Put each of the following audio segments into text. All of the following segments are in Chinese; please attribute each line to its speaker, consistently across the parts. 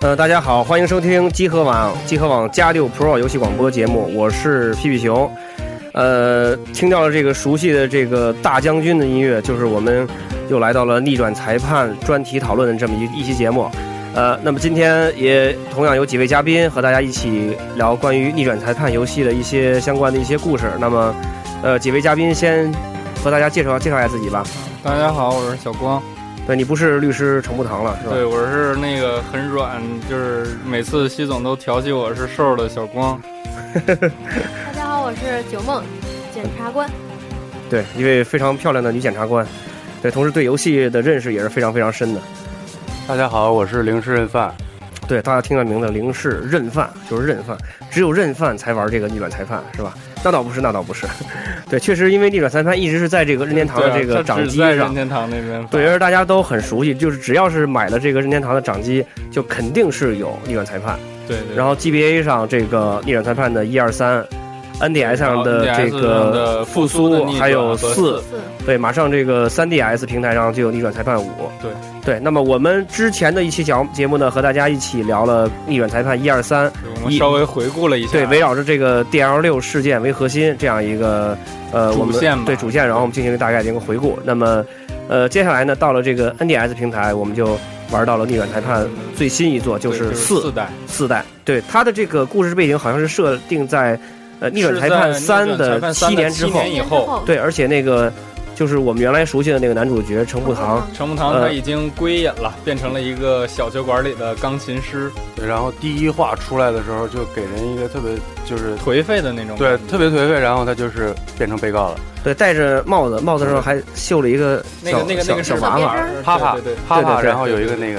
Speaker 1: 呃，大家好，欢迎收听集合网集合网加六 Pro 游戏广播节目，我是屁屁熊。呃，听到了这个熟悉的这个大将军的音乐，就是我们又来到了逆转裁判专题讨论的这么一一期节目。呃，那么今天也同样有几位嘉宾和大家一起聊关于逆转裁判游戏的一些相关的一些故事。那么，呃，几位嘉宾先和大家介绍介绍一下自己吧。
Speaker 2: 大家好，我是小光。
Speaker 1: 对你不是律师程步堂了是吧？
Speaker 2: 对，我是那个很软，就是每次西总都调戏我是瘦的小光。
Speaker 3: 大家好，我是九梦，检察官。
Speaker 1: 对，一位非常漂亮的女检察官，对，同时对游戏的认识也是非常非常深的。
Speaker 4: 大家好，我是零式认犯。
Speaker 1: 对，大家听到名字“零式认犯”就是认犯，只有认犯才玩这个逆转裁判，是吧？那倒不是，那倒不是。 对，确实，因为逆转裁判一直是在这个任天堂的这
Speaker 2: 对
Speaker 1: 个
Speaker 2: 啊 他
Speaker 1: 掌
Speaker 2: 只
Speaker 1: 机
Speaker 2: 在
Speaker 1: 上
Speaker 2: 任，天堂那边。
Speaker 1: 对，而大家都很熟悉，就是只要是买了这个任天堂的掌机，就肯定是有逆转裁判。
Speaker 2: 对对。
Speaker 1: 然后 GBA 上这个逆转裁判的一二三，NDS 上的这
Speaker 2: NDS 上
Speaker 1: 个
Speaker 2: 的复苏的
Speaker 1: 苏
Speaker 2: 逆转啊
Speaker 1: 还有
Speaker 2: 和
Speaker 1: 四，
Speaker 3: 四
Speaker 2: 嗯
Speaker 1: 对，马上这个 3DS 平台上就有《逆转裁判五》。
Speaker 2: 对
Speaker 1: 对，那么我们之前的一期节节目呢，和大家一起聊了《逆转裁判》一二三，
Speaker 2: 我们稍微回顾了一下，
Speaker 1: 对，围绕着这个 DL 六事件为核心这样一个呃
Speaker 2: 主
Speaker 1: 我们
Speaker 2: 线吧
Speaker 1: 对主线，然后我们进行一个大概的一个回顾。那么呃，接下来呢，到了这个 NDS 平台，我们就玩到了《逆转裁判》最新一座，就
Speaker 2: 对
Speaker 1: 是
Speaker 2: 是
Speaker 1: 四
Speaker 2: 四代，
Speaker 1: 四代。对，它的这个故事背景好像是设定在呃《逆转
Speaker 2: 是
Speaker 1: 裁
Speaker 2: 在
Speaker 1: 判
Speaker 2: 逆
Speaker 1: 三》
Speaker 2: 转裁
Speaker 1: 的
Speaker 2: 判
Speaker 1: 七
Speaker 2: 三的
Speaker 1: 年
Speaker 2: 七
Speaker 1: 之后
Speaker 2: 年。以后，
Speaker 1: 对，而且那个就是我们原来熟悉的那个男主角程步
Speaker 3: 嗯
Speaker 1: 堂，
Speaker 2: 程步堂他
Speaker 1: 呃
Speaker 2: 已经归隐了，变成了一个小酒馆里的钢琴师，
Speaker 4: 然后第一话出来的时候，就给人一个特别就是
Speaker 2: 颓废的那种
Speaker 4: 对
Speaker 2: 感觉。
Speaker 4: 特别颓废，然后他就是变成被告了，
Speaker 1: 对，戴着帽子，帽子上还绣了一个
Speaker 2: 那
Speaker 1: 小
Speaker 2: 个那个那
Speaker 1: 小
Speaker 2: 个
Speaker 1: 小
Speaker 2: 是
Speaker 1: 娃娃。
Speaker 2: 对
Speaker 4: 啪啪
Speaker 2: 对对对
Speaker 4: 啪
Speaker 1: 对对
Speaker 4: 啪，
Speaker 1: 对
Speaker 4: 然后有一个那个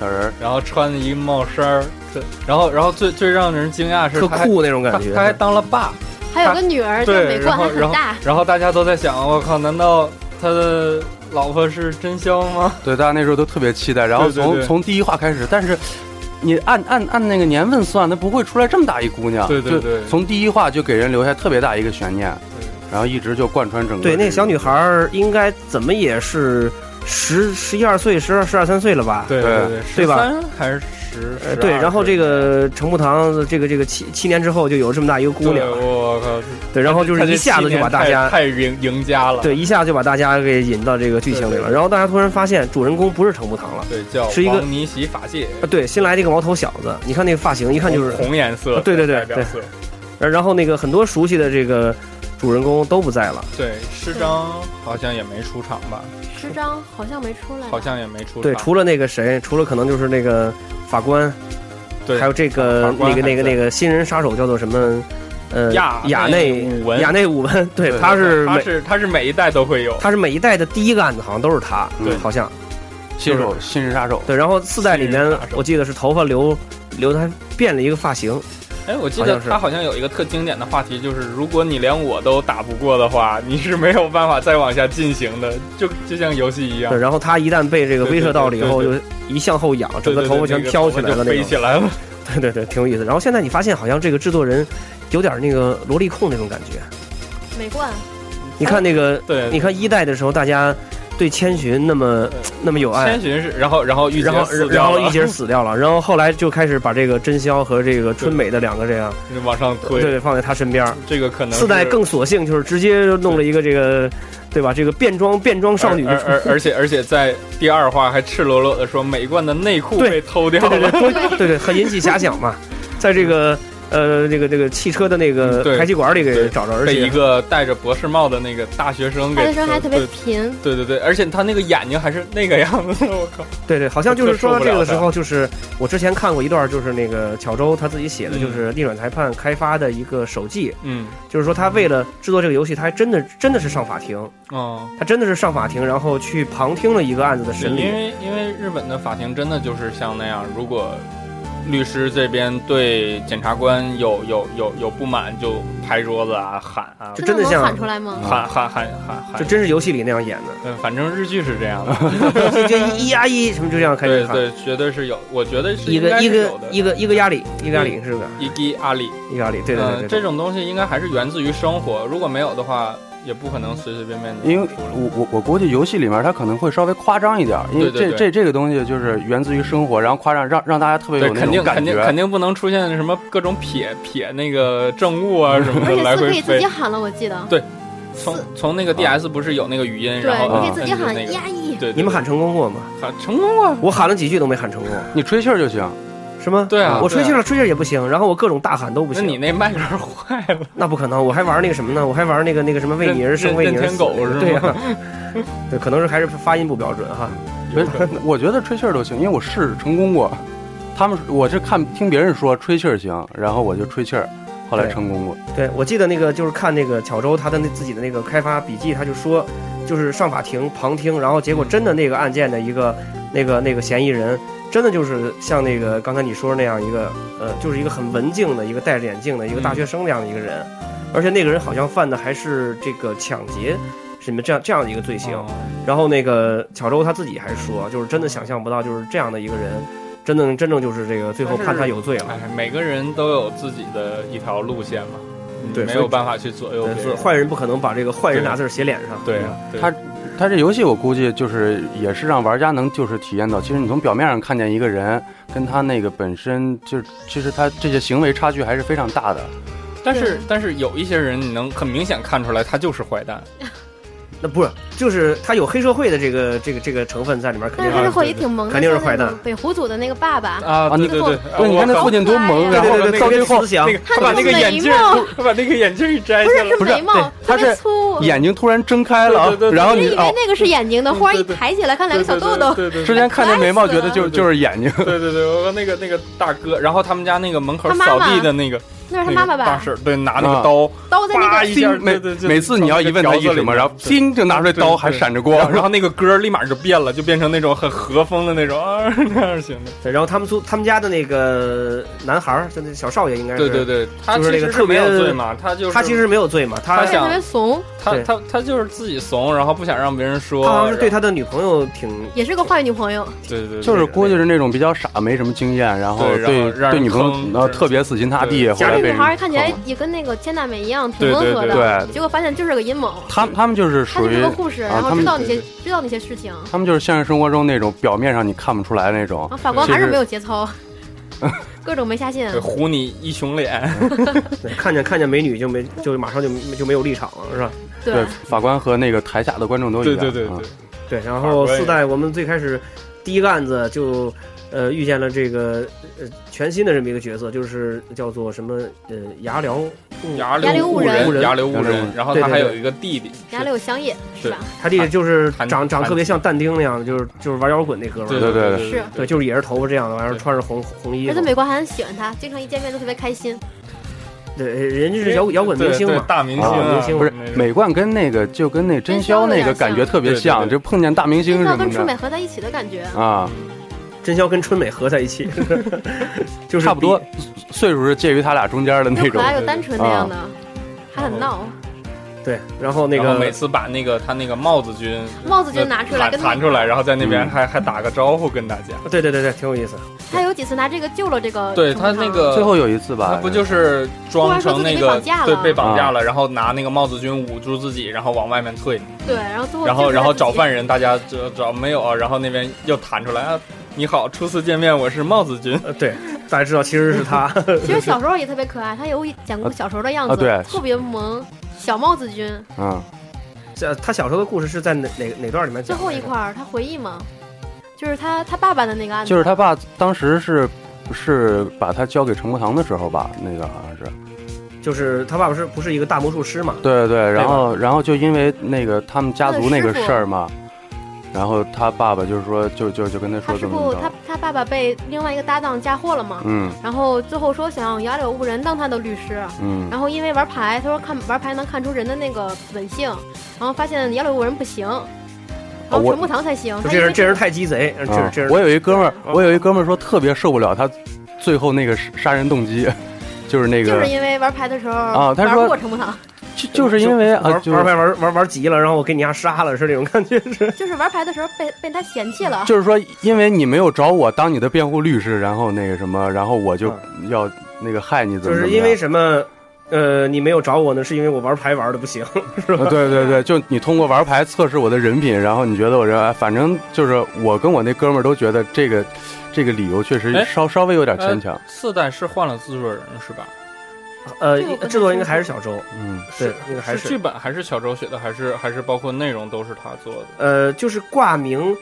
Speaker 4: 小人儿，
Speaker 2: 然后穿一帽衫儿，特然后然后最最让人惊讶的是
Speaker 1: 特
Speaker 2: 他还
Speaker 1: 酷那种
Speaker 2: 他
Speaker 1: 感觉，
Speaker 2: 他还当了爸，
Speaker 3: 还有个女儿叫
Speaker 2: 对，
Speaker 3: 美
Speaker 2: 然
Speaker 3: 冠，
Speaker 2: 后
Speaker 3: 还
Speaker 2: 然
Speaker 3: 很
Speaker 2: 后
Speaker 3: 大。
Speaker 2: 然后大家都在想，我靠，难道他的老婆是真香吗？
Speaker 4: 对，大家那时候都特别期待。然后
Speaker 2: 对对
Speaker 4: 从
Speaker 2: 对
Speaker 4: 从第一话开始，但是你按按按那个年份算，他不会出来这么大一姑娘。
Speaker 2: 对对
Speaker 4: 就
Speaker 2: 对
Speaker 4: 从第一话就给人留下特别大一个悬念，然后一直就贯穿整个。
Speaker 1: 对，那个小女。孩儿应该怎么也是十十一二岁、十二十二三岁了吧？
Speaker 2: 对
Speaker 4: 对
Speaker 2: 对，
Speaker 1: 对吧
Speaker 2: 13还是十？
Speaker 1: 呃，
Speaker 2: 12
Speaker 1: 对。然后这个程步堂，这个这个七七年之后就有这么大一个姑娘
Speaker 2: 对，我靠，
Speaker 1: 对，然后就是
Speaker 2: 他这
Speaker 1: 一下子就把大
Speaker 2: 七年
Speaker 1: 家
Speaker 2: 太太赢赢家了。
Speaker 1: 对一下就把大家给引到这个剧情里
Speaker 2: 对
Speaker 1: 了。
Speaker 2: 对
Speaker 1: 然后大家突然发现主人公不是程步堂了，
Speaker 2: 对，叫
Speaker 1: 是一个
Speaker 2: 王尼洗法界，
Speaker 1: 啊，对，新来这个毛头小子，你看那个发型，一看就是
Speaker 2: 红红颜色
Speaker 1: 啊，对对对
Speaker 2: 代表色
Speaker 1: 然然后那个很多熟悉的这个主人公都不在了，
Speaker 2: 对，师张好像也没出场吧？
Speaker 3: 十张好像没出来，
Speaker 2: 好像也没出场。
Speaker 1: 对，除了那个谁，除了可能就是那个法官，
Speaker 2: 对
Speaker 1: 还有这
Speaker 2: 法
Speaker 1: 个
Speaker 2: 官
Speaker 1: 那个那个
Speaker 2: 还在
Speaker 1: 那个新人杀手叫做什么，呃，
Speaker 2: 亚
Speaker 1: 亚内
Speaker 2: 内武文
Speaker 1: 亚内武文，对，
Speaker 4: 对
Speaker 1: 他是
Speaker 2: 他
Speaker 1: 每
Speaker 2: 是他是每一代都会有，
Speaker 1: 他是每一代的第一个案子好像都是他，
Speaker 4: 对
Speaker 1: 好像
Speaker 4: 新手新人杀手，
Speaker 1: 对，然后四代里
Speaker 2: 新
Speaker 1: 面
Speaker 2: 人杀手
Speaker 1: 我记得是头发留留的还变了一个发型，
Speaker 2: 哎，我记
Speaker 1: 好
Speaker 2: 得
Speaker 1: 像是
Speaker 2: 他好像有一个特经典的话题，就是如果你连我都打不过的话，你是没有办法再往下进行的，就就像游戏一样
Speaker 1: 对，。然后他一旦被这个
Speaker 2: 对对
Speaker 1: 威慑到了以后，
Speaker 2: 对
Speaker 1: 就一向后仰，
Speaker 2: 对
Speaker 1: 整个
Speaker 2: 对
Speaker 1: 头发
Speaker 2: 对
Speaker 1: 全
Speaker 2: 那个
Speaker 1: 飘
Speaker 2: 头
Speaker 1: 起
Speaker 2: 发
Speaker 1: 来
Speaker 2: 就
Speaker 1: 了那
Speaker 2: 飞
Speaker 1: 种
Speaker 2: 起，来了。
Speaker 1: 对对对，挺有意思。然后现在你发现好像这个制作人有点那个萝莉控那种感觉，
Speaker 3: 美冠
Speaker 1: 你看那个
Speaker 2: 对，
Speaker 1: 你看一代的时候，大家对千寻那么
Speaker 2: 对
Speaker 1: 那么有爱
Speaker 2: 千，寻是，然后然后玉洁
Speaker 1: 然后
Speaker 2: 死
Speaker 1: 哎然
Speaker 2: 掉
Speaker 1: 后
Speaker 2: 了
Speaker 1: 一节死掉了，然后后来就开始把这个真宵和这个春美的两个这样
Speaker 2: 往上
Speaker 1: 对
Speaker 2: 推，
Speaker 1: 放在他身边儿。
Speaker 2: 这个可能
Speaker 1: 四
Speaker 2: 是
Speaker 1: 代更索性就是直接弄了一个这个，对吧？这个变装变装少女就
Speaker 2: 而
Speaker 1: 出，
Speaker 2: 而而而且而且在第二话还赤裸裸的说美冠的内裤
Speaker 1: 对
Speaker 2: 被偷掉
Speaker 1: 对对
Speaker 2: 了，
Speaker 1: 对对对，很引起遐想嘛。在这个呃，这个这个汽车的那
Speaker 2: 嗯
Speaker 1: 个
Speaker 2: 对
Speaker 1: 排气管里给
Speaker 2: 对
Speaker 1: 找着，而
Speaker 2: 被
Speaker 1: 且
Speaker 2: 一个戴着博士帽的那个大学生给
Speaker 3: 他那时候还特别
Speaker 2: 对
Speaker 3: 贫，
Speaker 2: 对对对，而且他那个眼睛还是那个样子，我靠！
Speaker 1: 对对，好像就是说到这个的时
Speaker 2: 受不
Speaker 1: 候，就是我之前看过一段，就是那个巧周他自己写的，
Speaker 2: 嗯
Speaker 1: 就是逆转裁判开发的一个手记，
Speaker 2: 嗯，
Speaker 1: 就是说他为了制作这个游戏，他还真的真的是上法庭，
Speaker 2: 哦，
Speaker 1: 他真的是上法庭，然后去旁听了一个案子的审
Speaker 2: 因
Speaker 1: 理。
Speaker 2: 为因为日本的法庭真的就是像那样，如果律师这边对检察官有有有有不满，就拍桌子啊喊啊
Speaker 1: 就。
Speaker 3: 真
Speaker 1: 真的
Speaker 3: 能
Speaker 1: 像
Speaker 3: 喊出来吗？
Speaker 2: 喊喊喊喊喊
Speaker 1: 就，真是游戏里那样演
Speaker 2: 嗯，反正日剧是这样的，
Speaker 1: 的，就就一压一什么就这样开始
Speaker 2: 对
Speaker 1: 看，
Speaker 2: 对，绝对是有，我觉得是
Speaker 1: 一
Speaker 2: 应
Speaker 1: 个
Speaker 2: 该
Speaker 1: 一
Speaker 2: 是
Speaker 1: 个
Speaker 2: 有的
Speaker 1: 一个一个压力，一个压力是不是？
Speaker 2: 一滴阿里，
Speaker 1: 一个压力，对对
Speaker 2: 嗯，
Speaker 1: 对对
Speaker 2: 这
Speaker 1: 对。
Speaker 2: 种东西应该还是源自于生活，如果没有的话，也不可能随随便便地
Speaker 4: 因为
Speaker 2: 出来
Speaker 4: 我我我估计游戏里面它可能会稍微夸张一点，因
Speaker 2: 对
Speaker 4: 为
Speaker 2: 对
Speaker 4: 这
Speaker 2: 对
Speaker 4: 这这个东西就是源自于生活，然后夸张让让大家特别
Speaker 2: 对，
Speaker 4: 有那
Speaker 2: 肯定
Speaker 4: 种
Speaker 2: 肯
Speaker 4: 感
Speaker 2: 定
Speaker 4: 觉
Speaker 2: 肯。定不能出现什么各种撇撇那个证物啊什么
Speaker 3: 而
Speaker 2: 的来
Speaker 3: 且四可
Speaker 2: 回
Speaker 3: 以自
Speaker 2: 飞嗯
Speaker 3: 己。喊了，我记得。
Speaker 2: 从从那个 DS 不是有那个语音，
Speaker 3: 对
Speaker 2: 然，
Speaker 3: 你
Speaker 2: 后
Speaker 3: 可以自己
Speaker 2: 摁着
Speaker 3: 喊
Speaker 2: 那个，嗯
Speaker 3: 压抑。
Speaker 2: 对，对
Speaker 1: 你们喊成功过吗？
Speaker 2: 对喊成功啊！
Speaker 1: 我喊了几句都没喊成功，
Speaker 4: 你吹气儿就行，
Speaker 1: 是吗？
Speaker 2: 对啊，
Speaker 1: 我吹气
Speaker 2: 对啊
Speaker 1: 了，吹气儿也不行，然后我各种大喊都不
Speaker 2: 那
Speaker 1: 行。
Speaker 2: 你那麦克风坏了，
Speaker 1: 那不可能，我还玩那个什么呢？我还玩那个那个什么为你而生
Speaker 2: 任
Speaker 1: 为你而
Speaker 2: 任
Speaker 1: 死
Speaker 2: 天狗是吗
Speaker 1: 对呀、啊对，可能是还是发音不标准哈。
Speaker 4: 所以 我觉得吹气儿都行，因为我试成功过。他们我是看听别人说吹气儿行，然后我就吹气儿，后来
Speaker 1: 对
Speaker 4: 成功过。
Speaker 1: 对，我记得那个就是看那个巧周他的那自己的那个开发笔记，他就说，就是上法庭旁听，然后结果真的那个案件的一个那个那个嫌疑人，真的就是像那个刚才你说的那样一个呃，就是一个很文静的一个戴着眼镜的一个大学生那样的一个人，而且那个人好像犯的还是这个抢劫什么这样这样的一个罪行。然后那个巧周他自己还说，就是真的想象不到，就是这样的一个人，真的真正就是这个最后
Speaker 2: 但是
Speaker 1: 判他有罪了。
Speaker 2: 哎，每个人都有自己的一条路线嘛，你
Speaker 1: 对
Speaker 2: 没
Speaker 1: 所以
Speaker 2: 有办法去左右
Speaker 1: 对
Speaker 2: 别
Speaker 1: 所以
Speaker 2: 人。
Speaker 1: 坏人不可能把这个坏人
Speaker 2: 对
Speaker 1: 俩字儿写脸上。
Speaker 2: 对啊，对
Speaker 4: 他它这游戏我估计就是也是让玩家能就是体验到，其实你从表面上看见一个人跟他那个本身就是其实他这些行为差距还是非常大的。
Speaker 2: 但是但是有一些人你能很明显看出来他就是坏蛋，
Speaker 1: 那不是，就是他有黑社会的这个这个这个成分在里面，肯
Speaker 3: 但是
Speaker 1: 定
Speaker 3: 他
Speaker 1: 是
Speaker 3: 最后也挺萌的，
Speaker 1: 肯定是
Speaker 3: 像那
Speaker 1: 坏蛋
Speaker 3: 种北湖组的那个爸爸，
Speaker 2: 啊，对
Speaker 4: 你
Speaker 2: 对对，
Speaker 1: 呃
Speaker 2: 啊
Speaker 4: 对，你
Speaker 2: 我
Speaker 4: 看那
Speaker 2: 靠
Speaker 4: 父亲多萌，
Speaker 3: 对
Speaker 4: 然
Speaker 1: 对
Speaker 4: 后
Speaker 1: 对
Speaker 4: 呢
Speaker 1: 对，
Speaker 4: 到
Speaker 1: 特别
Speaker 4: 最后
Speaker 1: 慈祥
Speaker 2: 那。个他
Speaker 3: 他
Speaker 2: 把
Speaker 3: 那
Speaker 2: 那
Speaker 3: 个
Speaker 2: 个眼
Speaker 3: 眉
Speaker 2: 镜
Speaker 3: 毛
Speaker 2: 儿，他把那个眼镜儿摘
Speaker 3: 不
Speaker 2: 下
Speaker 3: 是
Speaker 2: 来，
Speaker 3: 是
Speaker 4: 不是
Speaker 3: 眉毛
Speaker 4: 对
Speaker 3: 特
Speaker 4: 他
Speaker 3: 别
Speaker 4: 是
Speaker 3: 粗，
Speaker 4: 眼睛突然睁开了
Speaker 2: 对对对，对
Speaker 4: 然后
Speaker 3: 我
Speaker 4: 你
Speaker 3: 以为
Speaker 4: 哦，
Speaker 3: 那个是眼睛的
Speaker 2: 嗯
Speaker 3: 花，
Speaker 2: 对
Speaker 3: 一
Speaker 2: 对
Speaker 3: 抬起来看两个小
Speaker 2: 对
Speaker 3: 豆豆。
Speaker 2: 对对对
Speaker 4: 之前看见眉毛觉得就
Speaker 2: 对对
Speaker 4: 就是 眼睛。
Speaker 2: 对对对，我说那个那个大哥，然后他们家那个门口
Speaker 3: 他妈
Speaker 2: 扫
Speaker 3: 妈
Speaker 2: 地的那个
Speaker 3: 那是他妈妈
Speaker 2: 那个大
Speaker 3: 吧？
Speaker 2: 婶儿，对，拿那
Speaker 4: 啊
Speaker 2: 个刀，
Speaker 3: 刀在那
Speaker 2: 叭
Speaker 3: 个
Speaker 2: 啊一下，
Speaker 4: 每
Speaker 2: 对对对，
Speaker 4: 每次你要一问他一什么，然后
Speaker 2: 叮，
Speaker 4: 叮就拿出来刀，
Speaker 2: 对
Speaker 4: 还
Speaker 2: 对
Speaker 4: 闪着
Speaker 2: 然后
Speaker 4: 光，
Speaker 2: 然后那个歌儿立马就变了，就变成那种很和风的那种啊那样型的。
Speaker 1: 对，然后他们租他们家的那个男孩儿，就那小少爷应该是，
Speaker 2: 对对对，他
Speaker 1: 就
Speaker 2: 其
Speaker 1: 是那
Speaker 2: 实
Speaker 1: 个
Speaker 2: 是
Speaker 1: 特
Speaker 2: 没
Speaker 1: 别
Speaker 2: 有罪嘛，他就是
Speaker 1: 他其实没有罪嘛，他
Speaker 2: 他
Speaker 3: 而且
Speaker 2: 想
Speaker 3: 特别怂，
Speaker 2: 他
Speaker 1: 对
Speaker 2: 他他就是自己怂，然后不想让别人说。
Speaker 1: 他好像是对
Speaker 2: 然后
Speaker 1: 他的女朋友挺
Speaker 3: 也是个坏女朋友。
Speaker 2: 对对对，
Speaker 4: 就是估计是那种比较傻，没什么经验，然后
Speaker 2: 对然后
Speaker 4: 对
Speaker 2: 让人
Speaker 4: 对女朋
Speaker 2: 坑
Speaker 4: 友呃特别死心塌地，
Speaker 2: 对
Speaker 4: 后
Speaker 3: 家
Speaker 4: 来
Speaker 3: 里女
Speaker 4: 被人
Speaker 3: 孩看起来
Speaker 4: 坑了
Speaker 3: 也跟那个千代美一样，挺
Speaker 2: 对
Speaker 3: 温
Speaker 2: 对
Speaker 3: 和
Speaker 2: 对
Speaker 3: 的，
Speaker 4: 对
Speaker 3: 结果发现就是个阴谋。
Speaker 4: 他们他们就是
Speaker 3: 她
Speaker 4: 属
Speaker 3: 就是
Speaker 4: 于
Speaker 3: 个护士，
Speaker 4: 啊
Speaker 3: 然后
Speaker 4: 他们
Speaker 3: 知道那些
Speaker 2: 对
Speaker 3: 知道那些事情，
Speaker 4: 他们就是现实生活中那种表面上你看不出来那种
Speaker 3: 然后，法官
Speaker 4: 其实
Speaker 3: 还是没有节 操，各种没下线
Speaker 2: 对。糊你一熊脸，
Speaker 1: 对看见看见美女就没就马上就就没有立场了，是吧？
Speaker 3: 对，
Speaker 4: 法官和那个台下的观众都一
Speaker 2: 对
Speaker 4: 样，
Speaker 2: 对对
Speaker 4: 嗯
Speaker 2: 对，
Speaker 1: 对，然
Speaker 2: 法
Speaker 1: 后
Speaker 2: 官也
Speaker 1: 四代我们最开始第一个案子就呃遇见了这个呃全新的这么一个角色，就是叫做什么呃牙僚物
Speaker 2: 牙流
Speaker 3: 牙流
Speaker 2: 误
Speaker 3: 误
Speaker 1: 人
Speaker 2: 牙流误
Speaker 4: 牙流误
Speaker 2: 人
Speaker 4: 人，
Speaker 2: 然后
Speaker 1: 对
Speaker 2: 他
Speaker 1: 对
Speaker 2: 还
Speaker 1: 对
Speaker 2: 有一个弟弟，
Speaker 3: 牙柳香叶是
Speaker 2: 对
Speaker 3: 吧？
Speaker 1: 他弟弟就是
Speaker 2: 弹
Speaker 1: 长长
Speaker 2: 弹
Speaker 1: 特别像但丁那样，就是就是玩摇滚那哥们
Speaker 2: 对
Speaker 1: 儿，
Speaker 4: 对对
Speaker 2: 对
Speaker 3: 是
Speaker 1: 对，就是也是头发这样的，完事儿
Speaker 2: 对
Speaker 1: 穿着红红衣
Speaker 3: 而且
Speaker 1: 服，
Speaker 3: 美国还很喜欢他，经常一见面都特别开心。
Speaker 1: 对，人家是摇摇滚明星
Speaker 2: 对对
Speaker 1: 嘛，
Speaker 2: 大明星
Speaker 1: 啊
Speaker 2: 啊，
Speaker 1: 明星
Speaker 4: 不是
Speaker 2: 那种
Speaker 4: 美冠跟那个就跟那真
Speaker 3: 真
Speaker 4: 宵
Speaker 3: 宵
Speaker 4: 那
Speaker 3: 有
Speaker 4: 个
Speaker 3: 点
Speaker 4: 感觉
Speaker 3: 像
Speaker 4: 特别
Speaker 2: 对对
Speaker 4: 像，
Speaker 2: 对
Speaker 4: 就碰见大明星
Speaker 3: 真
Speaker 4: 什
Speaker 3: 的跟春
Speaker 4: 么
Speaker 3: 美
Speaker 4: 的
Speaker 3: 合在一起的感觉，
Speaker 4: 啊，
Speaker 1: 真宵跟春美合在一起， 就是
Speaker 4: 差不多
Speaker 1: 比，
Speaker 4: 岁数是介于他俩中间的啊那
Speaker 3: 又可
Speaker 4: 种。
Speaker 3: 爱又
Speaker 2: 对
Speaker 3: 单
Speaker 2: 对
Speaker 3: 纯那样的，还很闹。
Speaker 1: 对，然后那
Speaker 2: 然后每
Speaker 1: 个
Speaker 2: 次把那个他那个帽子军
Speaker 3: 帽子军拿出来
Speaker 2: 弹
Speaker 3: 跟
Speaker 2: 弹出来，然后在那边
Speaker 4: 嗯
Speaker 2: 还还打个招呼跟大家。
Speaker 1: 对对对对，挺有意思，
Speaker 3: 他有几次拿这个救了这个
Speaker 2: 对
Speaker 3: 程
Speaker 2: 他
Speaker 3: 程
Speaker 2: 那个
Speaker 4: 最后有一次吧，
Speaker 2: 他不就是装成那
Speaker 3: 突
Speaker 2: 个
Speaker 3: 然说自己被绑架了
Speaker 2: 对被绑架了，然后拿那个帽子军捂住自己，然后往外面退，
Speaker 3: 对，然后最后
Speaker 2: 然
Speaker 3: 就
Speaker 2: 后
Speaker 3: 是
Speaker 2: 然后
Speaker 3: 他自己
Speaker 2: 找犯人，大家找找没有，啊然后那边又弹出来啊，你好，初次见面，我是帽子军，
Speaker 1: 呃，对，大家知道其实是他，
Speaker 3: 其实小时候也特别可爱，他有讲过小时候的样子，
Speaker 4: 啊对
Speaker 3: 特别萌。小帽子军
Speaker 4: 嗯，
Speaker 1: 这他小时候的故事是在哪哪哪段里面
Speaker 3: 最
Speaker 1: 讲的？
Speaker 3: 嗯后一块儿，他回忆嘛，就是他他爸爸的那个案子，
Speaker 4: 就是他爸当时是是把他交给程伯堂的时候吧，那个好像是。
Speaker 1: 就是他爸爸是不是一个大魔术师嘛？
Speaker 4: 对对，然后然后就因为那个他们家族那个事儿嘛，然后他爸爸就是说，就就就跟他
Speaker 3: 他
Speaker 4: 说
Speaker 3: 师
Speaker 4: 怎
Speaker 3: 傅
Speaker 4: 么
Speaker 3: 他
Speaker 4: 着，
Speaker 3: 他爸爸被另外一个搭档嫁祸了嘛，
Speaker 4: 嗯
Speaker 3: 然后最后说想要亚柳无人当他的律师，
Speaker 4: 嗯
Speaker 3: 然后因为玩牌，他说看玩牌能看出人的那个本性，然后发现亚柳无人不行，然后
Speaker 4: 啊我
Speaker 3: 陈木堂才行。
Speaker 1: 就
Speaker 3: 他
Speaker 1: 这
Speaker 3: 因
Speaker 1: 人
Speaker 3: 为
Speaker 1: 这人太鸡贼，这
Speaker 4: 啊
Speaker 1: 这人
Speaker 4: 我有一哥们儿，我有一哥们儿说特别受不了他最后那个杀人动机， 就是那
Speaker 3: 就
Speaker 4: 个
Speaker 3: 是因为玩牌的时候
Speaker 4: 啊他
Speaker 3: 玩
Speaker 4: 说
Speaker 3: 不过陈木堂，
Speaker 4: 就就是因为啊，
Speaker 1: 玩
Speaker 4: 就是
Speaker 1: 玩牌玩玩玩急了，然后我给你丫杀了，是这种感觉是。
Speaker 3: 就是玩牌的时候被被他嫌弃
Speaker 1: 啊
Speaker 3: 了。
Speaker 4: 就是说，因为你没有找我当你的辩护律师，然后那个什么，然后我就要那个害你
Speaker 1: 嗯就
Speaker 4: 怎么怎么样
Speaker 1: 是因为 什么？呃，你没有找我呢，是因为我玩牌玩的不行，是吧
Speaker 4: 啊？对对对，就你通过玩牌测试我的人品，然后你觉得我这，哎反正就是我跟我那哥们儿都觉得这个这个理由确实
Speaker 2: 哎
Speaker 4: 稍稍微有点牵强。
Speaker 2: 四代是换了制作人是吧？
Speaker 1: 呃
Speaker 3: 这个不，太
Speaker 1: 制作应该还是小周，
Speaker 4: 嗯，
Speaker 1: 对，应该还
Speaker 2: 是剧本还是小周写的，还是还是包括内容都是他做的？
Speaker 1: 呃，就是挂名，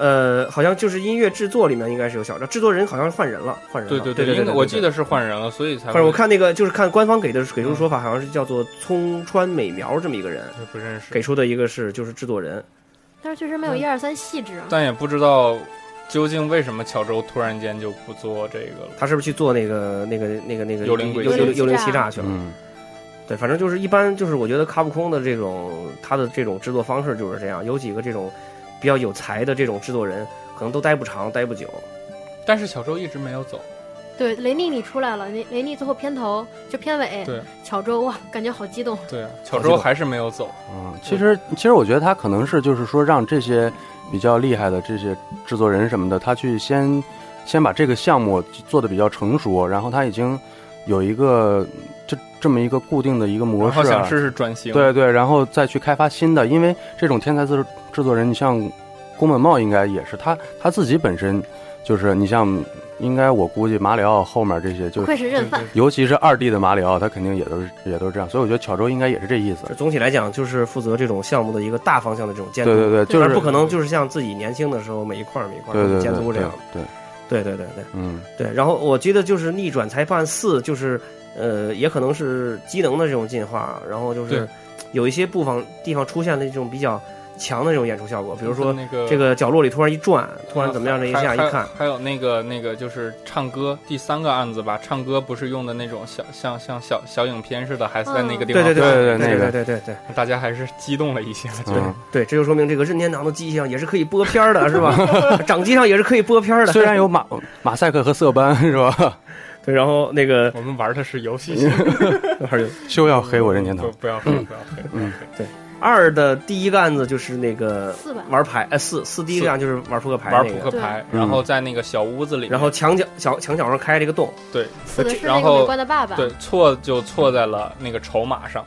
Speaker 1: 呃，好像就是音乐制作里面应该是有小周，制作人好像是换人了，换人了，
Speaker 2: 对
Speaker 1: 对
Speaker 2: 对，因
Speaker 1: 对
Speaker 2: 为我记。得嗯是换人了，所以才
Speaker 1: 或
Speaker 2: 会
Speaker 1: 者我看那个，就是看官方给的给出说法，好像是叫做葱川美苗这么一个人
Speaker 2: 不认识，
Speaker 1: 给出的一个是就是制作人，
Speaker 3: 但是确实没有
Speaker 2: 嗯
Speaker 3: 一二三细致啊。
Speaker 2: 但也不知道究竟为什么乔周突然间就不做这个了。
Speaker 1: 他是不是去做那个那个那个那个
Speaker 2: 幽灵轨迹
Speaker 1: 幽幽幽灵欺诈去了？
Speaker 4: 嗯，
Speaker 1: 对，反正就是一般就是我觉得卡普空的这种他的这种制作方式就是这样，有几个这种比较有才的这种制作人，可能都待不长，待不久。
Speaker 2: 但是小周一直没有走，
Speaker 3: 对，雷尼你出来了，雷雷尼最后片头就片尾，
Speaker 2: 对
Speaker 3: 巧周哇，感觉好激动。
Speaker 2: 对啊，乔周还是没有走。
Speaker 4: 嗯，其实其实我觉得他可能是就是说让这些比较厉害的这些制作人什么的，他去先先把这个项目做的比较成熟，然后他已经有一个这这么一个固定的一个模
Speaker 2: 然后
Speaker 4: 式、
Speaker 2: 想
Speaker 4: 啊，
Speaker 2: 试试转型，
Speaker 4: 对对，然后再去开发新的，因为这种天才制制作人，你像宫本茂应该也是他他自己本身就是你像应该我估计马里奥后面这些
Speaker 3: 不
Speaker 4: 就是。
Speaker 3: 愧是认犯，
Speaker 4: 尤其是二 D 的马里奥，他肯定也都是也都是这样，所以我觉得巧周应该也是这意思
Speaker 1: 就。总体来讲，就是负责这种项目的一个大方向的这种监督，
Speaker 4: 对对对，就
Speaker 1: 但
Speaker 4: 是
Speaker 1: 不可能就是像自己年轻的时候每一块儿每一块
Speaker 4: 对
Speaker 1: 儿
Speaker 4: 对
Speaker 1: 监
Speaker 4: 对
Speaker 1: 督这
Speaker 4: 对
Speaker 1: 样。对
Speaker 4: 对，
Speaker 1: 对对对
Speaker 4: 嗯
Speaker 1: 对。然后我记得就是《逆转裁判四》，就是呃，也可能是机能的这种进化，然后就是
Speaker 2: 对
Speaker 1: 有一些部分地方出现了这种比较强的这种演出效果，比如说
Speaker 2: 那个
Speaker 1: 这个角落里突然一转，突然怎么样这一下
Speaker 2: 还
Speaker 1: 一
Speaker 2: 还
Speaker 1: 看，
Speaker 2: 还有那个那个就是唱歌第三个案子吧，唱歌不是用的那种小像像小小影片似的，还是在
Speaker 3: 嗯
Speaker 2: 那个地
Speaker 1: 对
Speaker 2: 方，
Speaker 1: 对对
Speaker 4: 对那
Speaker 1: 对
Speaker 4: 个
Speaker 1: 对对对
Speaker 2: 大家还是激动了一下，就
Speaker 4: 嗯，
Speaker 1: 对，这就说明这个任天堂的机上也是可以播片儿的，是吧？掌机上也是可以播片儿的，
Speaker 4: 虽然有马马赛克和色斑是吧，
Speaker 1: 对，然后那个
Speaker 2: 我们玩的是游戏性，
Speaker 4: 休要黑我任天堂
Speaker 2: 不。不要
Speaker 1: 嗯
Speaker 2: 黑不要黑，不要黑
Speaker 1: 二的第一个案子就是那个
Speaker 3: 四吧
Speaker 1: 玩牌，呃，四四第一个案子就是玩扑克牌
Speaker 2: 玩
Speaker 1: 那
Speaker 2: 扑
Speaker 1: 个，嗯
Speaker 2: 克牌，然后在那个小屋子里，
Speaker 1: 然后墙角小墙角上开了一个洞，
Speaker 2: 对
Speaker 3: 死的是那
Speaker 2: 然
Speaker 3: 个
Speaker 2: 后
Speaker 3: 美观的爸爸，
Speaker 2: 对错就错在了那个筹码上，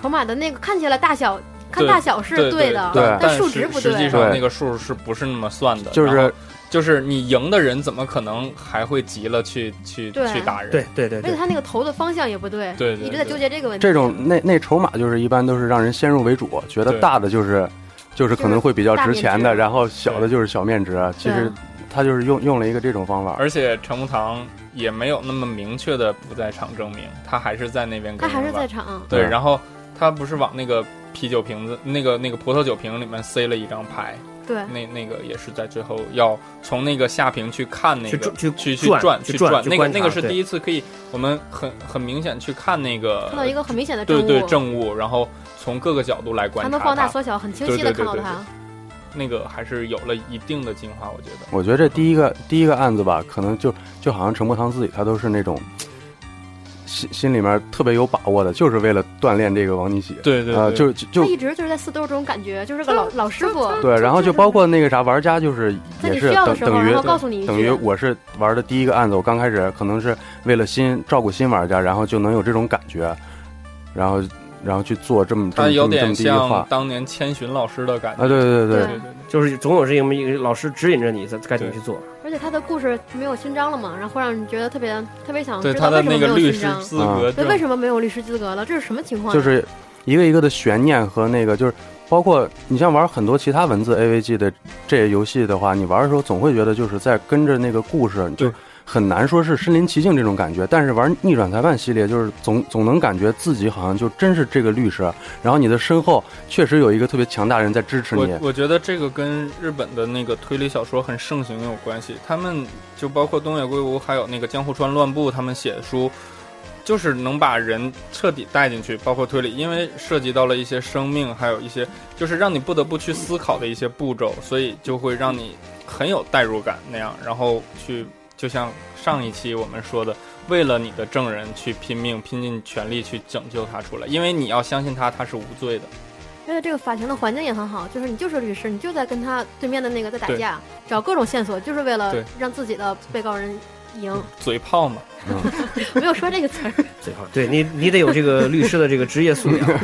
Speaker 3: 筹码的那个看起来大小看
Speaker 2: 对
Speaker 3: 大小是
Speaker 2: 对
Speaker 3: 的，
Speaker 4: 对
Speaker 2: 但
Speaker 3: 但
Speaker 2: 但
Speaker 3: 数
Speaker 2: 实
Speaker 3: 值不
Speaker 2: 实际
Speaker 3: 对。
Speaker 2: 上
Speaker 4: 对
Speaker 2: 那个数是不是那么算的？
Speaker 4: 就
Speaker 2: 然
Speaker 4: 是
Speaker 2: 后就是你赢的人怎么可能还会急了去去
Speaker 3: 对
Speaker 2: 去打人？
Speaker 1: 对对对
Speaker 3: 而且
Speaker 1: 对，
Speaker 3: 他那个头的方向也不对，
Speaker 2: 对对
Speaker 3: 一直在纠结这个问题。
Speaker 4: 这种那那筹码就是一般都是让人先入为主，觉得
Speaker 2: 对
Speaker 4: 大的就是就是可能会比较值钱
Speaker 3: 大面
Speaker 4: 的，
Speaker 3: 值
Speaker 4: 然后小的就是小面值。啊其实他就是用用了一个这种方法，
Speaker 2: 而且陈木堂也没有那么明确的不在场证明，他还是在那边
Speaker 3: 他
Speaker 2: 跟人玩。
Speaker 3: 还是在场，
Speaker 2: 对，
Speaker 4: 对
Speaker 2: 然后他不是往那个啤酒瓶子、那个那个葡萄酒瓶里面塞了一张牌，
Speaker 3: 对，
Speaker 2: 那那个也是在最后要从那个下屏去看那个
Speaker 1: 去转
Speaker 2: 去
Speaker 1: 去转
Speaker 2: 转
Speaker 1: 去转
Speaker 2: 转，
Speaker 1: 去
Speaker 2: 那个
Speaker 1: 观察
Speaker 2: 那个是
Speaker 1: 对
Speaker 2: 第一次可以，我们很很明显去看那个
Speaker 3: 看到一个很明显的证
Speaker 2: 对
Speaker 3: 物，
Speaker 2: 对证物，然后从各个角度来观
Speaker 3: 还
Speaker 2: 察
Speaker 3: 能放大缩小，很清晰
Speaker 2: 对
Speaker 3: 的
Speaker 2: 对
Speaker 3: 看
Speaker 2: 对
Speaker 3: 到
Speaker 2: 对
Speaker 3: 他。
Speaker 2: 那个还是有了一定的进化，我觉得。
Speaker 4: 我觉得这第一个第一个案子吧，可能就就好像陈伯堂自己，他都是那种心心里面特别有把握的，就是为了锻炼这个王尼喜。
Speaker 2: 对对
Speaker 4: 啊、
Speaker 2: 对
Speaker 4: 就就
Speaker 3: 他
Speaker 4: 就
Speaker 3: 一直就是在四都是这种感觉，就是个老老师傅，
Speaker 4: 对，然后就包括那个啥玩家，就是
Speaker 3: 在
Speaker 4: 也
Speaker 3: 你
Speaker 4: 是
Speaker 3: 需要的
Speaker 4: 等
Speaker 3: 时候，
Speaker 4: 等
Speaker 3: 然后
Speaker 4: 于
Speaker 3: 告诉你一
Speaker 4: 等于
Speaker 3: 句。
Speaker 4: 我是玩的第一个案子，我刚开始可能是为了新照顾新玩家，然后就能有这种感觉，然后然后去做这么这
Speaker 2: 他
Speaker 4: 么
Speaker 2: 有
Speaker 4: 这么这
Speaker 2: 点
Speaker 4: 么第一个话
Speaker 2: 像当年千寻老师的感觉
Speaker 4: 啊，对对对
Speaker 3: 对
Speaker 2: 对对
Speaker 1: 就是总有这么一个老师指引着你在该怎么去做。
Speaker 3: 而且他的故事没有勋章了嘛，然后会让你觉得特别特别想
Speaker 2: 对，
Speaker 3: 知
Speaker 2: 他
Speaker 3: 道
Speaker 2: 的
Speaker 3: 为什么
Speaker 2: 那
Speaker 3: 没
Speaker 2: 个
Speaker 3: 有
Speaker 2: 律
Speaker 3: 勋
Speaker 2: 师
Speaker 3: 章，
Speaker 2: 资
Speaker 4: 啊
Speaker 2: 格
Speaker 3: 对，
Speaker 2: 证，
Speaker 3: 为什么没有律师资格了？这是什么情况？啊
Speaker 4: 就是一个一个的悬念和那个就是。包括你像玩很多其他文字 AVG 的这些游戏的话，你玩的时候总会觉得就是在跟着那个故事，就
Speaker 2: 对
Speaker 4: 很难说是身临其境这种感觉，但是玩逆转裁判系列，就是总总能感觉自己好像就真是这个律师，然后你的身后确实有一个特别强大的人在支持
Speaker 2: 我
Speaker 4: 你。
Speaker 2: 我觉得这个跟日本的那个推理小说很盛行有关系，他们就包括东野圭吾，还有那个江户川乱步，他们写的书，就是能把人彻底带进去，包括推理，因为涉及到了一些生命，还有一些就是让你不得不去思考的一些步骤，所以就会让你很有代入感那样，然后去就像上一期我们说的。为了你的证人去拼命，拼尽全力去拯救他出来，因为你要相信他，他是无罪的。
Speaker 3: 因为这个法庭的环境也很好，就是你就是律师，你就在跟他对面的那个在打架，找各种线索，就是为了
Speaker 2: 对
Speaker 3: 让自己的被告人赢。
Speaker 2: 嘴炮嘛，
Speaker 3: 没有说这个词儿，
Speaker 1: 最好对你，你得有这个律师的这个职业素养，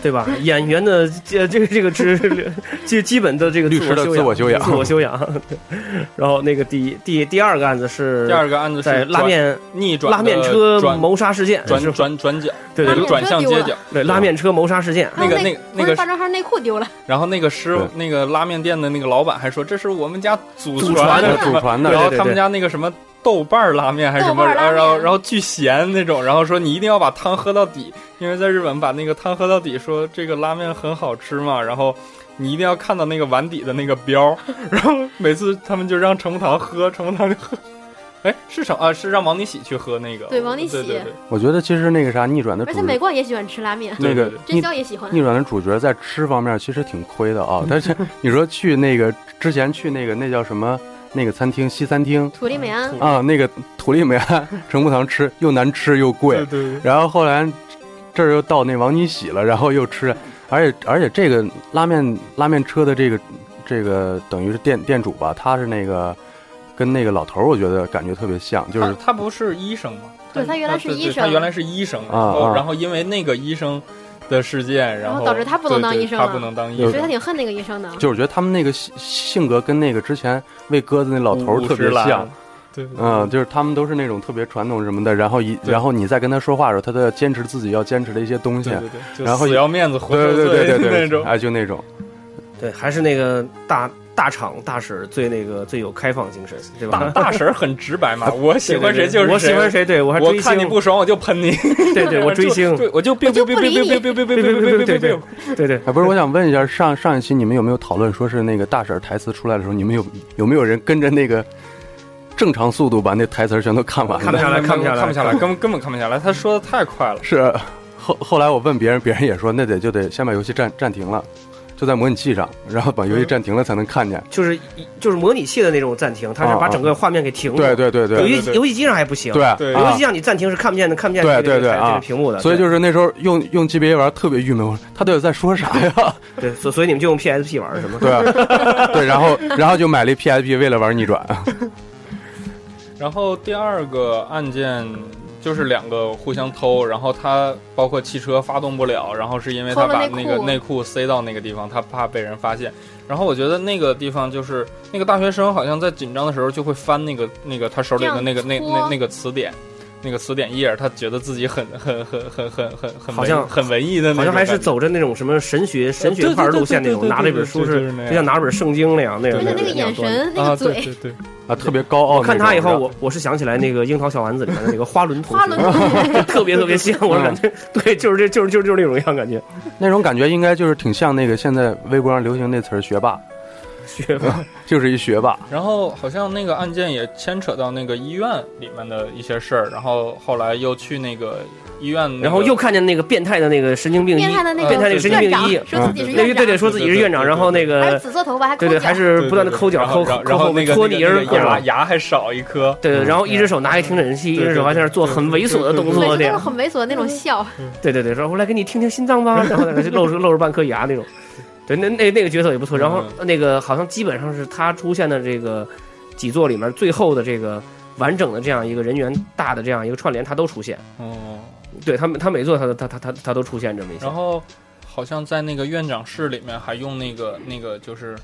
Speaker 1: 对吧？演员的呃这这个这个职 基基本的这个
Speaker 4: 律师的
Speaker 1: 自我修自
Speaker 4: 自
Speaker 1: 我
Speaker 4: 我
Speaker 1: 修养。然后那个第第第二个案子是
Speaker 2: 第二个案子
Speaker 1: 在
Speaker 2: 是
Speaker 1: 拉
Speaker 2: 转
Speaker 1: 面
Speaker 2: 逆转的
Speaker 1: 拉面车
Speaker 2: 转
Speaker 1: 谋杀事件，是
Speaker 2: 转
Speaker 1: 吧
Speaker 2: 转转角，
Speaker 1: 对
Speaker 3: 拉
Speaker 1: 对
Speaker 3: 面
Speaker 2: 转向街角。
Speaker 1: 对拉面车谋杀事件，
Speaker 3: 还有
Speaker 2: 那个
Speaker 3: 那
Speaker 2: 那个那个
Speaker 3: 大张号内裤丢了，
Speaker 2: 然后那个师傅
Speaker 4: 对
Speaker 2: 那个拉面店的那个老板还说：“这是我们家祖
Speaker 1: 祖
Speaker 2: 传
Speaker 1: 传的
Speaker 2: 的
Speaker 4: 祖传的
Speaker 2: 然后
Speaker 1: 对对对
Speaker 2: 他们家那个什么豆瓣儿拉面还是什
Speaker 3: 豆
Speaker 2: 么，
Speaker 3: 瓣儿拉
Speaker 2: 然后
Speaker 3: 面
Speaker 2: 然后然后巨咸那种，然后说你一定要把汤喝到底，因为在日本把那个汤喝到底，说这个拉面很好吃嘛，然后。你一定要看到那个碗底的那个标儿，然后每次他们就让程木堂喝，程木堂就喝， 哎，是程啊，是让王尼喜去喝那个，
Speaker 3: 对王尼喜
Speaker 2: 对对对
Speaker 4: 我觉得其实那个啥逆转的
Speaker 3: 而
Speaker 4: 主
Speaker 3: 且美冠也喜欢吃拉面，
Speaker 4: 那
Speaker 2: 对对
Speaker 4: 个
Speaker 2: 对
Speaker 3: 真
Speaker 4: 逆
Speaker 3: 宵也喜欢。
Speaker 4: 逆转的主角在吃方面其实挺亏的啊，但是你说去那个之前去那个那叫什么那个餐厅西餐厅
Speaker 3: 土地美安，
Speaker 4: 啊，那个土里美安陈木堂吃又难吃又贵，
Speaker 2: 对对对，
Speaker 4: 然后后来这儿又到那王尼喜了，然后又吃，而且而且这个拉面拉面车的这个这个等于是店店主吧，他是那个跟那个老头儿，我觉得感觉特别像，就是
Speaker 2: 他他不是医生吗？
Speaker 3: 对他原来是
Speaker 2: 对对
Speaker 3: 医生
Speaker 2: 他原来是医生，然
Speaker 4: 啊
Speaker 2: 后
Speaker 4: 啊
Speaker 2: 然后因为那个医生的事件，
Speaker 3: 然后
Speaker 2: 后
Speaker 3: 导致他不能当
Speaker 2: 对对
Speaker 3: 医生
Speaker 2: 他
Speaker 3: 了
Speaker 2: 不能当医
Speaker 3: 所
Speaker 2: 生
Speaker 3: 以他，挺恨那个医生的。
Speaker 4: 就是我觉得他们那个性性格跟那个之前喂鸽子那老头儿
Speaker 2: 五
Speaker 4: 特别，
Speaker 2: 五十
Speaker 4: 像
Speaker 2: 岚，对，对
Speaker 4: 嗯，，就是他们都是那种特别传统什么的，然后一
Speaker 2: 对
Speaker 4: 然后你再跟他说话的时候，他都要坚持自己要坚持的一些东西
Speaker 2: 对，对对，就
Speaker 4: 然后
Speaker 2: 死要面子活
Speaker 4: 对
Speaker 2: 受
Speaker 4: 对
Speaker 2: 罪
Speaker 4: 对对对，
Speaker 2: 那种，
Speaker 4: 哎，就那种，
Speaker 1: 对，还是那个大大厂大婶最那个最有开放精神，对
Speaker 2: 大
Speaker 1: 吧？
Speaker 2: 大婶儿很直白嘛，我喜
Speaker 1: 对对
Speaker 2: 欢谁
Speaker 1: 对
Speaker 2: 就是
Speaker 1: 我喜欢，谁，对我还
Speaker 2: 我
Speaker 1: 追
Speaker 2: 看你
Speaker 1: 星，
Speaker 2: 不爽我就喷你，
Speaker 1: 对对，我追星，
Speaker 2: 对我就 biu
Speaker 3: 我就
Speaker 2: biu biu biu
Speaker 3: 不理
Speaker 2: biu
Speaker 3: 你
Speaker 2: biu biu biu biu biu biu biu，
Speaker 1: 对对，
Speaker 4: 哎，不是，我想问一下，上上一期你们有没有讨论说是那个大婶儿台词出来的时候，你们有有没有人跟着那个正常速度把那台词儿全都看完
Speaker 1: 看不
Speaker 4: 了？
Speaker 1: 下来
Speaker 2: 没有
Speaker 1: 看不下来
Speaker 2: 看不下来，根本根本看不下来，他说的太快了。
Speaker 4: 是后后来我问别人，别人也说那得就得先把游戏暂暂停了，就在模拟器上，然后把游戏暂停了才能看见。
Speaker 1: 就是一就是模拟器的那种暂停，
Speaker 2: 啊
Speaker 1: 它是把整个画面给停了。
Speaker 4: 对对对
Speaker 1: 游
Speaker 4: 对
Speaker 1: 戏游戏机上还不行，
Speaker 4: 对
Speaker 2: 对
Speaker 1: 游
Speaker 4: 啊
Speaker 1: 戏机！上你暂停是看不见的，看不见
Speaker 4: 对
Speaker 1: 这个
Speaker 4: 对对
Speaker 1: 这个
Speaker 4: 啊
Speaker 1: 这个屏幕的。
Speaker 4: 所以就是那时候用用 GBA 玩儿特别郁闷，我说他到底在说啥呀？
Speaker 1: 对，对所所以你们就用 PSP 玩是吗？
Speaker 4: 对啊对，然后然后就买了一 PSP 为了玩逆转。
Speaker 2: 然后第二个案件就是两个互相偷，然后他包括汽车发动不了，然后是因为他把
Speaker 3: 偷
Speaker 2: 那
Speaker 3: 了内裤
Speaker 2: 个内裤塞到那个地方，他怕被人发现。然后我觉得那个地方就是那个大学生好像在紧张的时候就会翻那个那个他手里的那个
Speaker 3: 这
Speaker 2: 那
Speaker 3: 样搓
Speaker 2: 那那个词典。那个词典页，他觉得自己很很很很很很很
Speaker 1: 好像
Speaker 2: 文很文艺的那种
Speaker 1: 好像
Speaker 2: 感觉，
Speaker 1: 还是走着那种什么神学神学派路线那种，
Speaker 2: 对对对对对对
Speaker 1: 拿着一本书
Speaker 2: 就是
Speaker 1: 是
Speaker 2: 那样
Speaker 1: 就像拿着本圣经那样那
Speaker 2: 对
Speaker 1: 个。
Speaker 3: 而且
Speaker 1: 个
Speaker 3: 那个眼
Speaker 1: 样子，
Speaker 3: 神、那
Speaker 2: 啊，
Speaker 3: 个
Speaker 2: 对哦
Speaker 3: 嘴，
Speaker 2: 对对，
Speaker 4: 啊，特别高傲那种。
Speaker 1: 看他以后，
Speaker 4: 是吧
Speaker 1: 我我是想起来那个《樱桃小丸子》里面的那个花轮同
Speaker 3: 花
Speaker 1: 学，
Speaker 3: 轮 同学
Speaker 1: 特别特别像，我感
Speaker 2: 啊
Speaker 1: 觉对，就是这就是就是就是那种样感觉。
Speaker 4: 那种感觉应该就是挺像那个现在微博上流行那词儿“学霸啊
Speaker 1: 学”，
Speaker 4: 就是一学霸。
Speaker 2: 然后好像那个案件也牵扯到那个医院里面的一些事儿，然后后来又去那个医院、那个
Speaker 1: 然后又看见那个变态的那个神经病医
Speaker 3: 变，态的那
Speaker 2: 变态
Speaker 3: 个
Speaker 2: 那个神经
Speaker 1: 病
Speaker 3: 院长
Speaker 1: 医
Speaker 3: 说自己是
Speaker 1: 那
Speaker 3: 院
Speaker 1: 个对对，
Speaker 3: 长，
Speaker 1: 说自己是院长，
Speaker 2: 对对对
Speaker 1: 然后那
Speaker 3: 还
Speaker 1: 个
Speaker 3: 有紫色头发，还
Speaker 1: 对对，还是不断的抠脚，抠
Speaker 2: 然后
Speaker 1: 抠
Speaker 2: 然
Speaker 1: 后
Speaker 2: 后那个
Speaker 1: 搓
Speaker 2: 那
Speaker 1: 泥
Speaker 2: 个嗯
Speaker 1: 儿啊哦
Speaker 2: 那
Speaker 1: 各
Speaker 2: 个
Speaker 1: 种
Speaker 2: 牙牙还少一颗，
Speaker 1: 对对，然后一只手拿一听诊器，一只手还在那儿做很猥琐的动
Speaker 3: 每
Speaker 1: 作，
Speaker 3: 次
Speaker 1: 这
Speaker 3: 都是
Speaker 1: 样，
Speaker 3: 很猥琐的那种笑，
Speaker 1: 对对对，说我来给你听听心脏吧，然后在那露出露出半颗牙那种，对，那那那个角色也不错。然后
Speaker 2: 嗯
Speaker 1: 那个好像基本上是他出现的这个几座里面最后的这个完整的这样一个人员大的这样一个串联，他都出现，
Speaker 2: 嗯，
Speaker 1: 对他每他每座他都他他他他都出现这么一些
Speaker 2: 然，后好像在那个院长室里面还用那个那个就是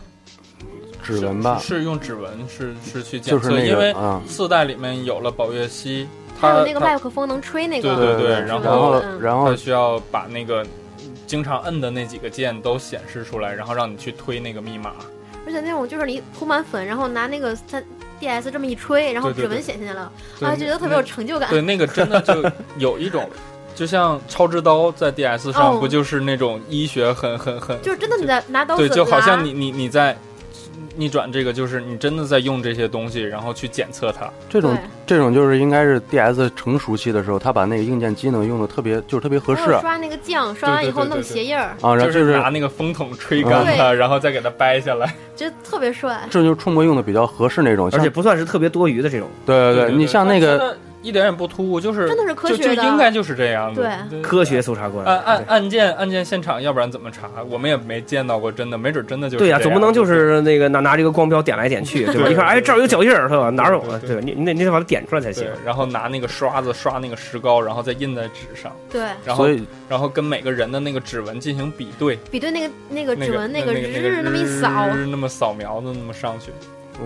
Speaker 4: 指纹吧，
Speaker 2: 是是用指纹是是去检
Speaker 4: 就
Speaker 2: 测，
Speaker 4: 是那
Speaker 2: 因为
Speaker 4: 个啊，
Speaker 2: 四代里面有了保乐西，
Speaker 3: 还
Speaker 2: 他
Speaker 3: 哦有那个
Speaker 2: 他
Speaker 3: 麦克风能吹那
Speaker 2: 对对
Speaker 3: 个，
Speaker 2: 对
Speaker 4: 对，
Speaker 2: 然
Speaker 4: 然
Speaker 2: 后
Speaker 3: 嗯
Speaker 4: 然后
Speaker 2: 他需要把那个经常摁的那几个键都显示出来，然后让你去推那个密码，
Speaker 3: 而且那种就是你铺满粉，然后拿那个三 DS 这么一吹，然后
Speaker 2: 对对
Speaker 3: 指纹
Speaker 2: 对
Speaker 3: 显现了，
Speaker 2: 对
Speaker 3: 啊，觉得特别有成 就感。
Speaker 2: 对，那个真的就有一种，就像超之刀在 DS
Speaker 3: 哦
Speaker 2: 上不就是那种医学很很很，
Speaker 3: 就是真的你在拿刀子
Speaker 2: 对，就好
Speaker 3: 拉
Speaker 2: 像你你你在逆转这个，就是你真的在用这些东西，然后去检测它。
Speaker 4: 这种
Speaker 3: 对
Speaker 4: 这种就是应该是 DS 成熟期的时候，他把那个硬件机能用的特别就是特别合
Speaker 3: 然
Speaker 4: 适
Speaker 3: 后刷那个酱，刷完以
Speaker 2: 对
Speaker 3: 后
Speaker 2: 对对
Speaker 3: 弄
Speaker 2: 对
Speaker 3: 鞋印儿，
Speaker 4: 啊，然后就是是
Speaker 2: 拿那个风筒吹干它，然后再给它掰下来。
Speaker 3: 觉得特别帅。
Speaker 4: 这就是触摸用的比较合适那种，
Speaker 1: 而
Speaker 4: 像
Speaker 1: 且不算是特别多余的这种
Speaker 4: 对
Speaker 2: 对
Speaker 4: 对
Speaker 2: 对
Speaker 4: 对，
Speaker 2: 对
Speaker 4: 你像那
Speaker 2: 真
Speaker 4: 个
Speaker 2: 的一点也不突兀，就是
Speaker 3: 真的是科学的
Speaker 2: 就就应该就是这样子。
Speaker 3: 对
Speaker 1: 科学搜查过来
Speaker 2: 按
Speaker 1: 的。
Speaker 2: 按案件案件现场，要不然怎么查？我们也没见到过，真的，没准真的就是
Speaker 1: 对呀、
Speaker 2: 这样
Speaker 1: 总不能就是那个拿拿这个光标点来点去，对吧？
Speaker 2: 对
Speaker 1: 一看，哎，这儿有脚印儿，是吧？哪有啊？
Speaker 2: 对
Speaker 1: 对吧？你你得你得把它点出来才行
Speaker 2: 对。，然后拿那个刷子刷那个石膏，然后再印在纸上，
Speaker 3: 对，
Speaker 2: 然后
Speaker 4: 所以
Speaker 2: 然后跟每个人的那个指纹进行比对，
Speaker 3: 比对那个那个
Speaker 2: 那
Speaker 3: 指
Speaker 2: 个
Speaker 3: 纹
Speaker 2: 那
Speaker 3: 个
Speaker 2: 那
Speaker 3: 日那么一扫，
Speaker 2: 那么扫描的那么上去，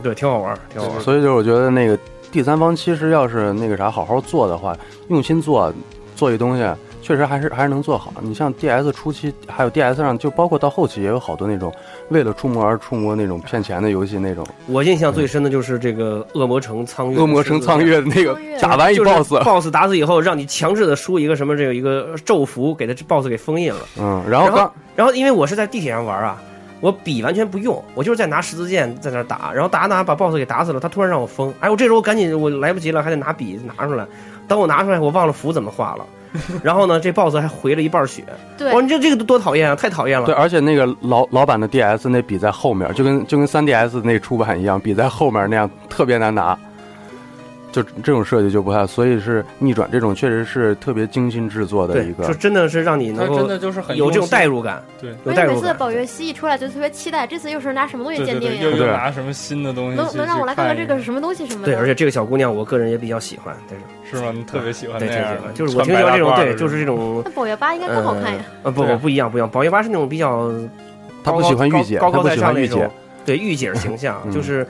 Speaker 1: 对，挺好玩儿，挺好玩儿。
Speaker 4: 所以就是我觉得那个第三方其实要是那个啥好好做的话，用心做做一东西，确实还是还是能做好。你像 DS 初期，还有 DS 上，就包括到后期也有好多那种为了触摸而触摸那种骗钱的游戏，那种
Speaker 1: 我印象最深的就是这个恶魔城苍月，
Speaker 4: 恶魔城苍月的那个
Speaker 3: 苍月
Speaker 4: 打完一
Speaker 1: 就是
Speaker 4: BOSS，
Speaker 1: BOSS 打死以后，让你强制的输一个什么这个一个咒符，给他 BOSS 给封印了。
Speaker 4: 嗯，然后
Speaker 1: 然后
Speaker 4: 刚
Speaker 1: 然后因为我是在地铁上玩啊，我笔完全不用，我就是在拿十字剑在那儿打，然后打着打着把 BOSS 给打死了，他突然让我封，哎，我这时候赶紧我来不及了，还得拿笔拿出来，等我拿出来我忘了符怎么画了，然后呢这 BOSS 还回了一半血，
Speaker 3: 对
Speaker 1: 哇，
Speaker 2: 哦
Speaker 1: 你这这个多讨厌啊，太讨厌
Speaker 4: 对，
Speaker 1: 了。
Speaker 4: 而且那个老老版的 DS 那笔在后面，就跟就跟 3DS 那出版一样，笔在后面那样特别难拿。就这种设计就不太，所以是逆转这种确实是特别精心制作的
Speaker 1: 对
Speaker 4: 一，
Speaker 1: 就
Speaker 4: 个，
Speaker 1: 真的是让你
Speaker 2: 它
Speaker 1: 能
Speaker 2: 真
Speaker 1: 够
Speaker 2: 的就是很
Speaker 1: 有这种代
Speaker 2: 入，
Speaker 1: 入感，
Speaker 2: 对
Speaker 1: 有
Speaker 3: 而
Speaker 1: 代
Speaker 3: 且每
Speaker 1: 入
Speaker 3: 次
Speaker 1: 感。
Speaker 3: 宝月西一出来就特别期待，这次又是拿什么东西
Speaker 2: 对
Speaker 3: 鉴
Speaker 2: 对对，
Speaker 3: 定
Speaker 2: 又
Speaker 3: 呀？
Speaker 2: 又
Speaker 4: 对
Speaker 2: 拿什么新的东西去，
Speaker 3: 能能让我来看看这个是什么东西什么的？
Speaker 1: 对，而且这个小姑娘，我个人也比较喜欢，但是
Speaker 2: 去看一眼是吗？你特别喜欢
Speaker 1: 对
Speaker 2: 那
Speaker 1: 对
Speaker 2: 样
Speaker 1: 对，
Speaker 2: 的，
Speaker 1: 就是我挺
Speaker 2: 穿白
Speaker 1: 喜欢这种，
Speaker 2: 大褂
Speaker 1: 对，
Speaker 2: 的
Speaker 1: 就是这种
Speaker 3: 嗯那宝月八应该更好看呀。
Speaker 1: 呃，不
Speaker 2: 对
Speaker 1: 不不一样不一样，宝月八是那种比较
Speaker 4: 他不喜欢御姐，
Speaker 1: 高高高
Speaker 4: 他不
Speaker 1: 高在
Speaker 4: 喜
Speaker 1: 上
Speaker 4: 欢
Speaker 1: 那
Speaker 4: 御姐
Speaker 1: 种，，对御姐形象，
Speaker 4: 嗯
Speaker 1: 就是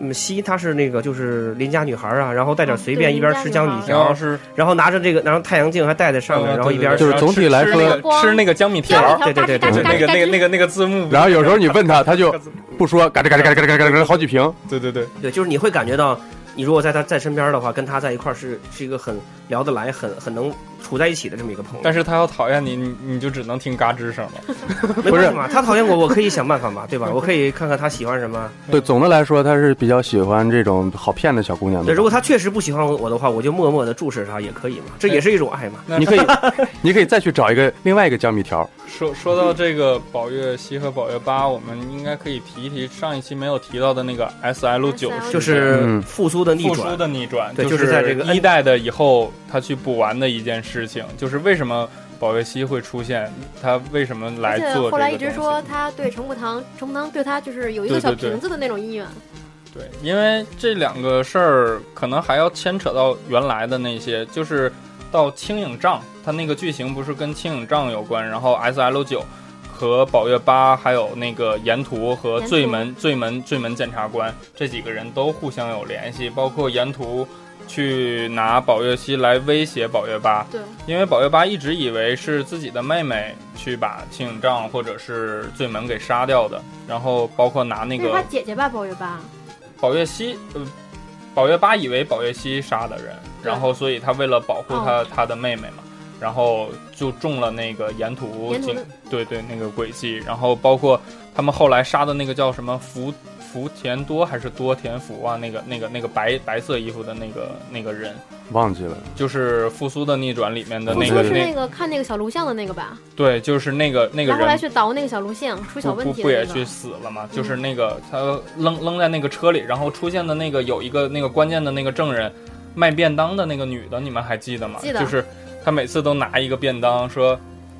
Speaker 1: 嗯西她是那个就是邻家女孩啊，然后带点
Speaker 3: 嗯
Speaker 1: 随
Speaker 3: 对
Speaker 1: 便，
Speaker 3: 邻
Speaker 1: 一边
Speaker 3: 家
Speaker 1: 吃
Speaker 3: 女
Speaker 1: 江
Speaker 3: 孩
Speaker 1: 米
Speaker 2: 然后
Speaker 1: 条，
Speaker 2: 是
Speaker 1: 然后拿着这个，然后太阳镜还戴在上面，
Speaker 2: 啊
Speaker 1: 然后
Speaker 2: 哦对
Speaker 1: 一边
Speaker 2: 对对
Speaker 4: 就是总体
Speaker 2: 吃
Speaker 4: 来
Speaker 2: 吃
Speaker 4: 说
Speaker 2: 那个吃那个江米片
Speaker 3: 飘
Speaker 2: 儿
Speaker 3: 了
Speaker 1: 对
Speaker 3: 一条嘎
Speaker 1: 对对
Speaker 3: 吱嘎吱
Speaker 2: 就
Speaker 3: 嘎
Speaker 2: 那
Speaker 3: 吱
Speaker 2: 个
Speaker 3: 嘎
Speaker 2: 那个那
Speaker 3: 吱，
Speaker 2: 个那个字幕，
Speaker 4: 然后有时候你问 他，他就不说，嘎吱嘎吱嘎吱嘎吱嘎吱嘎吱好几瓶。
Speaker 2: 对对对，
Speaker 1: 对，就是你会感觉到，你如果在她在身边的话，跟她在一块儿是是一个很聊得来、很很能处在一起的这么一个朋友。
Speaker 2: 但
Speaker 1: 是
Speaker 2: 是他要讨厌你，你你就只能听嘎吱声了。
Speaker 1: 没关系嘛，她讨厌我，我可以想办法嘛，对吧？我可以看看她喜欢什么。
Speaker 4: 对，总的来说他是比较喜欢这种好骗的小姑娘
Speaker 1: 对，
Speaker 4: 的
Speaker 1: 如。果她确实不喜欢我的话，我就默默的注视她也可以嘛，这也是一种爱嘛。
Speaker 2: 那
Speaker 4: 你可以，你可以再去找一个另外一个江米条，
Speaker 2: 说说到这个宝月七和宝月八，我们应该可以提一提上一期没有提到的那个 S L 九，
Speaker 3: SL9
Speaker 1: 就是
Speaker 4: 嗯
Speaker 1: 复苏的逆
Speaker 2: 复苏
Speaker 1: 转，
Speaker 2: 的逆转，
Speaker 1: 对
Speaker 2: 就
Speaker 1: 就是在这个
Speaker 2: 一代的以后他去补完的一件事情，就是为什么宝月七会出现，他为什么来
Speaker 3: 而
Speaker 2: 做
Speaker 3: 且
Speaker 2: 这个
Speaker 3: 后来一直
Speaker 2: 东西
Speaker 3: 说他对程步堂，程步堂对他就是有一
Speaker 2: 对
Speaker 3: 个
Speaker 2: 对
Speaker 3: 小
Speaker 2: 对
Speaker 3: 瓶子的那种姻缘。
Speaker 2: 对，因为这两个事儿可能还要牵扯到原来的那些，就是到轻影杖，它那个剧情不是跟轻影杖有关，然后 S L 九和宝月八，还有那个沿途和
Speaker 3: 沿途
Speaker 2: 罪门、罪门、罪门检察官这几个人都互相有联系，包括沿途去拿宝月西来威胁宝月八，
Speaker 3: 对，
Speaker 2: 因为宝月八一直以为是自己的妹妹去把轻影杖或者是罪门给杀掉的，然后包括拿那
Speaker 3: 那
Speaker 2: 个
Speaker 3: 是他姐姐吧，宝月八。
Speaker 2: 宝月西，呃，宝月八以为宝月西杀的人，
Speaker 3: 对
Speaker 2: 然后所以他为了保护他、
Speaker 3: 哦
Speaker 2: 他的妹妹嘛，然后就中了那个沿途
Speaker 3: 沿途
Speaker 2: 警
Speaker 3: 的
Speaker 2: 对对那个诡计，然后包括他们后来杀的那个叫什么福福田多还是多田福啊，那个那个那个白白色衣服的那个那个人，
Speaker 4: 忘记了。
Speaker 2: 就是《复苏的逆转》里面的
Speaker 3: 复
Speaker 2: 那
Speaker 3: 苏
Speaker 2: 个
Speaker 3: 是
Speaker 2: 那
Speaker 3: 那个看那个小录像的那个吧？
Speaker 2: 对，就是那个那个
Speaker 3: 他后来
Speaker 2: 人。
Speaker 3: 去倒那个小录像，出小
Speaker 2: 不
Speaker 3: 问
Speaker 2: 不
Speaker 3: 题
Speaker 2: 不
Speaker 3: 的嗯
Speaker 2: 也
Speaker 3: 那
Speaker 2: 去
Speaker 3: 个。
Speaker 2: 死了吗？就是那个他扔扔在那个车里，然后出现的那个有一个那个关键的那个证人，卖便当的那个女的，你们还记得吗？
Speaker 3: 记得
Speaker 2: 就是她每次都拿一个便当，说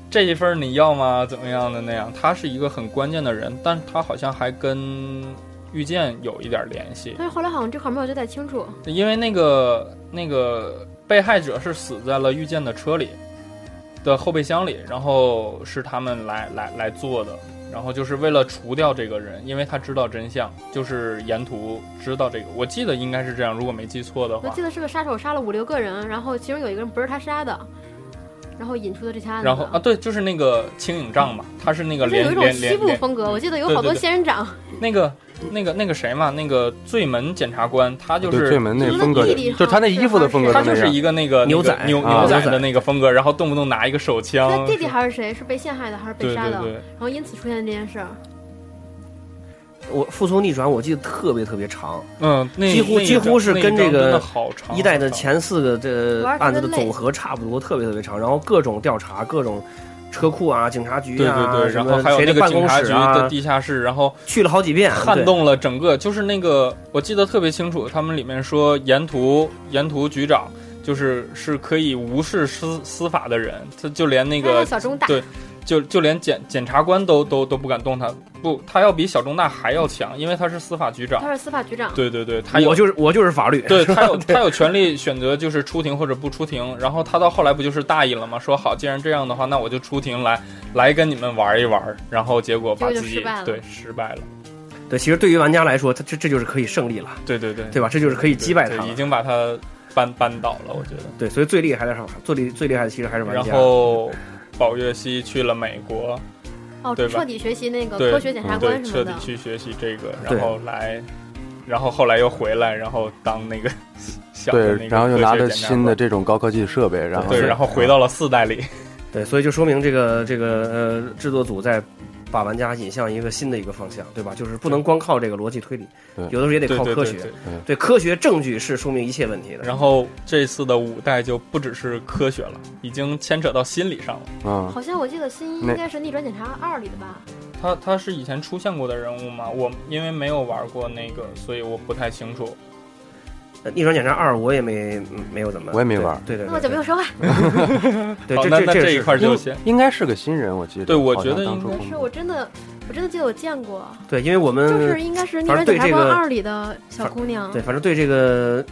Speaker 2: 这一份儿你要吗？怎么样的那样？她是一个很关键的人，但她好像还跟遇见有一点联系，
Speaker 3: 但是后来好像这块没有交代清楚。
Speaker 2: 因为那个那个被害者是死在了遇见的车里的后备箱里，然后是他们来来来做的，然后就是为了除掉这个人，因为他知道真相，就是沿途知道这个，我记得应该是这样，如果没记错的
Speaker 3: 我
Speaker 2: 话
Speaker 3: 记。得是个杀手杀了五六个人，然后其中有一个人不是他杀的，然后引出的这起案子。
Speaker 2: 然后啊，对，就是那个轻影杖嘛，他是那个
Speaker 3: 就有
Speaker 2: 连
Speaker 3: 一种
Speaker 2: 连
Speaker 3: 西
Speaker 2: 连
Speaker 3: 部
Speaker 2: 连
Speaker 3: 风格，我记得有
Speaker 2: 对
Speaker 3: 好
Speaker 2: 对
Speaker 3: 多
Speaker 2: 对
Speaker 3: 仙人掌，
Speaker 2: 那个那个那个谁嘛，那个罪门检察官，他就
Speaker 4: 啊对
Speaker 2: 是
Speaker 4: 罪门那
Speaker 3: 什么
Speaker 4: 风格
Speaker 3: 弟弟，
Speaker 4: 就是他那衣服的风格
Speaker 2: 他
Speaker 3: 好
Speaker 4: 都
Speaker 2: 就
Speaker 4: 那
Speaker 2: 是
Speaker 4: 样
Speaker 2: 一个那个
Speaker 1: 牛仔
Speaker 2: 那个牛
Speaker 4: 啊
Speaker 2: 牛仔
Speaker 1: 牛仔
Speaker 2: 的那个风格，然后动不动拿一个手
Speaker 3: 那
Speaker 2: 枪。
Speaker 3: 弟弟还是谁？是被陷害的还是被
Speaker 2: 对
Speaker 3: 杀
Speaker 2: 对
Speaker 3: 的？
Speaker 2: 对，
Speaker 3: 然后因此出现这件事儿。
Speaker 1: 我《复仇逆转》我记得特别特别长，
Speaker 2: 嗯，那
Speaker 1: 几乎
Speaker 2: 那一
Speaker 1: 几乎是
Speaker 2: 张
Speaker 1: 跟
Speaker 2: 那一张
Speaker 1: 这个
Speaker 2: 真的好长
Speaker 1: 一代的
Speaker 2: 好长
Speaker 1: 前四个这
Speaker 3: 玩儿
Speaker 1: 案子的
Speaker 3: 真累
Speaker 1: 总和差不多，特别特别长，然后各种调查，各种车库啊、警察局
Speaker 2: 对
Speaker 1: 啊，
Speaker 2: 对对，
Speaker 1: 什
Speaker 2: 然
Speaker 1: 么
Speaker 2: 后还有
Speaker 1: 谁
Speaker 2: 那
Speaker 1: 的
Speaker 2: 个
Speaker 1: 办
Speaker 2: 警
Speaker 1: 公
Speaker 2: 察
Speaker 1: 室
Speaker 2: 局的
Speaker 1: 啊，
Speaker 2: 地下室，然后
Speaker 1: 去了好几遍，
Speaker 2: 撼
Speaker 1: 对。
Speaker 2: 动了整个，就是那个我记得特别清楚，他们里面说沿途沿途局长就是是可以无视司司法的人，他就连那
Speaker 3: 那让
Speaker 2: 个
Speaker 3: 小钟打
Speaker 2: 对就就连检检察官都都都不敢动他，不，他要比小钟大还要强，因为他是司法局长。
Speaker 3: 他是司法局长，
Speaker 2: 对对对，他有
Speaker 1: 我就是我就是法律，
Speaker 2: 对他有他有权利选择就是出庭或者不出庭，然后他到后来不就是大意了吗？说好，既然这样的话，那我就出庭来来跟你们玩一玩，然后结果把
Speaker 3: 结果就
Speaker 2: 自己
Speaker 3: 失败了
Speaker 2: 对失败了，
Speaker 1: 对，其实对于玩家来说，他这这就是可以胜利了，
Speaker 2: 对对对，
Speaker 1: 对吧？这就是可以击败他
Speaker 2: 对
Speaker 1: 了
Speaker 2: 已。经把他扳扳倒了，我觉得。
Speaker 1: 对，所以最厉害的是最厉最厉害的其实还是玩
Speaker 2: 然
Speaker 1: 家。
Speaker 2: 后宝月溪去了美国，
Speaker 3: 哦，
Speaker 2: 对吧
Speaker 3: 彻底学习那个
Speaker 2: 对嗯
Speaker 3: 科学检察嗯官
Speaker 2: 对，
Speaker 3: 什
Speaker 2: 彻
Speaker 3: 么
Speaker 2: 底
Speaker 3: 的。
Speaker 2: 去学习这个，
Speaker 1: 对
Speaker 2: 然后来，然后后来又回来，然后当那个 小的那
Speaker 4: 对，
Speaker 2: 个
Speaker 4: 然后
Speaker 2: 科
Speaker 4: 又
Speaker 2: 学
Speaker 4: 拿着
Speaker 2: 检察
Speaker 4: 新的
Speaker 2: 官
Speaker 4: 这种高科技设备，然后
Speaker 2: 对，然后回到了四代里，
Speaker 1: 对，所以就说明这个这个呃制作组在把玩家引向一个新的一个方向，对吧？就是不能光靠这个逻辑推理，
Speaker 4: 对
Speaker 1: 有的时候也得
Speaker 2: 对
Speaker 1: 靠
Speaker 2: 对
Speaker 1: 科
Speaker 2: 对
Speaker 1: 学。
Speaker 2: 对。
Speaker 1: 对科学证据是说明一切问题的。
Speaker 2: 然后这次的五代就不只是科学了，已经牵扯到心理上了。
Speaker 4: 嗯，
Speaker 3: 好像我记得新一
Speaker 4: 那
Speaker 3: 应该是《逆转检察二》里的吧？
Speaker 2: 他他是以前出现过的人物吗？我因为没有玩过那个，所以我不太清楚。
Speaker 1: 呃逆转检查二我也没嗯没有怎么，
Speaker 4: 我也没玩
Speaker 1: 对。对对
Speaker 3: 哦那么久没有说话，
Speaker 1: 对，
Speaker 2: 好，
Speaker 1: 对
Speaker 2: 那
Speaker 1: 这
Speaker 2: 那
Speaker 1: 这
Speaker 2: 这一块儿
Speaker 4: 应
Speaker 2: 就先
Speaker 4: 应该是个新人，我记得。
Speaker 2: 对我
Speaker 4: 好像
Speaker 2: 觉得
Speaker 4: 当
Speaker 2: 应
Speaker 4: 初
Speaker 2: 该
Speaker 3: 但
Speaker 4: 公
Speaker 3: 是
Speaker 4: 布
Speaker 3: 我真的，我真的记得我见过，
Speaker 1: 对，因为我们、
Speaker 3: 就是应该是《逆
Speaker 1: 呃反正
Speaker 3: 转
Speaker 1: 对
Speaker 3: 检察
Speaker 1: 这
Speaker 3: 官
Speaker 1: 个
Speaker 3: 二》里的小姑娘。
Speaker 1: 对，反正对这个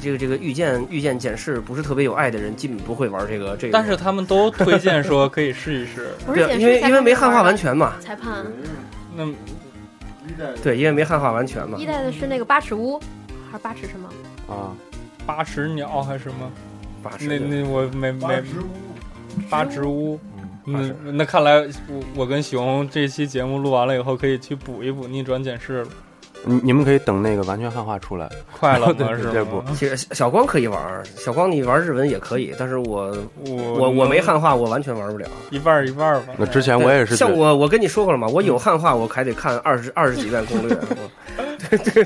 Speaker 1: 这个这个遇见遇见检视不是特别有爱的人，基本不会玩这个这个。
Speaker 2: 但是他们都推荐说可以试一试。
Speaker 3: 不是
Speaker 1: 对，
Speaker 3: 解
Speaker 1: 因为
Speaker 3: 释
Speaker 1: 因为没汉化完
Speaker 3: 全
Speaker 1: 全嘛，
Speaker 3: 裁判，
Speaker 2: 那
Speaker 1: 对，因为没汉化完全嘛
Speaker 3: 一。代的是那个八尺屋，还是八尺什么？
Speaker 4: 啊，
Speaker 2: 八尺鸟还是什么？
Speaker 1: 八十
Speaker 2: 那
Speaker 1: 对
Speaker 2: 那我没没八尺屋。
Speaker 1: 八尺
Speaker 2: 嗯，那看来我我跟熊这期节目录完了以后，可以去补一补逆转检 视了，
Speaker 4: 你你们可以等那个完全汉化出来。
Speaker 2: 快了
Speaker 4: 对
Speaker 2: 吗？
Speaker 4: 对
Speaker 2: 是
Speaker 4: 对
Speaker 2: 吗？
Speaker 1: 其实小光可以玩，小光你玩日文也可以，但是我
Speaker 2: 我
Speaker 1: 我我没汉化，我完全玩不了。
Speaker 2: 一半儿一半儿吧。
Speaker 4: 那之前哎我也是
Speaker 1: 像
Speaker 4: 觉得
Speaker 1: 我我跟你说过了嘛，我
Speaker 2: 嗯
Speaker 1: 有汉化，我还得看二十二十几遍 攻略，我对对，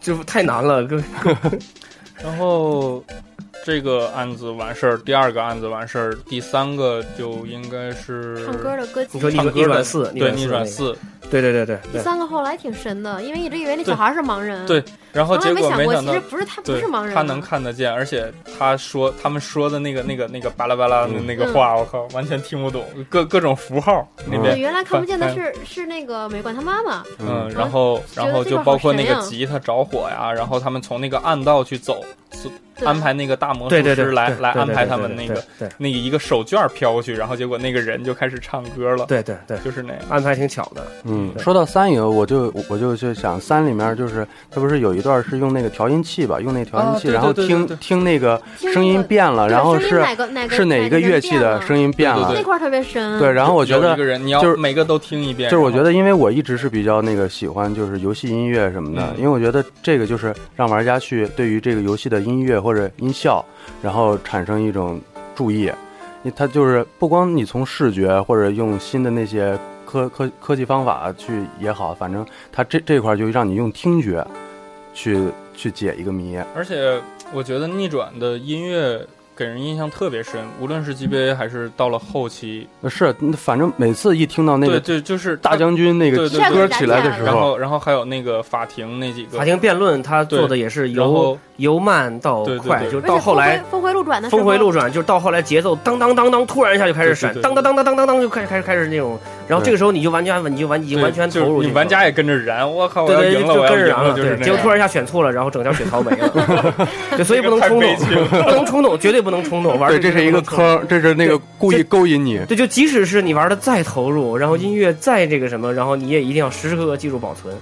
Speaker 1: 这 这太难了，跟
Speaker 2: 然后这个案子完事儿，第二个案子完事儿，第三个就应该是
Speaker 3: 唱歌的歌姬
Speaker 1: 你。说逆转
Speaker 2: 唱歌的
Speaker 1: 逆转四，
Speaker 2: 对
Speaker 1: 逆
Speaker 2: 逆
Speaker 1: 转
Speaker 2: 转
Speaker 1: 四
Speaker 2: 四，
Speaker 1: 那个，对对对对
Speaker 3: 第
Speaker 1: 对，
Speaker 3: 三个后来挺神的，因为一直以为那
Speaker 2: 对
Speaker 3: 小孩是盲人，
Speaker 2: 对然后
Speaker 3: 从
Speaker 2: 结
Speaker 3: 来没
Speaker 2: 果
Speaker 3: 想
Speaker 2: 没
Speaker 3: 过
Speaker 2: 想
Speaker 3: 其
Speaker 2: 到
Speaker 3: 实。不是他不
Speaker 2: 对
Speaker 3: 是盲，人，啊
Speaker 2: 他能看得见，而且他说他们说的那个那个那个巴拉巴拉的
Speaker 4: 嗯
Speaker 2: 那个话，我靠，完全听不懂，各各种符号那边
Speaker 3: 对，，原来看不见的是是那个美管他妈妈，
Speaker 2: 嗯，
Speaker 4: 嗯
Speaker 2: 然后
Speaker 3: 觉得
Speaker 2: 然后
Speaker 3: 这
Speaker 2: 就
Speaker 3: 个
Speaker 2: 包
Speaker 3: 好啊
Speaker 2: 括
Speaker 3: 神
Speaker 2: 那个
Speaker 3: 呀
Speaker 2: 吉他着火呀，然后他们从那个暗道去走，是
Speaker 3: 对啊
Speaker 2: 安排那个大魔术
Speaker 1: 对对对
Speaker 2: 师来
Speaker 1: 对
Speaker 2: 来
Speaker 1: 对
Speaker 2: 安
Speaker 1: 对
Speaker 2: 排
Speaker 1: 对
Speaker 2: 他
Speaker 1: 对
Speaker 2: 们那
Speaker 1: 对
Speaker 2: 个
Speaker 1: 对
Speaker 2: 那个一个手绢飘过去，然后结果那个人就开始唱歌了，
Speaker 1: 对对对，
Speaker 2: 就是那样。
Speaker 1: 安排挺巧的，
Speaker 4: 嗯，
Speaker 1: 对
Speaker 4: 说到三以后，我就我就就想三里面就是它不是有一段是用那个调音器吧，用那调
Speaker 2: 啊
Speaker 4: 音器，
Speaker 2: 对
Speaker 4: 然后
Speaker 2: 对对
Speaker 4: 听
Speaker 2: 对对
Speaker 4: 听那个
Speaker 3: 听
Speaker 4: 声
Speaker 3: 那
Speaker 4: 音
Speaker 3: 个
Speaker 4: 变了，
Speaker 3: 对
Speaker 4: 然后
Speaker 3: 声音
Speaker 4: 是
Speaker 3: 哪个哪个
Speaker 4: 是哪一个乐器的声
Speaker 3: 音
Speaker 4: 音变
Speaker 2: 对
Speaker 4: 了
Speaker 3: 那？块儿特别神，
Speaker 4: 啊对，然后我觉
Speaker 2: 有
Speaker 4: 得
Speaker 2: 一个人你要
Speaker 4: 就是
Speaker 2: 每个都听一遍，
Speaker 4: 就是我觉
Speaker 2: 然后
Speaker 4: 得，因为我一直是比较那个喜欢就是游戏音乐什么的，
Speaker 2: 嗯
Speaker 4: 因为我觉得这个就是让玩家去对于这个游戏的音乐或者音效，然后产生一种注意。因为它就是不光你从视觉或者用新的那些科科科技方法去也好，反正它这这块儿就让你用听觉去去解一个谜。
Speaker 2: 而且我觉得逆转的音乐给人印象特别深，无论是 GBA 还是到了后期，
Speaker 4: 是，反正每次一听到那
Speaker 2: 对
Speaker 4: 个
Speaker 2: 对，就是
Speaker 4: 大
Speaker 2: 将，
Speaker 4: 将军那个
Speaker 2: 对对对
Speaker 4: 歌起来的时
Speaker 2: 然
Speaker 4: 候，
Speaker 2: 后然后还有那个法庭那几个
Speaker 1: 法，庭辩论他做的也是
Speaker 2: 然
Speaker 1: 由
Speaker 2: 后
Speaker 1: 由慢到
Speaker 2: 对对
Speaker 1: 快，
Speaker 2: 对
Speaker 1: 就是
Speaker 3: 而且
Speaker 1: 到后来
Speaker 3: 峰回峰回路转的时候
Speaker 1: 峰回路转，就是到后来节奏当当当当，突然一下就开始闪
Speaker 2: 对，对对
Speaker 1: 当当当当当当当就开始开始开始那种，然后这个时候你就完全你就完你就
Speaker 2: 对
Speaker 1: 完全
Speaker 2: 就是
Speaker 1: 投入进
Speaker 2: 你
Speaker 1: 去
Speaker 2: 玩
Speaker 1: 了
Speaker 2: 家也跟着燃，我靠，我
Speaker 1: 对
Speaker 2: 要
Speaker 1: 对，
Speaker 2: 赢了，
Speaker 1: 就
Speaker 2: 我要
Speaker 1: 跟
Speaker 2: 赢
Speaker 1: 着燃了，
Speaker 2: 了，就是
Speaker 1: 对，
Speaker 2: 那
Speaker 1: 结果突
Speaker 2: 样。
Speaker 1: 然一下选错了，然后整条血槽没了， 对，所以不能冲动
Speaker 2: 这个太悲，
Speaker 1: 不能冲动，绝对不能冲动，玩
Speaker 4: 对，
Speaker 1: 个
Speaker 4: 这是一个
Speaker 1: 绝对不能冲动。
Speaker 4: 坑，这是那个故意勾引你。
Speaker 1: 对，就即使是你玩的再投入，然后音乐再这个什么，然后你也一定要时时刻刻记住保存。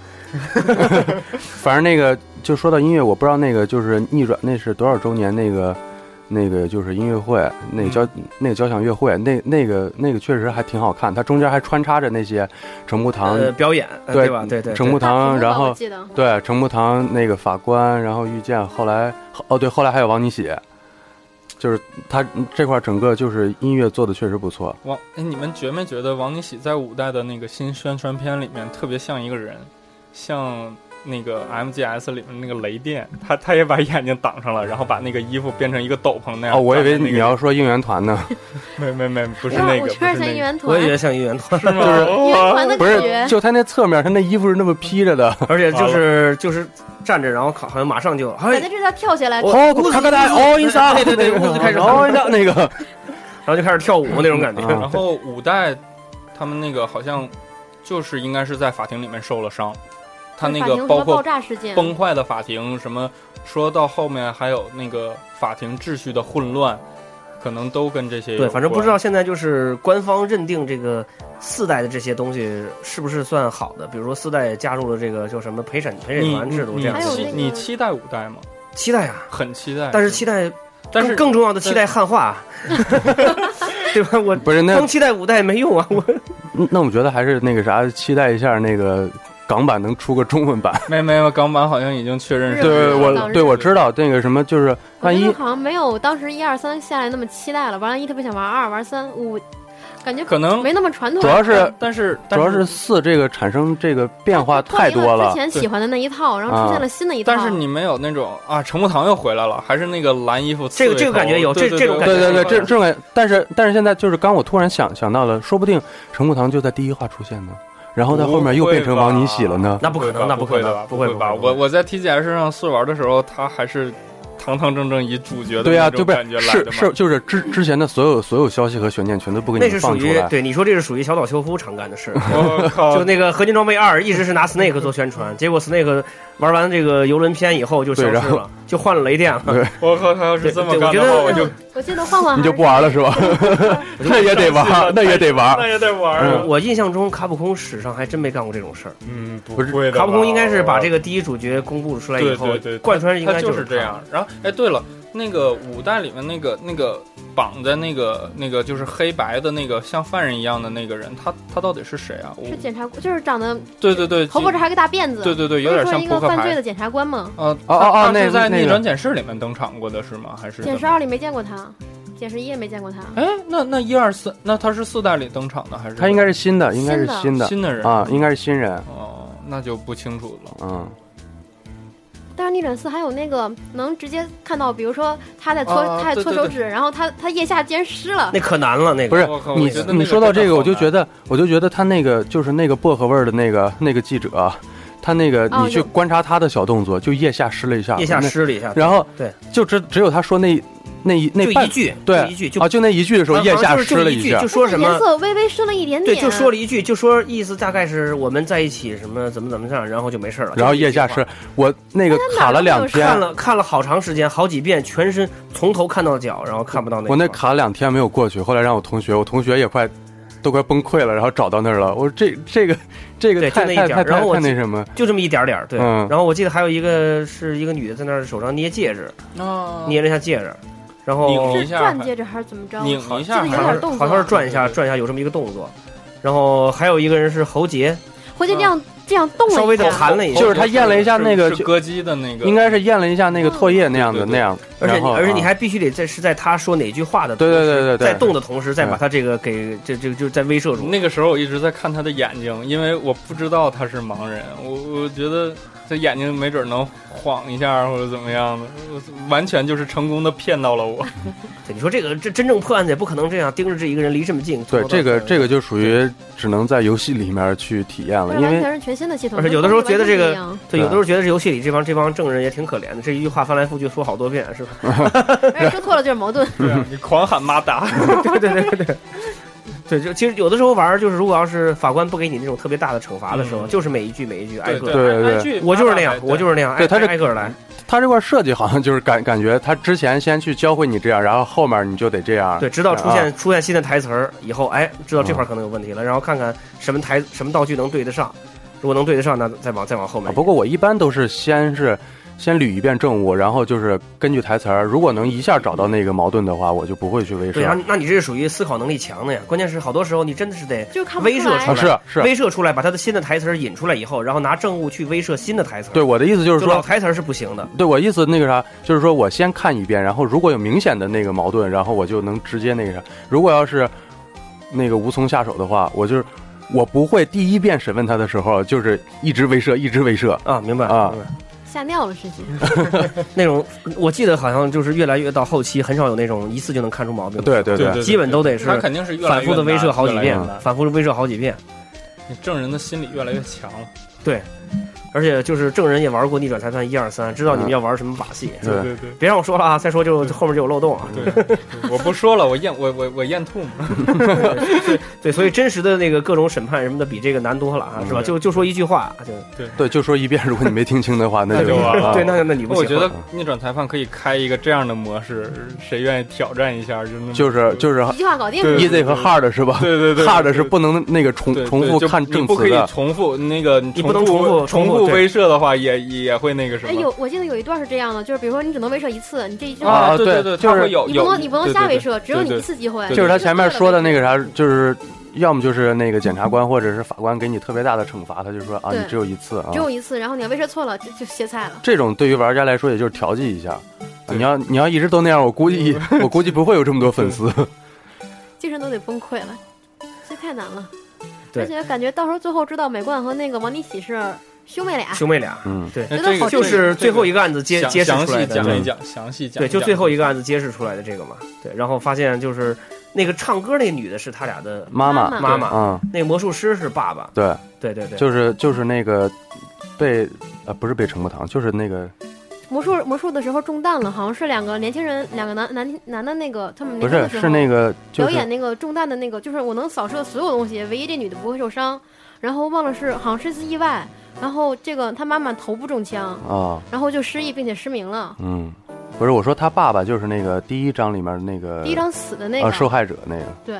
Speaker 4: 反正那个就说到音乐，我不知道那个就是逆转那是多少周年那个那个就是音乐会，那个交、
Speaker 1: 嗯
Speaker 4: 那个交响乐会，那那个那个确实还挺好看，它中间还穿插着那些程步堂，
Speaker 1: 呃，表演，呃
Speaker 4: 对
Speaker 1: 对吧？对对，
Speaker 4: 程
Speaker 1: 对
Speaker 4: 步堂，然
Speaker 3: 我
Speaker 4: 后
Speaker 3: 记得
Speaker 4: 对程步堂那个法官，然后遇见后来哦对，后来还有王尼喜，就是他这块儿整个就是音乐做的确实不错，
Speaker 2: 王，哎，你们觉没觉得王尼喜在五代的那个新宣传片里面特别像一个人，像那个 MGS 里面那个雷电，他他也把眼睛挡上了，然后把那个衣服变成一个斗篷那样。
Speaker 4: 哦，我以为
Speaker 2: 站哎在那
Speaker 4: 你
Speaker 2: 个
Speaker 4: 要说应援团呢，
Speaker 2: 没没没，不是
Speaker 3: 哇
Speaker 2: 那个，
Speaker 3: 啊我
Speaker 2: 不
Speaker 3: 确
Speaker 2: 是
Speaker 3: 实像
Speaker 2: 那个，
Speaker 3: 应援团，
Speaker 1: 我也觉得像应援团，
Speaker 2: 是吗？
Speaker 3: 应援团的
Speaker 4: 不
Speaker 3: 感
Speaker 4: 是，
Speaker 3: 觉，
Speaker 4: 就他那侧面，他那衣服是那么披着的。
Speaker 1: 而且就
Speaker 2: 完了
Speaker 1: 是就是站着，然后好像马上就
Speaker 3: 反
Speaker 1: 哎
Speaker 3: 正，这条跳起来，
Speaker 4: 哦，咔咔哒，哦一下，
Speaker 1: 对对对屋子开始
Speaker 4: 哦一下那个，
Speaker 1: 然后就开始跳舞那种感觉。
Speaker 4: 啊
Speaker 2: 然后五代他们那个好像就是应该是在法庭里面受了伤，他那
Speaker 3: 法庭
Speaker 2: 个
Speaker 3: 什
Speaker 2: 包
Speaker 3: 么
Speaker 2: 括
Speaker 3: 爆炸事件，
Speaker 2: 崩坏的法庭，什么说到后面还有那个法庭秩序的混乱，可能都跟这些有
Speaker 1: 对，反正不
Speaker 2: 关
Speaker 1: 知道现在就是官方认定这个四代的这些东西是不是算好的，比如说四代也加入了这个叫什么陪审陪审
Speaker 2: 你
Speaker 1: 团制度
Speaker 2: 你
Speaker 1: 这样
Speaker 3: 还
Speaker 1: 的
Speaker 3: 有
Speaker 1: 东
Speaker 2: 期
Speaker 3: 那
Speaker 1: 西。
Speaker 3: 个
Speaker 2: 你期待五代吗？
Speaker 1: 期待啊，
Speaker 2: 很期待，
Speaker 1: 但是期待，
Speaker 2: 但是
Speaker 1: 更更重要的期待汉化，啊对吧？我
Speaker 4: 不是那
Speaker 1: 光期待五代没用啊，我
Speaker 4: 那我觉得还是那个啥，期待一下那个港版能出个中文版。
Speaker 2: 没没有港版好像已经确认
Speaker 3: 日
Speaker 2: 是
Speaker 3: 对
Speaker 4: 对，
Speaker 3: 文版
Speaker 4: 我对我知道那个什么，就是
Speaker 3: 我
Speaker 4: 万
Speaker 3: 觉得
Speaker 4: 一
Speaker 3: 好像没有当时一二三下来那么期待了，玩一特别想玩二，玩三五，感觉
Speaker 2: 可能
Speaker 3: 没那么传统。
Speaker 4: 主要是
Speaker 2: 但是
Speaker 4: 主要
Speaker 2: 但
Speaker 4: 是四这个产生这个变化
Speaker 3: 脱离
Speaker 4: 太多
Speaker 3: 了
Speaker 4: 了啊
Speaker 3: 之，前喜欢的那一套，然后出现了新的一套。
Speaker 2: 但是你没有那种啊，程步堂又回来了，还是那个蓝衣服刺
Speaker 1: 这
Speaker 2: 猬
Speaker 1: 个
Speaker 2: 头，
Speaker 1: 这个感觉有
Speaker 2: 对
Speaker 1: 这这种感
Speaker 4: 对
Speaker 1: 觉
Speaker 4: 对对，
Speaker 1: 有
Speaker 4: 这这种感，但是但是现在就是刚我突然想想到了，说不定程步堂就在第一话出现呢，然后他后面又变成王尼喜了呢。
Speaker 1: 那不可能，那
Speaker 2: 不
Speaker 1: 可
Speaker 2: 会的
Speaker 1: 能
Speaker 2: 吧，？
Speaker 1: 不
Speaker 2: 会
Speaker 1: 会
Speaker 2: 吧？
Speaker 1: 不会
Speaker 2: 我我在 TGS 上试玩的时候，他还是堂堂正正以主角的
Speaker 1: 啊
Speaker 4: 对呀、
Speaker 2: 那
Speaker 4: 对
Speaker 2: 种
Speaker 4: 不
Speaker 2: 感觉
Speaker 4: 是
Speaker 2: 来的
Speaker 4: 是
Speaker 2: 嘛。
Speaker 4: 是，就是之之前的所有所有消息和悬念全都不给
Speaker 1: 那
Speaker 4: 你
Speaker 1: 是
Speaker 4: 们
Speaker 1: 属
Speaker 4: 放出
Speaker 1: 于
Speaker 4: 来。
Speaker 1: 对你说这是属于小岛秀夫常干的事，
Speaker 2: 我靠
Speaker 1: 就！那个合金装备二一直是拿 Snake 做宣传，结果 Snake 玩完这个游轮篇以后就消失
Speaker 4: 对然
Speaker 1: 了
Speaker 4: 后，
Speaker 1: 就换了雷电了。
Speaker 4: 对
Speaker 2: 我靠！他要是这么干
Speaker 1: 对
Speaker 2: 的
Speaker 1: 对
Speaker 2: 话，
Speaker 1: 我
Speaker 2: 我
Speaker 1: 嗯
Speaker 3: 但
Speaker 2: 就
Speaker 3: 我我记得换换
Speaker 4: 你就不玩了是吧？ 那也得玩，那也得
Speaker 2: 那
Speaker 4: 玩。
Speaker 2: 也得玩
Speaker 1: 我
Speaker 4: 嗯
Speaker 2: 啊！
Speaker 1: 我印象中卡普空史上还真没干过这种事儿。
Speaker 2: 嗯，不
Speaker 4: 不是
Speaker 2: 会的吧。
Speaker 1: 卡普空应该是把这个第一主角公布出来以后
Speaker 2: 对对对，
Speaker 1: 贯穿应
Speaker 2: 他
Speaker 1: 该
Speaker 2: 就是这样。然后，哎，对了，那个五代里面那个那个绑在那个那个就是黑白的那个像犯人一样的那个人，他他到底是谁啊？我
Speaker 3: 是检察官，就是长得
Speaker 2: 对对对，
Speaker 3: 头发这还有个大辫子，
Speaker 2: 对对对，
Speaker 3: 不
Speaker 2: 有
Speaker 3: 是
Speaker 2: 点
Speaker 3: 说
Speaker 2: 像
Speaker 3: 一
Speaker 2: 扑
Speaker 3: 个
Speaker 2: 克
Speaker 3: 犯罪
Speaker 2: 牌。
Speaker 3: 的检察官吗？
Speaker 2: 呃，
Speaker 4: 哦哦哦
Speaker 2: 他他
Speaker 4: 那
Speaker 2: 是在
Speaker 4: 那
Speaker 2: 逆
Speaker 4: 个
Speaker 2: 转检视里面登场过的是吗？还是怎
Speaker 3: 检
Speaker 2: 么
Speaker 3: 视二里没见过他，检视一也没见过他。
Speaker 2: 哎，那那一二三，那他是四代里登场的还是？
Speaker 4: 他应该是新的，应该是
Speaker 3: 新
Speaker 4: 新的
Speaker 2: 新的人
Speaker 4: 啊，应该是新人。
Speaker 2: 哦，那就不清楚了。
Speaker 4: 嗯，
Speaker 3: 但是逆转四还有那个能直接看到，比如说他在搓
Speaker 2: 啊
Speaker 3: 他在
Speaker 2: 对
Speaker 3: 搓
Speaker 2: 对
Speaker 3: 手
Speaker 2: 对
Speaker 3: 指，然后他他腋下竟然湿了
Speaker 1: 那，可难了，那个
Speaker 4: 不是
Speaker 2: 我靠我
Speaker 4: 你
Speaker 2: 觉得那个
Speaker 4: 你说到
Speaker 2: 真的
Speaker 4: 这个，
Speaker 2: 好
Speaker 4: 我就
Speaker 2: 难
Speaker 4: 觉得我就觉得他那个就是那个薄荷味儿的那个那个记者，他那个
Speaker 3: 哦
Speaker 4: 你去
Speaker 3: 有
Speaker 4: 观察他的小动作，就腋下湿了一下，
Speaker 1: 腋下
Speaker 4: 那，
Speaker 1: 湿了一下，
Speaker 4: 然后
Speaker 1: 对，
Speaker 4: 就只只有他说那那一那
Speaker 1: 就
Speaker 4: 半
Speaker 1: 一句，
Speaker 4: 对
Speaker 1: 就一句就
Speaker 4: 啊，就那一句的时候，
Speaker 1: 反
Speaker 4: 腋
Speaker 1: 反
Speaker 4: 下
Speaker 1: 正
Speaker 4: 湿
Speaker 1: 就
Speaker 4: 了
Speaker 1: 一句，
Speaker 4: 下
Speaker 1: 就。说
Speaker 3: 那
Speaker 1: 什
Speaker 3: 个
Speaker 1: 么
Speaker 3: 颜。色微微深了一点
Speaker 1: 对，
Speaker 3: 点，
Speaker 1: 就说了一句，就说意思大概是我们在一起什么怎么怎么样，然后就没事了。
Speaker 4: 然后
Speaker 1: 就这
Speaker 4: 腋
Speaker 1: 句话
Speaker 4: 下湿，我那个卡了两天
Speaker 1: 看，了看了好长时间，好几遍，全身从头看到脚，然后看不到那个。
Speaker 4: 我那卡了两天没有过去，后来让我同学，我同学也快都快崩溃了，然后找到那儿了。我说这这个这
Speaker 1: 对
Speaker 4: 个太
Speaker 1: 就那一
Speaker 4: 太
Speaker 1: 点
Speaker 4: 太
Speaker 1: 然后
Speaker 4: 太
Speaker 1: 我
Speaker 4: 太
Speaker 1: 记
Speaker 4: 那什么，
Speaker 1: 就这么一点点儿对。
Speaker 4: 嗯
Speaker 1: 然后我记得还有一个是一个女的在那儿手上捏戒指，
Speaker 2: 啊
Speaker 3: 哦
Speaker 1: 捏了一下戒指，然后
Speaker 2: 拧一
Speaker 3: 是
Speaker 2: 下
Speaker 3: 转戒指还是怎么着？
Speaker 2: 拧一下
Speaker 1: 好像
Speaker 3: 记得有点
Speaker 1: 是
Speaker 3: 动作，
Speaker 1: 好
Speaker 3: 啊
Speaker 1: 像是转一下，
Speaker 2: 对对对
Speaker 1: 转一下有这么一个动作。然后还有一个人是喉结，
Speaker 3: 回去这样这样动了一下，
Speaker 1: 稍微的弹了一下，
Speaker 4: 就是他验了一下那个
Speaker 2: 是是
Speaker 4: 就
Speaker 2: 歌姬的那个，
Speaker 4: 应该是验了一下那
Speaker 1: 嗯
Speaker 4: 个唾液那样的
Speaker 2: 对对对
Speaker 4: 那样。
Speaker 1: 而且
Speaker 4: 然
Speaker 1: 你
Speaker 4: 后
Speaker 1: 而且你
Speaker 4: 啊
Speaker 1: 还必须得在是在他说哪句话的同
Speaker 4: 对
Speaker 1: 时，
Speaker 4: 对对对对
Speaker 1: 在动的同时再把他这个给这这就是在威慑住。
Speaker 2: 那个时候我一直在看他的眼睛，因为我不知道他是盲人，我我觉得这眼睛没准能晃一下或者怎么样的，我完全就是成功的骗到了我。
Speaker 1: 对你说这个这真正破案的也不可能这样盯着这一个人离这么近。
Speaker 4: 对这个这
Speaker 1: 个，
Speaker 4: 个就属于只能在游戏里面去体验了，
Speaker 3: 这
Speaker 4: 因
Speaker 3: 完
Speaker 4: 为
Speaker 3: 全是全新的系统。
Speaker 1: 而且有的时候觉得这个
Speaker 3: 跟游戏
Speaker 1: 对，
Speaker 4: 对
Speaker 1: 有的时候觉得这游戏里这帮这帮证人也挺可怜的，这一句话翻来覆去说好多遍，是吧？
Speaker 3: 完全不一样，而且说错了就是矛盾。
Speaker 2: 对啊，你狂喊妈达，
Speaker 1: 对对对对对。对，就其实有的时候玩儿，就是如果要是法官不给你那种特别大的惩罚的时候，
Speaker 2: 嗯
Speaker 1: 就是每一句每一句挨个
Speaker 2: 对
Speaker 1: 儿。
Speaker 4: 对对
Speaker 1: 我就是那样，我就是是那样，挨
Speaker 4: 对他是
Speaker 1: 挨个儿来。
Speaker 4: 它这块设计好像就是感感觉他之前先去教会你这样，然后后面你就得这样。
Speaker 1: 对，直到出
Speaker 4: 啊
Speaker 1: 现出现新的台词儿以后，哎，知道这块儿可能有问题了，然后看看什么
Speaker 4: 啊
Speaker 1: 台什么道具能对得上，如果能对得上，那再往再往后面
Speaker 4: 啊。不过我一般都是先是先捋一遍正务，然后就是根据台词儿，如果能一下找到那个矛盾的话，我就不会去威
Speaker 1: 对啊
Speaker 4: 慑。，
Speaker 1: 那你这属于思考能力强的呀。关键是好多时候你真的是得
Speaker 3: 就是看不
Speaker 1: 威
Speaker 3: 出
Speaker 1: 慑
Speaker 3: 来
Speaker 1: 出来，
Speaker 4: 啊，是是，
Speaker 1: 威慑出来，把他的新的台词儿引出来以后，然后拿政务去威慑新的台词儿。
Speaker 4: 对，我的意思就是
Speaker 1: 就老
Speaker 4: 说，
Speaker 1: 台词儿是不行的。
Speaker 4: 对我意思那个啥，就是说我先看一遍，然后如果有明显的那个矛盾，然后我就能直接那个啥。如果要是那个无从下手的话，我就是我不会第一遍审问他的时候就是一直威慑，一直威慑。
Speaker 1: 啊，明白
Speaker 4: 啊
Speaker 1: 明白
Speaker 3: 吓尿了直接。
Speaker 1: 那种我记得好像就是越来越到后期，很少有那种一次就能看出毛病的。
Speaker 4: 对对
Speaker 2: 对对
Speaker 1: 基本都得是
Speaker 2: 他肯定是越来
Speaker 1: 反
Speaker 2: 越
Speaker 1: 复的威
Speaker 2: 难
Speaker 1: 慑好几
Speaker 2: 越来越
Speaker 1: 遍，
Speaker 2: 难
Speaker 1: 反复的威慑好几遍。
Speaker 2: 你证人的心理越来越强了。
Speaker 1: 而且就是证人也玩过逆转裁判一二三，知道你们
Speaker 4: 嗯
Speaker 1: 要玩什么把戏。
Speaker 4: 对
Speaker 2: 对对，
Speaker 1: 别让我说了啊，再说就后面就有漏洞啊。
Speaker 2: 对，我不说了，我咽我我我咽吐沫。
Speaker 1: 对，所以真实的那个各种审判什么的，比这个难多了啊，
Speaker 4: 嗯
Speaker 1: 是吧？就就说一句话，啊就
Speaker 4: 对，就说一遍，如果你没听清的话，那
Speaker 2: 那就完了
Speaker 4: 啊
Speaker 1: 对，那那你不行。
Speaker 2: 我觉得逆转裁判可以开一个这样的模式，谁愿意挑战一下就那么
Speaker 4: 就是就是
Speaker 3: 一句话搞定
Speaker 2: 对
Speaker 4: easy 和 hard 是吧？
Speaker 2: 对对对
Speaker 4: hard 是不能那个重
Speaker 2: 对
Speaker 4: 重复
Speaker 2: 对就
Speaker 4: 看
Speaker 2: 你
Speaker 4: 证
Speaker 2: 不可
Speaker 4: 词
Speaker 2: 以
Speaker 4: 的。
Speaker 2: 重复那个你
Speaker 1: 你不能重
Speaker 2: 重
Speaker 1: 复重
Speaker 2: 重
Speaker 1: 复
Speaker 2: 复
Speaker 1: 对
Speaker 2: 威慑的话也也会那个什
Speaker 3: 哎，
Speaker 2: 么
Speaker 3: 有我记得有一段是这样的，就是比如说你只能威慑一次，你这一句
Speaker 4: 啊
Speaker 3: 话
Speaker 2: 对
Speaker 4: 对
Speaker 2: 对，
Speaker 4: 就
Speaker 2: 他
Speaker 4: 是
Speaker 2: 会有
Speaker 3: 你不
Speaker 2: 有
Speaker 3: 能你不能瞎威
Speaker 2: 对对
Speaker 3: 慑，只有你
Speaker 2: 对
Speaker 3: 一次机会。
Speaker 2: 对
Speaker 4: 就是他前面说的那
Speaker 3: 个，
Speaker 4: 个啥，就是要么就是那个检察官或者是法官给你特别大的惩罚，他就说啊，
Speaker 3: 对
Speaker 4: 你只有一次啊
Speaker 3: 只。有一次，然后你要威慑错了就就歇菜了。
Speaker 4: 这种对于玩家来说，也就是调剂一下。啊
Speaker 2: 对
Speaker 4: 你要你要一直都那样，我估计 我估计不会有这么多粉丝。
Speaker 3: 精神都得崩溃了，这太难了。
Speaker 1: 对
Speaker 3: 而且感觉到时候最后知道美冠和那个王尼喜是兄妹俩，
Speaker 1: 兄妹俩，
Speaker 4: 嗯，
Speaker 2: 对
Speaker 3: 觉
Speaker 2: 这
Speaker 3: 得
Speaker 2: 个
Speaker 3: 好
Speaker 1: 就
Speaker 3: 这
Speaker 1: 是最后一
Speaker 2: 个
Speaker 1: 个案子揭
Speaker 2: 详
Speaker 1: 揭示
Speaker 2: 详
Speaker 1: 出来
Speaker 2: 细
Speaker 1: 的，嗯
Speaker 2: 讲
Speaker 1: 对
Speaker 2: 一讲，详细讲
Speaker 1: 对，
Speaker 2: 一
Speaker 1: 就
Speaker 2: 讲
Speaker 1: 最后一个案子揭示出来的这个嘛。对，然后发现就是那个唱歌那个女的是他俩的
Speaker 4: 妈
Speaker 3: 妈
Speaker 4: 妈，
Speaker 1: 妈妈，
Speaker 4: 嗯，
Speaker 1: 那个魔术师是爸爸。
Speaker 4: 对，
Speaker 1: 对对对，
Speaker 4: 就是就是那个被呃不是被陈伯堂，就是那个
Speaker 3: 魔术魔术的时候中弹了，好像是两个年轻人，两个男男男的那个他们
Speaker 4: 不
Speaker 3: 离婚
Speaker 4: 是
Speaker 3: 的时候
Speaker 4: 是那个就
Speaker 3: 表
Speaker 4: 是
Speaker 3: 演那个中弹的那个，就是我能扫射所有东西，唯一这女的不会受伤。然后忘了是好像是次意外，然后这个他妈妈头部中枪，
Speaker 4: 啊，
Speaker 3: 然后就失忆并且失明了。
Speaker 4: 嗯，不是我说他爸爸就是那个第一章里面那个
Speaker 3: 第一张死的那
Speaker 4: 啊受
Speaker 3: 个，
Speaker 4: 害者那个，
Speaker 3: 对，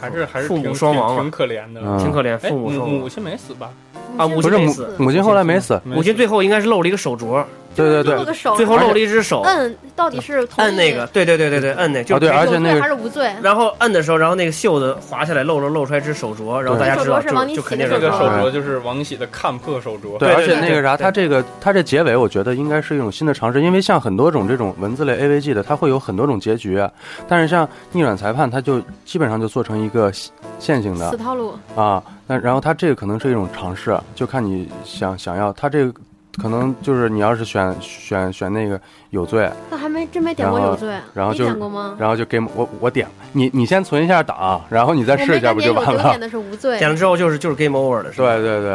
Speaker 2: 还是还是
Speaker 1: 父母
Speaker 2: 挺
Speaker 1: 双亡
Speaker 2: 挺
Speaker 1: 了
Speaker 2: 挺可怜的。
Speaker 4: 嗯
Speaker 1: 挺可怜，
Speaker 2: 哎，
Speaker 1: 父
Speaker 2: 母
Speaker 1: 母说
Speaker 2: 母亲没死吧？
Speaker 1: 啊
Speaker 3: 母
Speaker 1: 母
Speaker 3: 亲
Speaker 4: 不是
Speaker 1: 亲
Speaker 4: 母
Speaker 3: 没死
Speaker 4: 母亲后来没死，
Speaker 2: 没
Speaker 1: 母亲最后应该是露了一个手镯，
Speaker 4: 对对对
Speaker 3: 露，个手，
Speaker 1: 最后露了一只
Speaker 2: 哦
Speaker 1: 手，
Speaker 3: 摁到底
Speaker 2: 嗯
Speaker 3: 是同意
Speaker 1: 摁那个，对对对对对，摁那，就
Speaker 4: 啊对
Speaker 1: 是
Speaker 4: 而且
Speaker 3: 有
Speaker 4: 那
Speaker 3: 罪
Speaker 4: 个
Speaker 3: 还是无罪？
Speaker 1: 然后摁的时候，然后那个袖子滑下来，露了露出来一只手镯，然后大家知道
Speaker 3: 手镯是王
Speaker 1: 就
Speaker 3: 力
Speaker 1: 就
Speaker 3: 喜
Speaker 1: 肯定
Speaker 3: 的
Speaker 1: 是
Speaker 2: 这个
Speaker 3: 手
Speaker 2: 手
Speaker 3: 镯
Speaker 2: 镯就是王喜的看破手镯，
Speaker 4: 对，
Speaker 1: 对
Speaker 4: 啊而且
Speaker 1: 对
Speaker 4: 那
Speaker 1: 对
Speaker 4: 个啥，它这个它这结尾，我觉得应该是一种新的尝试，因为像很多种这种文字类 AVG 的，它会有很多种结局，但是像逆转裁判，它就基本上就做成一个线线性
Speaker 3: 死
Speaker 4: 的
Speaker 3: 套路，
Speaker 4: 啊。那然后它这个可能是一种尝试，就看你想想要，它这个可能就是你要是选选选那个有罪，
Speaker 3: 但还没真没点过
Speaker 4: 然后
Speaker 3: 有罪，
Speaker 4: 然后
Speaker 3: 你
Speaker 4: 就是
Speaker 3: 点过吗？
Speaker 4: 然后就给我我点你你先存一下档，然后你再
Speaker 3: 我
Speaker 4: 试
Speaker 3: 没
Speaker 4: 一下
Speaker 3: 敢
Speaker 4: 不
Speaker 3: 点有
Speaker 4: 就完
Speaker 3: 罪，我
Speaker 4: 了
Speaker 3: 点？的是无罪。
Speaker 1: 点了之后就是就是 game over 了，是吧？
Speaker 4: 对对对，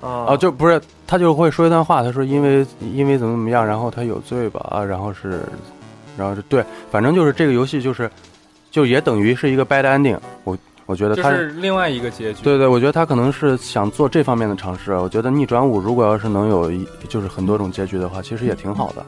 Speaker 1: 啊
Speaker 4: 啊，就不是他就会说一段话，他说因为因为怎么怎么样，然后他有罪吧，啊，然后是，然后是对，反正就是这个游戏就是，就也等于是一个 bad ending 我。我觉得
Speaker 2: 就
Speaker 4: 他，
Speaker 2: 是另外一个结局。
Speaker 4: 对对，我觉得他可能是想做这方面的尝试。啊我觉得逆转五如果要是能有一就是很多种结局的话，其实也挺好的，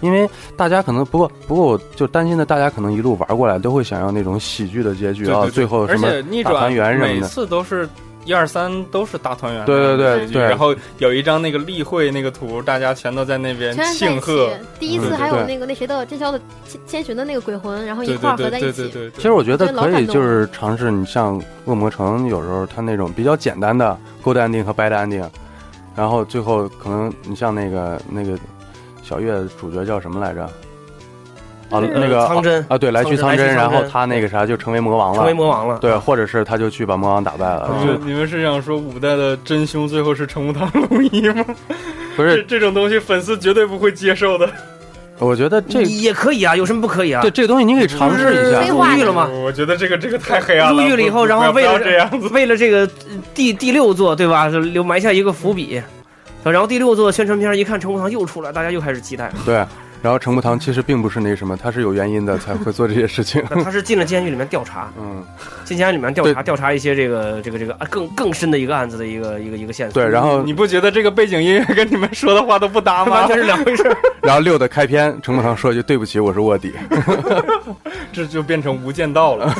Speaker 4: 因为大家可能不过不过我就担心的，大家可能一路玩过来都会想要那种喜剧的结局
Speaker 2: 对
Speaker 4: 啊，
Speaker 2: 对对
Speaker 4: 最后
Speaker 2: 而
Speaker 4: 什么
Speaker 2: 且逆
Speaker 4: 大
Speaker 2: 转
Speaker 4: 团圆什么
Speaker 2: 每
Speaker 4: 的
Speaker 2: 次都是一二三都是大团圆，
Speaker 4: 对对
Speaker 3: 对
Speaker 2: 结局
Speaker 4: 对
Speaker 2: 然后有一张那个例会那个图，大家全都在那边
Speaker 3: 全是在一
Speaker 2: 庆
Speaker 3: 起
Speaker 2: 贺，，
Speaker 3: 第一次
Speaker 4: 嗯
Speaker 3: 还有
Speaker 4: 对
Speaker 3: 那个那谁的真宵的千千寻的那个鬼魂，然后一
Speaker 2: 对
Speaker 3: 块
Speaker 2: 对对
Speaker 3: 儿合在
Speaker 2: 对对
Speaker 3: 一起。
Speaker 2: 对
Speaker 4: 其
Speaker 2: 对。
Speaker 4: 实我觉得
Speaker 3: 对老
Speaker 4: 可
Speaker 3: 感
Speaker 4: 以，
Speaker 3: 动
Speaker 4: 就是尝试你像《恶魔城》，有时候它那种比较简单的 good ending 和 bad ending，然后最后可能你像那个那个小月主角叫什么来着？啊，
Speaker 3: 就是
Speaker 4: 那个
Speaker 1: 苍真
Speaker 4: 啊，对，来去
Speaker 1: 苍
Speaker 4: 苍
Speaker 1: 真来去
Speaker 4: 然
Speaker 1: 苍
Speaker 4: 后
Speaker 1: 真
Speaker 4: 他那个啥就成为魔王
Speaker 1: 成为
Speaker 4: 了，
Speaker 1: 魔王了，嗯
Speaker 4: 对，或者是他就去把魔王打败了，
Speaker 2: 你
Speaker 4: 就
Speaker 2: 们你们是想说五代的真凶最后是成武堂龙一吗？
Speaker 4: 不
Speaker 2: 这
Speaker 4: 是？
Speaker 2: 这种东西粉丝绝对不会接受的。
Speaker 4: 我觉得这
Speaker 1: 也可以啊，有什么不可以啊
Speaker 4: 对？这个东西你可以尝试一
Speaker 3: 非
Speaker 4: 下，
Speaker 1: 入狱了吗？
Speaker 2: 我觉得这个这个太黑暗了。
Speaker 1: 入狱了以后
Speaker 2: 不不
Speaker 1: 然后
Speaker 2: 不要
Speaker 1: 为了
Speaker 2: 不要这样子，
Speaker 1: 为了这个呃第第六座，对吧？留埋下一个伏笔。然后第六座宣传片一看，陈国堂又出来，大家又开始期待。
Speaker 4: 对。然后程木堂其实并不是那什么，他是有原因的才会做这些 事情。
Speaker 1: 那他是进了监狱里面调查，
Speaker 4: 嗯，
Speaker 1: 进监狱里面调查，调查一些这个这个这个啊更更深的一个案子的一个一个一个线索。
Speaker 4: 对。然后
Speaker 2: 你不觉得这个背景音乐跟你们说的话都不搭吗
Speaker 1: 完？全是两回事儿。
Speaker 4: 然后六的开篇，程木堂说一句：“对不起，我是卧 底。”
Speaker 2: 这就变成无间道 了。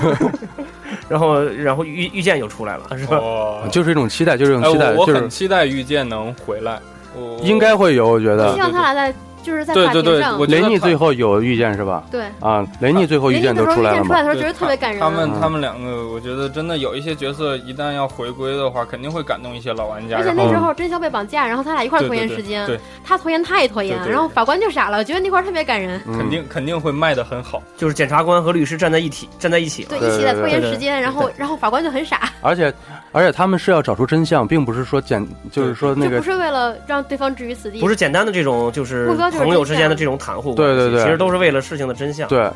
Speaker 1: 然后然后遇遇见又出来了，是吧？
Speaker 2: 哦
Speaker 4: 就是一种期待，就是一种
Speaker 2: 哎，
Speaker 4: 期待，
Speaker 2: 我我
Speaker 4: 就
Speaker 2: 很
Speaker 4: 是
Speaker 2: 期待遇见能回来。我
Speaker 4: 应该会有，我觉
Speaker 3: 就
Speaker 4: 得。
Speaker 3: 像他俩在就是在
Speaker 2: 对
Speaker 3: 法
Speaker 2: 对
Speaker 3: 庭
Speaker 2: 对
Speaker 3: 上，，
Speaker 2: 我觉得
Speaker 4: 雷尼
Speaker 2: 他
Speaker 4: 最后有遇见是吧？
Speaker 3: 对，
Speaker 4: 啊，雷尼最后遇
Speaker 3: 人家那
Speaker 4: 见
Speaker 3: 时
Speaker 4: 都
Speaker 3: 候
Speaker 4: 出
Speaker 3: 遇
Speaker 4: 来了
Speaker 3: 见出
Speaker 4: 嘛
Speaker 3: 来？的时
Speaker 2: 对
Speaker 3: 候，觉得特别感人。啊
Speaker 2: 他们
Speaker 4: 嗯
Speaker 2: 他们两个，我觉得真的有一些角色，一旦要回归的话，肯定会感动一些老玩家。
Speaker 3: 而且
Speaker 2: 然
Speaker 3: 那
Speaker 2: 后
Speaker 4: 嗯
Speaker 3: 时候真相被绑架，然后他俩一块儿
Speaker 2: 对
Speaker 3: 拖延
Speaker 2: 对对
Speaker 3: 时间，
Speaker 2: 对，
Speaker 3: 他拖延他也拖延，
Speaker 2: 对对对
Speaker 3: 然后法官就傻了，觉得那块儿特别感人，
Speaker 4: 嗯
Speaker 2: 肯定肯定会卖的很好。
Speaker 1: 就是检察官和律师站在一起，站在一起了。
Speaker 3: 对，
Speaker 4: 对
Speaker 3: 一起在
Speaker 4: 对
Speaker 3: 拖延
Speaker 2: 对
Speaker 3: 时间，然后然后法官就很傻，
Speaker 4: 而且而且他们是要找出真相，并不是说简，就是说那
Speaker 3: 就
Speaker 4: 个
Speaker 3: 不是为了让对方置于死地，
Speaker 1: 不是简单的这种，就是
Speaker 3: 目标就是
Speaker 1: 朋友
Speaker 3: 真
Speaker 1: 之间的
Speaker 3: 相
Speaker 1: 这种袒护关
Speaker 4: 对
Speaker 1: 系，
Speaker 4: 对对
Speaker 1: 其实都是为了事情的真相。
Speaker 4: 对，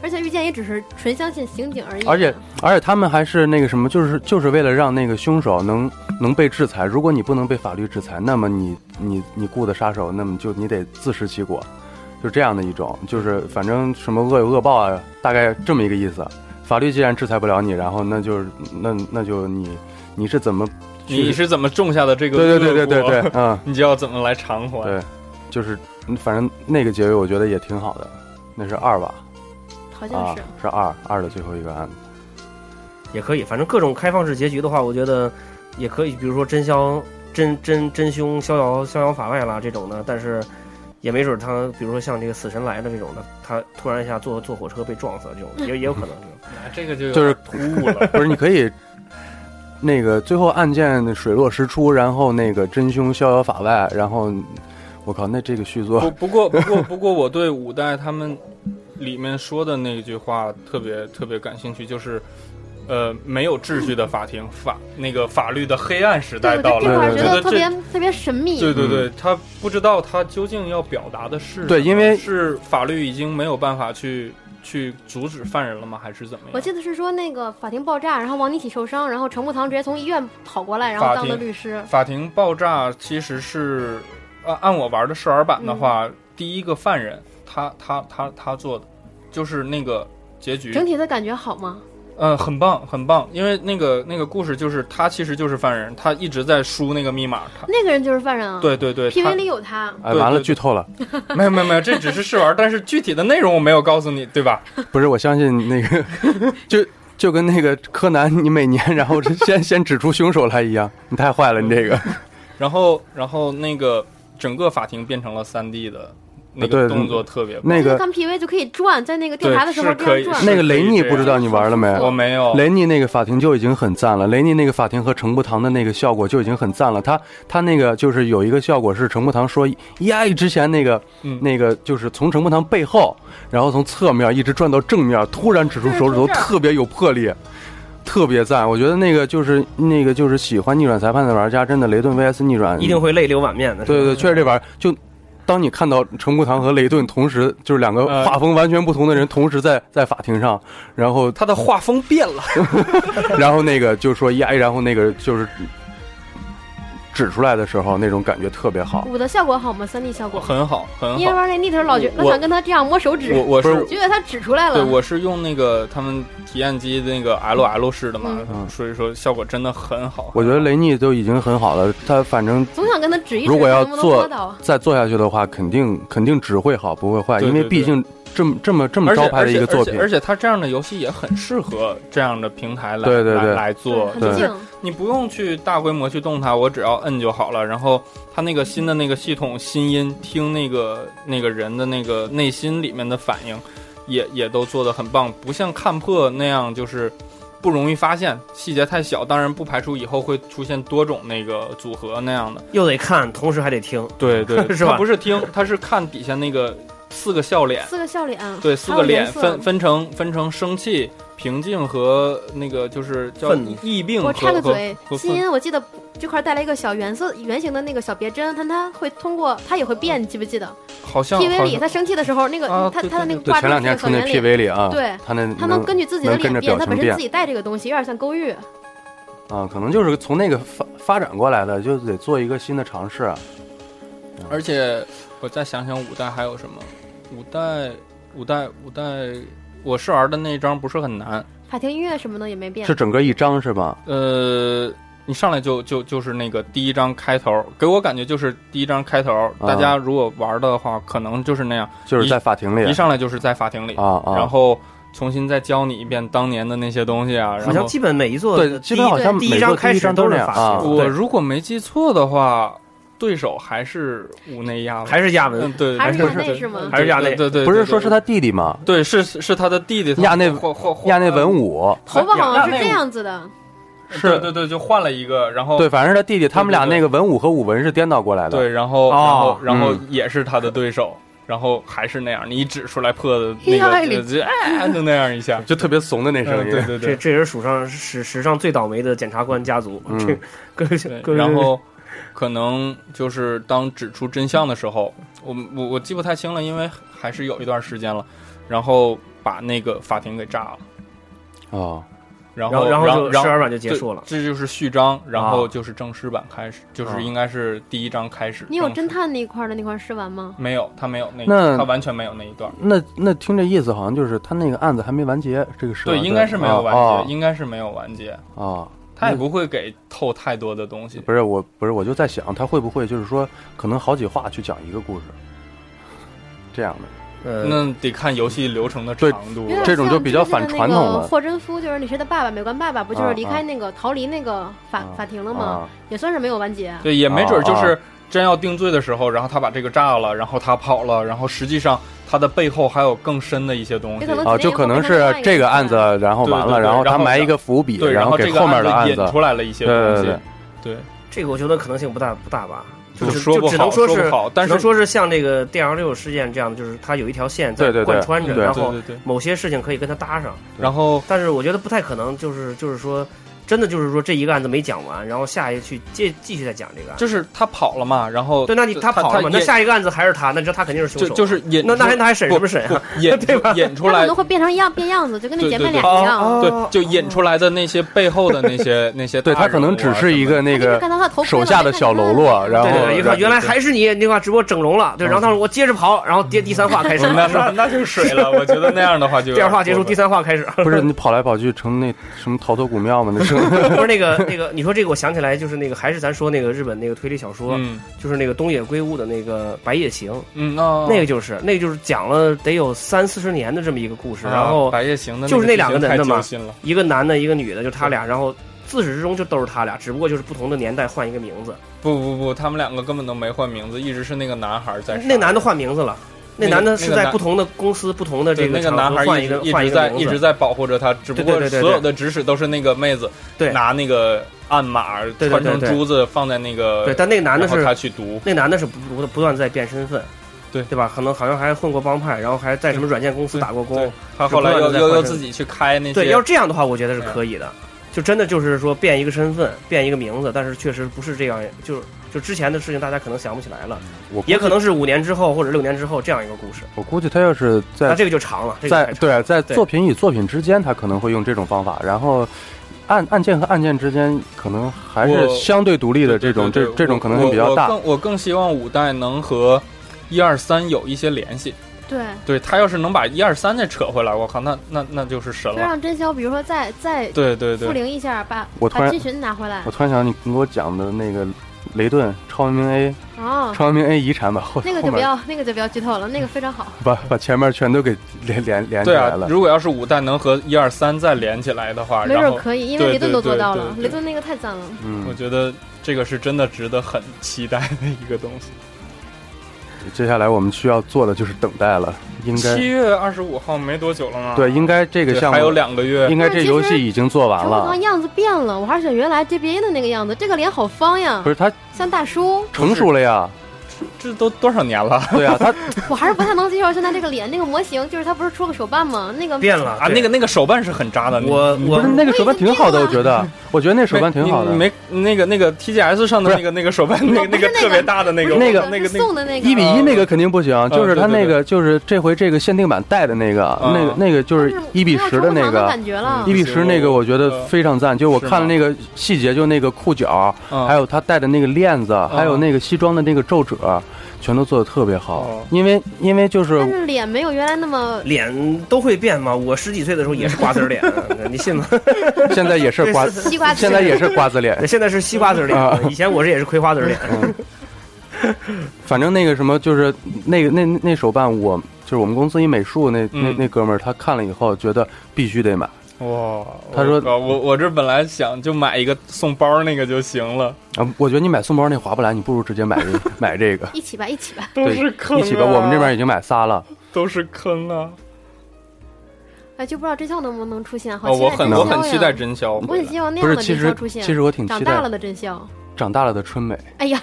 Speaker 3: 而且遇见也只是纯相信刑警而已。
Speaker 4: 而且而且他们还是那个什么，就是就是为了让那个凶手能能被制裁。如果你不能被法律制裁，那么你你你雇的杀手，那么就你得自食其果，就这样的一种，就是反正什么恶有恶报啊，大概这么一个意思。法律既然制裁不了你，然后那就是那那就你你是怎么去
Speaker 2: 你是怎么种下的这个
Speaker 4: 对对对对
Speaker 2: 恶果
Speaker 4: 对对，嗯，
Speaker 2: 你就要怎么来偿还
Speaker 4: 对。就是反正那个结尾我觉得也挺好的，那是二吧？
Speaker 3: 好像
Speaker 4: 啊
Speaker 3: 是，，
Speaker 4: 是二二的最后一个案子。
Speaker 1: 也可以，反正各种开放式结局的话，我觉得也可以，比如说真相真真真凶逍遥逍遥法外啦这种的，但是也没准他，比如说像这个死神来了这种的，他突然一下坐坐火车被撞死了这种，也也有可能。
Speaker 4: 嗯
Speaker 2: 啊这个就
Speaker 4: 就是
Speaker 2: 突兀 了。
Speaker 4: 不是，你可以那个最后案件水落石出，然后那个真凶逍遥法外，然后我靠，那这个续
Speaker 2: 不
Speaker 4: 作
Speaker 2: 不过不过不过，我对五代他们里面说的那句话特别特别感兴趣，就是。呃，没有秩序的法庭，法那个法律的黑暗时
Speaker 3: 对，
Speaker 2: 代到
Speaker 3: 我就这
Speaker 2: 了。
Speaker 3: 块儿觉
Speaker 4: 对对
Speaker 3: 得
Speaker 2: 我
Speaker 3: 特
Speaker 2: 觉得
Speaker 3: 别特别神秘。
Speaker 2: 这，对对对，他不知道他究竟要表达的是
Speaker 4: 嗯对
Speaker 2: 什么
Speaker 4: 因为
Speaker 2: 是法律已经没有办法去去阻止犯人了吗？还是怎么样？
Speaker 3: 我记得是说那个法庭爆炸，然后王尼体受伤，然后程步堂直接从医院跑过来，然后
Speaker 2: 法
Speaker 3: 当的
Speaker 2: 庭
Speaker 3: 律师。
Speaker 2: 法庭爆炸其实是，按按我玩的试玩版的话，
Speaker 3: 嗯
Speaker 2: 第一个犯人他他他他做的，就是那个结局，
Speaker 3: 整体的感觉好吗？
Speaker 2: 呃，很棒很棒，因为那个那个故事就是他其实就是犯人，他一直在输那个密码，他
Speaker 3: 那个人就是犯人啊。
Speaker 2: 对对对，他
Speaker 3: ，PV 里有他。
Speaker 4: 哎，
Speaker 2: 对
Speaker 4: 完了，
Speaker 2: 对
Speaker 4: 剧透了。
Speaker 2: 没有没有没有，这只是试玩，但是具体的内容我没有告诉你，对吧？
Speaker 4: 不是，我相信那个 就就跟那个柯南，你每年然后先先指出凶手来一样，你太坏了，你这个。
Speaker 2: 嗯然后然后那个整个法庭变成了三 D 的，那
Speaker 4: 啊对
Speaker 2: 个动作特别棒，
Speaker 4: 那
Speaker 3: 就
Speaker 4: 个
Speaker 3: 看 PV 就可以转，在那个调查的时
Speaker 2: 对
Speaker 3: 候这
Speaker 2: 是
Speaker 3: 样
Speaker 2: 可以
Speaker 3: 转。
Speaker 4: 那个雷尼不知道你玩了没？
Speaker 3: 那
Speaker 2: 我没有
Speaker 4: 雷尼那个法庭就已经很赞了，雷尼那个法庭和程步堂的那个效果就已经很赞了。他他那个就是有一个效果是程步堂说呀，之前那个、
Speaker 2: 嗯
Speaker 4: 那个就是从程步堂背后，然后从侧面一直转到正面，突然指出手指
Speaker 3: 就是从
Speaker 4: 头，
Speaker 3: 这儿
Speaker 4: 特别有魄力，特别赞。我觉得那个就是那个就是喜欢逆转裁判的玩家，真的雷顿 VS 逆转
Speaker 1: 一定会泪流满面的。
Speaker 4: 对对对，确实这玩意儿就。当你看到程步堂和雷顿同时，就是两个
Speaker 2: 呃
Speaker 4: 画风完全不同的人同时在在法庭上，然后
Speaker 2: 他的画风变了，
Speaker 4: 然后那个就说呀，然后那个就是指出来的时候，那种感觉特别好。
Speaker 3: 五的效果好吗？三 D 效果。
Speaker 2: 很好很好。
Speaker 3: 因为玩那 n i 老觉
Speaker 2: 我
Speaker 3: 老想跟他这样摸手指，
Speaker 2: 我我
Speaker 4: 不是
Speaker 2: 是
Speaker 3: 觉得他指出来
Speaker 2: 对
Speaker 3: 了。
Speaker 2: 我是用那个他们体验机的那个 L L 式的嘛，
Speaker 4: 嗯
Speaker 2: 所以说效果真的很好。
Speaker 4: 我觉得雷尼都已经很好了，他反正
Speaker 3: 总想跟他指一指，
Speaker 4: 如果要
Speaker 3: 看能不能
Speaker 4: 做
Speaker 3: 摸到。
Speaker 4: 再做下去的话，肯定肯定只会好不会坏，
Speaker 2: 对
Speaker 4: 因为
Speaker 2: 对
Speaker 4: 毕
Speaker 2: 对
Speaker 4: 竟这么这么这么
Speaker 2: 而且
Speaker 4: 招牌的一个作品
Speaker 2: 而且而且，而且它这样的游戏也很适合这样的平台来
Speaker 4: 对对对
Speaker 2: 来来做，
Speaker 3: 很
Speaker 4: 对
Speaker 2: 就是
Speaker 3: 静，
Speaker 2: 你不用去大规模去动它，我只要摁就好了。然后它那个新的那个系统新音听那个那个人的那个内心里面的反应，也也都做得很棒，不像看破那样就是。不容易发现细节太小，当然不排除以后会出现多种那个组合那样的。
Speaker 1: 又得看，同时还得听。
Speaker 2: 对 对
Speaker 1: 是吧
Speaker 2: 他不是听，他是看底下那个四个笑脸，
Speaker 3: 四个笑脸，
Speaker 2: 对，四个脸
Speaker 3: 还有颜色
Speaker 2: 分分成分成生气、平静和那个就是叫
Speaker 1: 愤怒
Speaker 2: 疫病和
Speaker 3: 我插个
Speaker 2: 和
Speaker 3: 嘴，
Speaker 2: 和
Speaker 3: 新
Speaker 2: 愤。
Speaker 3: 音我记得这块带来一个小圆色圆形的那个小别针，但它会通过，它也会
Speaker 4: 嗯
Speaker 3: 变，你记不记得
Speaker 2: 好像
Speaker 3: ？PV
Speaker 2: 好
Speaker 3: 里
Speaker 2: 像
Speaker 3: 他生气的时候，那个
Speaker 2: 啊
Speaker 3: 他
Speaker 2: 对
Speaker 3: 他的那
Speaker 2: 对
Speaker 3: 个
Speaker 4: 对
Speaker 3: 挂
Speaker 4: 前两
Speaker 3: 钟
Speaker 4: 天
Speaker 3: 是
Speaker 4: 出
Speaker 3: 小
Speaker 4: 那
Speaker 3: 圆脸，
Speaker 4: PV 里啊，
Speaker 3: 对，
Speaker 4: 他那
Speaker 3: 他能根据自己的
Speaker 4: 能跟
Speaker 3: 脸
Speaker 4: 着
Speaker 3: 变，
Speaker 4: 表
Speaker 3: 他
Speaker 4: 情
Speaker 3: 本身
Speaker 4: 变
Speaker 3: 自己带这个东西，有点像勾玉。
Speaker 4: 啊，可能就是从那个发发展过来的，就得做一个新的尝试啊。
Speaker 2: 而且我再想想五代还有什么？五代五代五代，我试玩的那一张不是很难。
Speaker 3: 法庭音乐什么的也没变
Speaker 4: 是，整个一张是吧？
Speaker 2: 呃，你上来就就就是那个第一张开头，给我感觉就是第一张开头，大家如果玩的话，可能就是那样，
Speaker 4: 就是
Speaker 2: 一
Speaker 4: 在法庭里
Speaker 2: 一上来就是在法庭里，
Speaker 4: 啊啊，
Speaker 2: 然后重新再教你一遍当年的那些东西啊。
Speaker 1: 好
Speaker 2: 然
Speaker 1: 像
Speaker 2: 后
Speaker 1: 基本每一座
Speaker 4: 对，基本好像
Speaker 1: 第
Speaker 4: 每
Speaker 1: 一
Speaker 4: 个
Speaker 1: 章
Speaker 4: 第
Speaker 1: 开
Speaker 4: 一
Speaker 1: 始
Speaker 4: 章都
Speaker 1: 是
Speaker 4: 那样
Speaker 1: 法
Speaker 4: 啊
Speaker 1: 庭。
Speaker 2: 我
Speaker 1: 对
Speaker 2: 如果没记错的话，对手还是五内亚吧，
Speaker 1: 还是亚文
Speaker 2: 嗯，对，
Speaker 3: 还是
Speaker 2: 对
Speaker 3: 亚内
Speaker 2: 对
Speaker 3: 是吗
Speaker 2: 对
Speaker 1: 还是亚内
Speaker 2: 对对对，
Speaker 4: 不
Speaker 2: 对
Speaker 4: 是说是，他弟弟吗？
Speaker 2: 对，是是是他的弟弟他
Speaker 4: 亚内
Speaker 2: 换换换
Speaker 4: 亚内文
Speaker 2: 哦
Speaker 4: 武
Speaker 3: 头发
Speaker 4: 哎
Speaker 3: 好像是
Speaker 2: 亚内
Speaker 3: 这样子的，
Speaker 2: 呃对
Speaker 4: 是
Speaker 2: 对对，就换了一个，然后
Speaker 4: 对，反正是他弟弟，他们
Speaker 2: 对
Speaker 4: 俩
Speaker 2: 对对
Speaker 4: 那个文武和武文是颠倒过来的。
Speaker 2: 对，然后然
Speaker 1: 哦
Speaker 2: 后然后
Speaker 4: 嗯
Speaker 2: 也是他的对手，然后还是那样，你一指出来破的
Speaker 3: 哎
Speaker 2: 那
Speaker 3: 呀哎
Speaker 2: 个，就哎就那样一下，
Speaker 4: 就特别怂的那声
Speaker 2: 嗯
Speaker 4: 音。
Speaker 2: 对对
Speaker 1: 这
Speaker 2: 对
Speaker 1: 这也是史上史史上最倒霉的检察官家族，
Speaker 4: 嗯
Speaker 1: 这各各
Speaker 2: 对，然后可能就是当指出真相的时候，我我我记不太清了，因为还是有一段时间了，然后把那个法庭给炸了，
Speaker 4: 哦，
Speaker 2: 然
Speaker 1: 然后
Speaker 2: 后
Speaker 1: 然
Speaker 2: 然
Speaker 1: 后
Speaker 2: 后
Speaker 1: 就十二版就结束了。
Speaker 2: 这这就是序章，然
Speaker 1: 啊
Speaker 2: 后就是正式版开始，就
Speaker 1: 啊
Speaker 2: 是应该是第一章开始。
Speaker 3: 你有
Speaker 2: 正
Speaker 3: 侦
Speaker 2: 式
Speaker 3: 探那一块的那块试完吗？
Speaker 2: 没有？他没有那
Speaker 4: 那
Speaker 2: 个，他完全没有那一段。
Speaker 4: 那那听这意思，好像就是他那个案子还没完结，这个事儿
Speaker 2: 对，应该是没有完
Speaker 4: 哦
Speaker 2: 结，应该是没有完结。
Speaker 4: 哦哦
Speaker 2: 他也不会给透太多的东西。
Speaker 4: 不是我，不是我就在想，他会不会就是说，可能好几话去讲一个故事，这样的。
Speaker 1: 呃，
Speaker 2: 那得看游戏流程的长度
Speaker 3: 有
Speaker 2: 了。
Speaker 3: 点
Speaker 4: 这种
Speaker 3: 像
Speaker 4: 就比较反
Speaker 3: 之前
Speaker 4: 传统
Speaker 3: 的那
Speaker 4: 了
Speaker 3: 个霍真夫就是那谁的爸爸，美观爸爸不就
Speaker 4: 啊
Speaker 3: 是离开那个逃离那个法
Speaker 4: 啊
Speaker 3: 法庭了吗？
Speaker 4: 啊，
Speaker 3: 也算是没有完结。
Speaker 2: 对，也没准儿就
Speaker 4: 哦
Speaker 1: 啊
Speaker 2: 是真要定罪的时候，然后他把这个炸了，然后他跑了，然后实际上他的背后还有更深的一些东西
Speaker 3: 也。哎可能
Speaker 4: 啊，就可能是这个案子，
Speaker 3: 啊
Speaker 4: 然后完
Speaker 2: 对对
Speaker 4: 了，
Speaker 2: 对
Speaker 4: 然后
Speaker 2: 然
Speaker 4: 他
Speaker 2: 后
Speaker 4: 埋
Speaker 2: 这
Speaker 4: 一个伏笔，
Speaker 2: 对，
Speaker 4: 然
Speaker 2: 后
Speaker 4: 给
Speaker 2: 这个
Speaker 4: 后面的
Speaker 2: 案
Speaker 4: 案
Speaker 2: 引出来了一些
Speaker 4: 对对
Speaker 2: 东西
Speaker 4: 对。
Speaker 2: 对，
Speaker 1: 这个我觉得可能性不大不大吧，就
Speaker 2: 就是说
Speaker 1: 就
Speaker 2: 不
Speaker 1: 只
Speaker 2: 好
Speaker 1: 能说
Speaker 2: 说不
Speaker 1: 是
Speaker 2: 好但
Speaker 1: 只能
Speaker 2: 是
Speaker 1: 说是像这个 D L 六事件这样的，就是它有一条线在
Speaker 4: 对对
Speaker 1: 贯
Speaker 4: 对
Speaker 1: 穿着，
Speaker 4: 对
Speaker 1: 然
Speaker 2: 对
Speaker 1: 后
Speaker 2: 对对。
Speaker 1: 某些事情可以跟它搭上。
Speaker 2: 然后
Speaker 1: 但是我觉得不太可能，就是就是说，真的就是说这一个案子没讲完，然后下一去接继续再讲这个案子。
Speaker 2: 就是他跑了嘛，然后
Speaker 1: 对，那你他跑了嘛？那
Speaker 2: 引
Speaker 1: 下一个案子还是他，那这他肯定是凶
Speaker 2: 就
Speaker 1: 手。
Speaker 2: 就是引
Speaker 1: 那那还那还审
Speaker 2: 不
Speaker 1: 什么审啊？
Speaker 2: 不引
Speaker 1: 对吧
Speaker 2: 引出
Speaker 3: 他 可
Speaker 2: 来
Speaker 3: 能会变成样变样子，就跟那姐妹
Speaker 2: 对
Speaker 3: 俩一
Speaker 4: 哦
Speaker 3: 样。
Speaker 1: 哦
Speaker 2: 对，就引出来的那些背后的那 些那些大
Speaker 4: 对
Speaker 2: 人物
Speaker 4: 他
Speaker 2: 啊什么的，
Speaker 4: 可能只是一个那
Speaker 3: 他就是
Speaker 4: 个
Speaker 3: 看到他头盔
Speaker 4: 手
Speaker 3: 了
Speaker 4: 下的小喽啰，然后
Speaker 1: 对对对，一看
Speaker 4: 然
Speaker 1: 原来还是你，那块直播整容了，对，
Speaker 2: 嗯
Speaker 1: 然后他说我接着跑，然后第第三话开始，
Speaker 2: 那那那就水了。我觉得那样的话就有
Speaker 1: 第
Speaker 2: 点
Speaker 1: 二话结束，
Speaker 2: 过分
Speaker 1: 第三话 开始，
Speaker 4: 不是你跑来跑去成那什么逃脱古庙吗？那是
Speaker 1: 不是那个那个，你说这个我想起来，就是那个还是咱说那个日本那个推理小说，
Speaker 2: 嗯
Speaker 1: 就是那个东野圭吾的那个《白夜行》，
Speaker 2: 嗯哦，
Speaker 1: 那个就是那个就是讲了得有三四十年的这么一个故事，然
Speaker 2: 啊
Speaker 1: 后
Speaker 2: 白夜行的
Speaker 1: 就是那
Speaker 2: 那
Speaker 1: 两个
Speaker 2: 剧情
Speaker 1: 人的嘛
Speaker 2: 太揪心了
Speaker 1: 一个男的，一个女的，就他俩，然后自始至终就都是他俩，只不过就是不同的年代换一个名字，
Speaker 2: 不不不，他们两个根本都没换名字，一直是那个男孩在上
Speaker 1: 那男的换名字了。那男的
Speaker 2: 那个
Speaker 1: 是
Speaker 2: 那个
Speaker 1: 在
Speaker 2: 男
Speaker 1: 不同的公司、不同的这
Speaker 2: 对
Speaker 1: 个
Speaker 2: 那个
Speaker 1: 场
Speaker 2: 男
Speaker 1: 合
Speaker 2: 孩
Speaker 1: 换
Speaker 2: 一
Speaker 1: 一
Speaker 2: 直
Speaker 1: 个
Speaker 2: 一
Speaker 1: 换
Speaker 2: 直
Speaker 1: 一个
Speaker 2: 在
Speaker 1: 名字
Speaker 2: 一直在保护着他，只不
Speaker 1: 对
Speaker 2: 过
Speaker 1: 对对对
Speaker 2: 所有的指使都是那个妹子
Speaker 1: 对
Speaker 2: 拿那个暗码
Speaker 1: 对对
Speaker 2: 穿成
Speaker 1: 对
Speaker 2: 珠子放在那个
Speaker 1: 对，但那个男的
Speaker 2: 然后
Speaker 1: 是
Speaker 2: 他去读，
Speaker 1: 那男的是不不不断在变身份，
Speaker 2: 对
Speaker 1: 对吧？可能好像还混过帮派，然后还在什么软件公司
Speaker 2: 对
Speaker 1: 打过工
Speaker 2: 对。他后来
Speaker 1: 不
Speaker 2: 又
Speaker 1: 断地在
Speaker 2: 又
Speaker 1: 换
Speaker 2: 又
Speaker 1: 身
Speaker 2: 自己去开那些
Speaker 1: 对，要是这样的话，我觉得是可以的。就真的就是说变一个身份，变一个名字，但是确实不是这样，就是就之前的事情大家可能想不起来了，
Speaker 4: 我估计
Speaker 1: 也可能是五年之后或者六年之后这样一个故事。
Speaker 4: 我估计他要是
Speaker 1: 那
Speaker 4: 在
Speaker 1: 这个就长了，这个
Speaker 4: 在
Speaker 1: 太长了
Speaker 4: 对在
Speaker 1: 对
Speaker 4: 作品与作品之间，他可能会用这种方法，然后案案件和案件之间可能还是
Speaker 2: 我
Speaker 4: 相对独立的这种
Speaker 2: 对
Speaker 4: 这
Speaker 2: 对
Speaker 4: 这种
Speaker 2: 我
Speaker 4: 可能性比
Speaker 2: 我
Speaker 4: 较
Speaker 2: 我
Speaker 4: 大。
Speaker 2: 更我更希望五代能和一二三有一些联系。
Speaker 3: 对，
Speaker 2: 对他要是能把一二三再扯回来，我靠，那那那就是神
Speaker 3: 就
Speaker 2: 了。
Speaker 3: 让真宵，比如说再再
Speaker 2: 对对
Speaker 3: 复
Speaker 2: 对，
Speaker 3: 灵一下，把
Speaker 4: 我突然
Speaker 3: 把金群拿回来
Speaker 4: 我突然想你你给我讲的那个雷顿超文明 A
Speaker 3: 啊。
Speaker 4: 超文明 A 遗产吧，后
Speaker 3: 那个
Speaker 4: 后
Speaker 3: 就不
Speaker 4: 面
Speaker 3: 要，那个就不要剧透了，那个非常好。
Speaker 4: 把把前面全都给连连连起
Speaker 2: 对
Speaker 4: 来
Speaker 2: 啊
Speaker 4: 了，。
Speaker 2: 如果要是五代能和一二三再连起来的话，
Speaker 3: 没
Speaker 2: 然
Speaker 3: 准
Speaker 2: 后
Speaker 3: 可以，因
Speaker 2: 对
Speaker 3: 为雷顿
Speaker 2: 对
Speaker 3: 都做
Speaker 2: 对
Speaker 3: 到
Speaker 2: 对
Speaker 3: 了，
Speaker 2: 对
Speaker 3: 雷顿那个太赞了。
Speaker 2: 我
Speaker 4: 嗯，
Speaker 2: 觉得这个是真的值得很期待的一个东西。
Speaker 4: 接下来我们需要做的就是等待了，应
Speaker 2: 七
Speaker 4: 该
Speaker 2: 月二十五号没多久了吗？
Speaker 4: 对应该这
Speaker 2: 这
Speaker 4: 个项目
Speaker 2: 还有两个月
Speaker 4: 应。该这
Speaker 3: 那其
Speaker 4: 游
Speaker 3: 实
Speaker 4: 戏已经做完
Speaker 3: 陈宝
Speaker 4: 了
Speaker 3: 刚。样子变了，我还是选原来 GBA 的那个样子，这个脸好方呀
Speaker 4: 不，是他
Speaker 3: 像大叔。
Speaker 4: 成熟了呀，
Speaker 2: 这都多少年了
Speaker 4: 对啊，他
Speaker 3: 我还是不太能接受现在这个脸，那个模型就是他不是出个手办吗？那个
Speaker 1: 变了
Speaker 2: 啊？那个那嗯个手办是很渣的，
Speaker 1: 对我
Speaker 2: 你
Speaker 4: 不
Speaker 1: 我
Speaker 4: 是那个手办挺好的，我 觉得，我觉得那手办
Speaker 2: 没
Speaker 4: 挺好的
Speaker 2: 你。没那个那个 TGS 上的那个那个手办，那个
Speaker 3: 不是
Speaker 2: 个
Speaker 3: 那个
Speaker 2: 特别大的那个
Speaker 3: 不是
Speaker 4: 那个
Speaker 2: 那
Speaker 3: 是
Speaker 2: 个那
Speaker 3: 送
Speaker 2: 个
Speaker 3: 的那个
Speaker 4: 一比一那个肯定不行，就是他那
Speaker 2: 哦对对哦
Speaker 4: 个就是这回这个限定版带的那个，那个那个就是一比十的那
Speaker 3: 没有中国堂
Speaker 4: 个
Speaker 3: 感。觉了
Speaker 4: 一。比十那个我觉得
Speaker 2: 呃
Speaker 4: 非常赞，就我
Speaker 2: 是
Speaker 4: 看了
Speaker 2: 吗
Speaker 4: 那个细节，就那个裤脚，
Speaker 2: 嗯
Speaker 4: 还有他戴的那个链子，
Speaker 2: 哦
Speaker 4: 还有那个西装的那个皱褶，全都做的特别好
Speaker 2: 哦。
Speaker 4: 因为因为就是
Speaker 3: 但是脸没有原来那么
Speaker 1: 脸都会变吗？我十几岁的时候也是瓜子脸，啊 你信吗？
Speaker 4: 现在 也是瓜，
Speaker 3: 西瓜
Speaker 4: 现在也是瓜子脸，
Speaker 1: 现在是西瓜子
Speaker 4: 啊
Speaker 1: 脸，以前我这也是葵花籽 脸。
Speaker 4: 嗯，反正那个什么，就是那个那那那手办我，就是我们公司一美术那那
Speaker 2: 嗯
Speaker 4: 那哥们儿，他看了以后觉得必须得买，
Speaker 2: 哇，
Speaker 4: 他说
Speaker 2: 我我我这本来想就买一个送包那个就行了，
Speaker 4: 啊，我觉得你买送包那划不来，你不如直 接买这买这个。
Speaker 3: 一起吧，一起吧。
Speaker 2: 都是坑、啊，
Speaker 4: 一起吧，我们这边已经买仨了。
Speaker 2: 都是坑啊！
Speaker 3: 哎，就不知道真相能不能出现，好
Speaker 2: 哦，
Speaker 3: 期待
Speaker 2: 我很
Speaker 3: 真
Speaker 2: 我
Speaker 3: 宵
Speaker 2: 很期
Speaker 3: 呀
Speaker 2: 待真宵，
Speaker 3: 我很希望那
Speaker 4: 不
Speaker 3: 样
Speaker 4: 是，
Speaker 3: 的
Speaker 4: 其
Speaker 3: 真宵
Speaker 4: 实
Speaker 3: 出现，
Speaker 4: 其实我挺
Speaker 3: 长
Speaker 4: 期
Speaker 3: 大
Speaker 4: 待
Speaker 3: 了的真宵。
Speaker 4: 长大了的春美，
Speaker 3: 哎呀，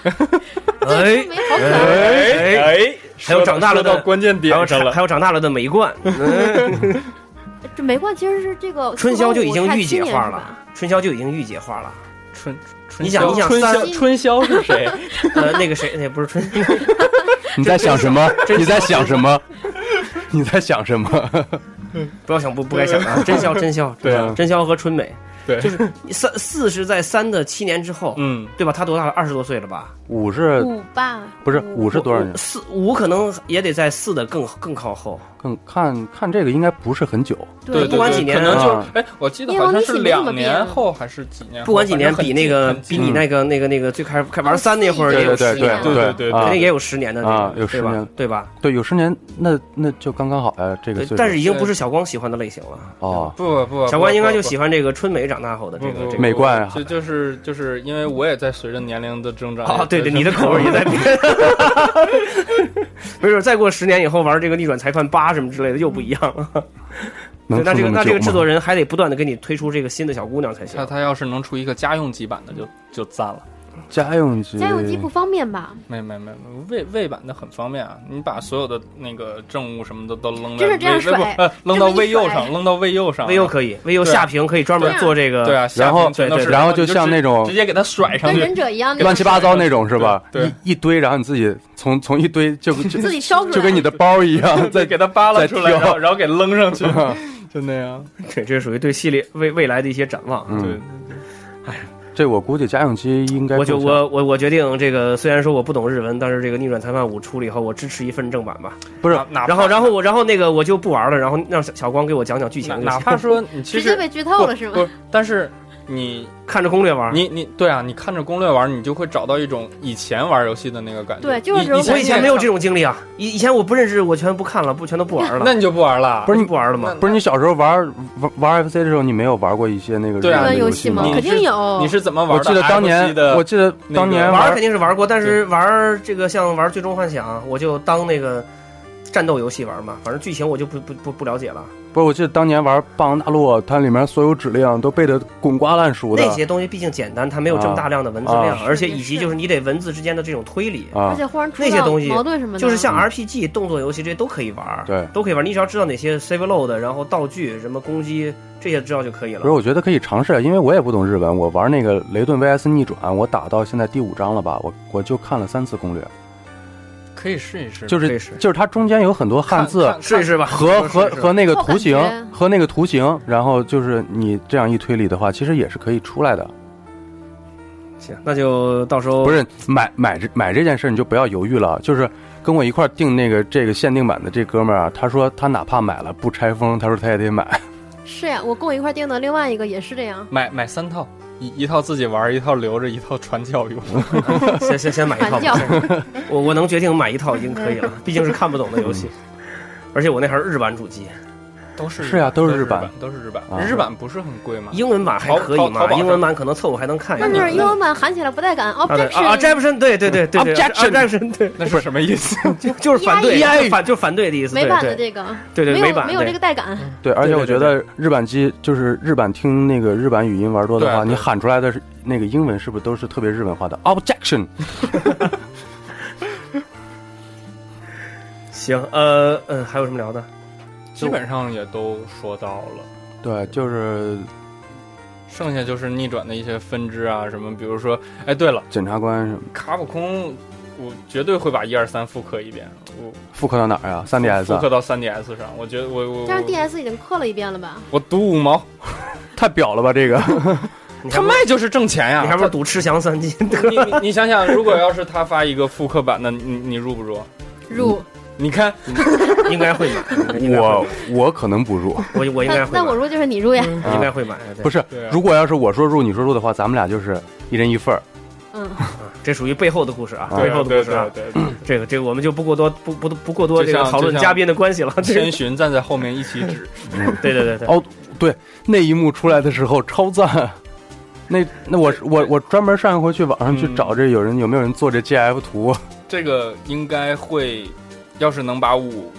Speaker 1: 哎
Speaker 3: 春，梅好可爱。
Speaker 1: 哎
Speaker 2: 哎哎，
Speaker 1: 还
Speaker 2: 说
Speaker 1: 有
Speaker 2: 到
Speaker 1: 长大了
Speaker 2: 说
Speaker 1: 的
Speaker 2: 到关键
Speaker 1: 还有
Speaker 2: 点上
Speaker 1: 长
Speaker 2: 了
Speaker 1: 还，有长大了的 美冠，
Speaker 3: 这梅冠其实是这个
Speaker 1: 春
Speaker 3: 四
Speaker 1: 宵
Speaker 3: 分
Speaker 1: 就已
Speaker 3: 五
Speaker 1: 经
Speaker 3: 差
Speaker 1: 御
Speaker 3: 七
Speaker 1: 姐
Speaker 3: 年
Speaker 1: 化
Speaker 3: 是
Speaker 1: 了
Speaker 3: 吧，
Speaker 1: 春宵就已经御姐化了。
Speaker 2: 春
Speaker 1: 你想，你想
Speaker 2: 春
Speaker 1: 三
Speaker 2: 宵春宵是谁？
Speaker 1: 呃那个谁，那不是春，
Speaker 4: 你在想什么？你在想什么？你在想什么？
Speaker 1: 不要想不不该想啊，真宵真 宵，
Speaker 2: 对啊
Speaker 1: 真宵和春美，
Speaker 2: 对，
Speaker 1: 就是三四是在三的七年之后，
Speaker 2: 嗯，
Speaker 1: 对吧？他多大了？二十多岁了吧？
Speaker 4: 五是
Speaker 3: 五吧？
Speaker 4: 不是五是多少年？
Speaker 1: 四五可能也得在四的更更靠后，
Speaker 4: 更看看这个应该不是很久，
Speaker 2: 对，
Speaker 3: 对
Speaker 2: 对
Speaker 1: 不管
Speaker 2: 对
Speaker 1: 几年
Speaker 2: 可能就
Speaker 4: 啊
Speaker 2: 是哎，我记得
Speaker 3: 因为
Speaker 2: 好像
Speaker 3: 历
Speaker 2: 是
Speaker 3: 史没怎么
Speaker 2: 两
Speaker 3: 变
Speaker 2: 年后还是几年后，
Speaker 1: 不管几年，
Speaker 2: 反正
Speaker 1: 比
Speaker 2: 很
Speaker 1: 那
Speaker 2: 近
Speaker 1: 个
Speaker 2: 很
Speaker 1: 比
Speaker 2: 近
Speaker 1: 你那个那个那个最开始开玩三那会儿也有
Speaker 4: 嗯对对
Speaker 1: 十
Speaker 4: 对
Speaker 1: 年了，
Speaker 2: 对对对
Speaker 4: 啊
Speaker 1: 肯定也有十年的
Speaker 4: 啊
Speaker 1: 这个对
Speaker 4: 有十
Speaker 1: 吧
Speaker 4: 年
Speaker 1: 对吧？
Speaker 4: 对，有十年，那那就刚刚好呀。这个
Speaker 1: 对
Speaker 4: 岁数，
Speaker 1: 但是已经不是小光喜欢的类型了。
Speaker 4: 哦，
Speaker 2: 不不，
Speaker 1: 小关应该就喜
Speaker 2: 欢
Speaker 1: 欢这个春美啊长大后的这
Speaker 2: 这
Speaker 1: 个这
Speaker 4: 美
Speaker 1: 个
Speaker 4: 冠
Speaker 2: 就就是就是因为我也在随着年龄的增长
Speaker 1: 啊，对
Speaker 2: 也
Speaker 1: 对，
Speaker 2: 在
Speaker 1: 你的口味也在 变。没准再过十年以后玩这个逆转裁判八什么之类的又不一样了。
Speaker 4: 嗯
Speaker 1: 对
Speaker 4: 能
Speaker 1: 那
Speaker 4: 出
Speaker 1: 这个
Speaker 4: 么
Speaker 1: 那这个
Speaker 4: 久
Speaker 1: 制
Speaker 4: 吗
Speaker 1: 作人还得不断的给你推出这个新的小姑娘
Speaker 2: 他
Speaker 1: 才行。
Speaker 2: 他要是能出一个家用级版的就就赞了，
Speaker 4: 家用机，
Speaker 3: 家用机不方便吧？
Speaker 2: 没没没，魏魏版的很方便啊，你把所有的那个政务什么的都扔在
Speaker 3: 真是这样
Speaker 2: 魏
Speaker 3: 甩
Speaker 2: 不呃 扔到
Speaker 3: 这么一
Speaker 2: 魏右
Speaker 3: 甩
Speaker 2: 上，扔到魏右上，
Speaker 1: 微优可以，微优
Speaker 2: 对啊
Speaker 1: 下屏可以专门做这个。
Speaker 2: 对啊，
Speaker 4: 然后
Speaker 2: 下面全都
Speaker 1: 对
Speaker 2: 是
Speaker 1: 对
Speaker 4: 然后
Speaker 2: 你就
Speaker 4: 就像
Speaker 2: 直
Speaker 4: 那种
Speaker 2: 直接给它甩上去
Speaker 3: 跟忍，者一样，那
Speaker 4: 乱
Speaker 3: 种
Speaker 4: 七八糟那种是吧？
Speaker 2: 对
Speaker 4: 一一堆，然后你自己从从一堆就就
Speaker 3: 自己烧出来，
Speaker 4: 就跟你的包一 样，
Speaker 2: 再
Speaker 4: 在
Speaker 2: 给它扒拉
Speaker 4: 再
Speaker 2: 出来，
Speaker 4: 挑
Speaker 2: 然后然后给扔上去，就那样。
Speaker 1: 对，这是属于对系列未未来的一些展望。啊
Speaker 4: 嗯
Speaker 2: 对，
Speaker 4: 这我估计家用机应该
Speaker 1: 我就
Speaker 4: 够呛
Speaker 1: 我我我决定这个，虽然说我不懂日文，但是这个《逆转裁判五》出了以后，我支持一份正版吧。
Speaker 4: 不是
Speaker 2: 哪哪怕
Speaker 1: 然后然后我然后那个我就不玩了，然后让小小光给我讲讲剧情
Speaker 2: 哪
Speaker 1: 就
Speaker 2: 哪
Speaker 1: 行，
Speaker 2: 怕说你其
Speaker 3: 直接
Speaker 2: 实
Speaker 3: 被剧透了是
Speaker 2: 不
Speaker 3: 吗？
Speaker 2: 是，但是你
Speaker 1: 看着攻略玩。
Speaker 2: 你你对啊，你看着攻略玩，你就会找到一种以前玩游戏的那个感觉。
Speaker 3: 对就是
Speaker 2: 以以
Speaker 3: 这种感觉
Speaker 2: 前
Speaker 1: 我以前没有这
Speaker 2: 种，
Speaker 1: 种经历啊，以以前我不认识，我全不看了，不全都不玩了。
Speaker 2: 那你就不玩了。
Speaker 1: 不是你不玩了吗？
Speaker 4: 不是你小时候玩玩玩 FC 的时候，你没有玩过一些那个
Speaker 2: 对啊
Speaker 3: 日
Speaker 4: 日本
Speaker 3: 文
Speaker 4: 的
Speaker 3: 游
Speaker 4: 戏
Speaker 3: 戏吗？
Speaker 2: 你
Speaker 3: 肯定
Speaker 2: 是
Speaker 3: 有。
Speaker 2: 你是怎么玩
Speaker 4: 我
Speaker 2: 的？
Speaker 4: 记得当
Speaker 2: FC
Speaker 4: 年，
Speaker 2: 的
Speaker 4: 我记得当年
Speaker 2: 那个
Speaker 1: 玩肯定是玩过，但是玩这个像玩《最终幻想》，我就当那个战斗游戏玩嘛，反正剧情我就不不不不了解了。
Speaker 4: 不是，我记得当年玩《霸王大陆》，它里面所有指令都背得滚瓜烂熟的
Speaker 1: 那些东西毕竟简单，它没有这么大量的文字量，
Speaker 4: 啊
Speaker 1: 而且以及就是你得文字之间的这种推理，
Speaker 3: 而
Speaker 4: 啊，
Speaker 3: 且忽然出
Speaker 1: 那些
Speaker 3: 到
Speaker 1: 东西
Speaker 3: 矛盾什么的，
Speaker 1: 就是像
Speaker 4: 嗯
Speaker 1: RPG、动作游戏这些都可以玩，
Speaker 4: 对
Speaker 1: 都可以玩。你只要知道哪些 save load，然后道具什么攻击这些知道就可以
Speaker 4: 不是，
Speaker 1: 了。
Speaker 4: 我觉得可以尝试，因为我也不懂日文。我玩那个《雷顿 VS 逆转》，我打到现在第五章了吧，我我就看了三次攻略，
Speaker 2: 可以试一试，
Speaker 4: 就
Speaker 1: 可
Speaker 4: 是
Speaker 1: 以试
Speaker 4: 就是它中间有很多汉字
Speaker 1: 试一试吧，
Speaker 4: 和和和那个
Speaker 3: 靠
Speaker 4: 图
Speaker 3: 感
Speaker 4: 形
Speaker 3: 觉
Speaker 4: 和那个图形，然后就是你这样一推理的话，其实也是可以出来的。
Speaker 1: 行，那就到时候
Speaker 4: 不是买买这买这件事你就不要犹豫了，就是跟我一块儿订那个这个限定版的这哥们儿啊，他说他哪怕买了不拆封，他说他也得买。
Speaker 3: 是呀，我跟我一块订的另外一个也是这样，
Speaker 2: 买买三套，一一套自己玩，一套留着，一套传教用。
Speaker 1: 先先先买一套
Speaker 3: 传教
Speaker 1: 吧。 我我能决定买一套已经可以 了，毕竟是看不懂的游戏，
Speaker 2: 嗯
Speaker 1: 而且我那还是日版主机，
Speaker 2: 都是
Speaker 4: 是啊
Speaker 2: 都
Speaker 4: 都是日版
Speaker 2: 版，都是日版
Speaker 4: 啊。
Speaker 2: 日版不是很贵吗？
Speaker 1: 英文版还可以
Speaker 2: 淘淘淘
Speaker 1: 嘛
Speaker 2: 宝？上
Speaker 1: 英文版可能凑合还能看一
Speaker 3: 但
Speaker 1: 看。
Speaker 3: 是英文版喊起来不带感
Speaker 1: 啊对啊
Speaker 3: ，objection，
Speaker 1: ，objection，对对对对对
Speaker 4: Objection
Speaker 1: ，objection，对，
Speaker 2: 那是什么意思？
Speaker 1: 就就是反对，
Speaker 3: 压抑
Speaker 1: 就是反就是反对的意思，
Speaker 3: 美
Speaker 1: 对
Speaker 3: 版
Speaker 1: 对
Speaker 3: 的这个
Speaker 1: 对对
Speaker 3: 没
Speaker 1: 美
Speaker 3: 有
Speaker 1: 版
Speaker 3: 没有
Speaker 1: 对
Speaker 3: 这个带感，
Speaker 2: 嗯
Speaker 4: 对，而且
Speaker 1: 对
Speaker 4: 我觉得日版机就是日版听那个日版语音玩多的
Speaker 2: 对
Speaker 4: 话，
Speaker 2: 啊对
Speaker 4: 你喊出来的是那个英文是不是都是特别日本化的哦 objection？
Speaker 1: 行，呃嗯，还有什么聊的？
Speaker 2: 基本上也都说到了。
Speaker 4: 对，就是
Speaker 2: 剩下就是逆转的一些分支啊，什么，比如说，哎，对了，
Speaker 4: 检察官什么
Speaker 2: 卡普空，我绝对会把一二三复刻一遍，我
Speaker 4: 复刻到哪儿啊？3 DS
Speaker 2: 复
Speaker 4: 啊
Speaker 2: 刻到三 DS 上，我觉得我我
Speaker 3: 但是
Speaker 2: 我
Speaker 3: DS 已经刻了一遍了吧？
Speaker 1: 嗯
Speaker 2: 我独五毛，
Speaker 4: 太表了吧这个！
Speaker 1: 你还
Speaker 2: 他
Speaker 1: 不
Speaker 2: 卖就是挣钱呀、
Speaker 1: 你还不如赌吃翔三金，
Speaker 2: 他你你你想想，如果要是他发一个复刻版的，你你入不入？
Speaker 3: 入，
Speaker 2: 你哦看，
Speaker 1: 应该会买。应该会
Speaker 4: 我我可能不入，
Speaker 1: 我我应该
Speaker 3: 那
Speaker 1: 会
Speaker 3: 那我
Speaker 1: 买，
Speaker 3: 入就是你入呀，
Speaker 1: 我应该会买。对
Speaker 4: 不是
Speaker 2: 对啊。
Speaker 4: 如果要是我说入，你说入的话，咱们俩就是一人一份儿。
Speaker 3: 嗯，
Speaker 1: 啊这属于背后的故事啊，
Speaker 4: 啊
Speaker 1: 背
Speaker 2: 对
Speaker 1: 后
Speaker 2: 对
Speaker 1: 的
Speaker 2: 对
Speaker 1: 故事啊
Speaker 2: 对。对对，
Speaker 1: 这个这个我们就不过多不不不过多这
Speaker 2: 就
Speaker 1: 个
Speaker 2: 像
Speaker 1: 讨论
Speaker 2: 就像
Speaker 1: 嘉宾的关系了。这
Speaker 2: 千
Speaker 1: 个
Speaker 2: 寻站在后面一起指，
Speaker 1: 对对对对，
Speaker 4: 哦，那一幕出来的时候超赞。那那我我我专门上一回去网上去
Speaker 2: 嗯
Speaker 4: 找这有人有没有人做这 GF 图，
Speaker 2: 这个应该会，要是能把五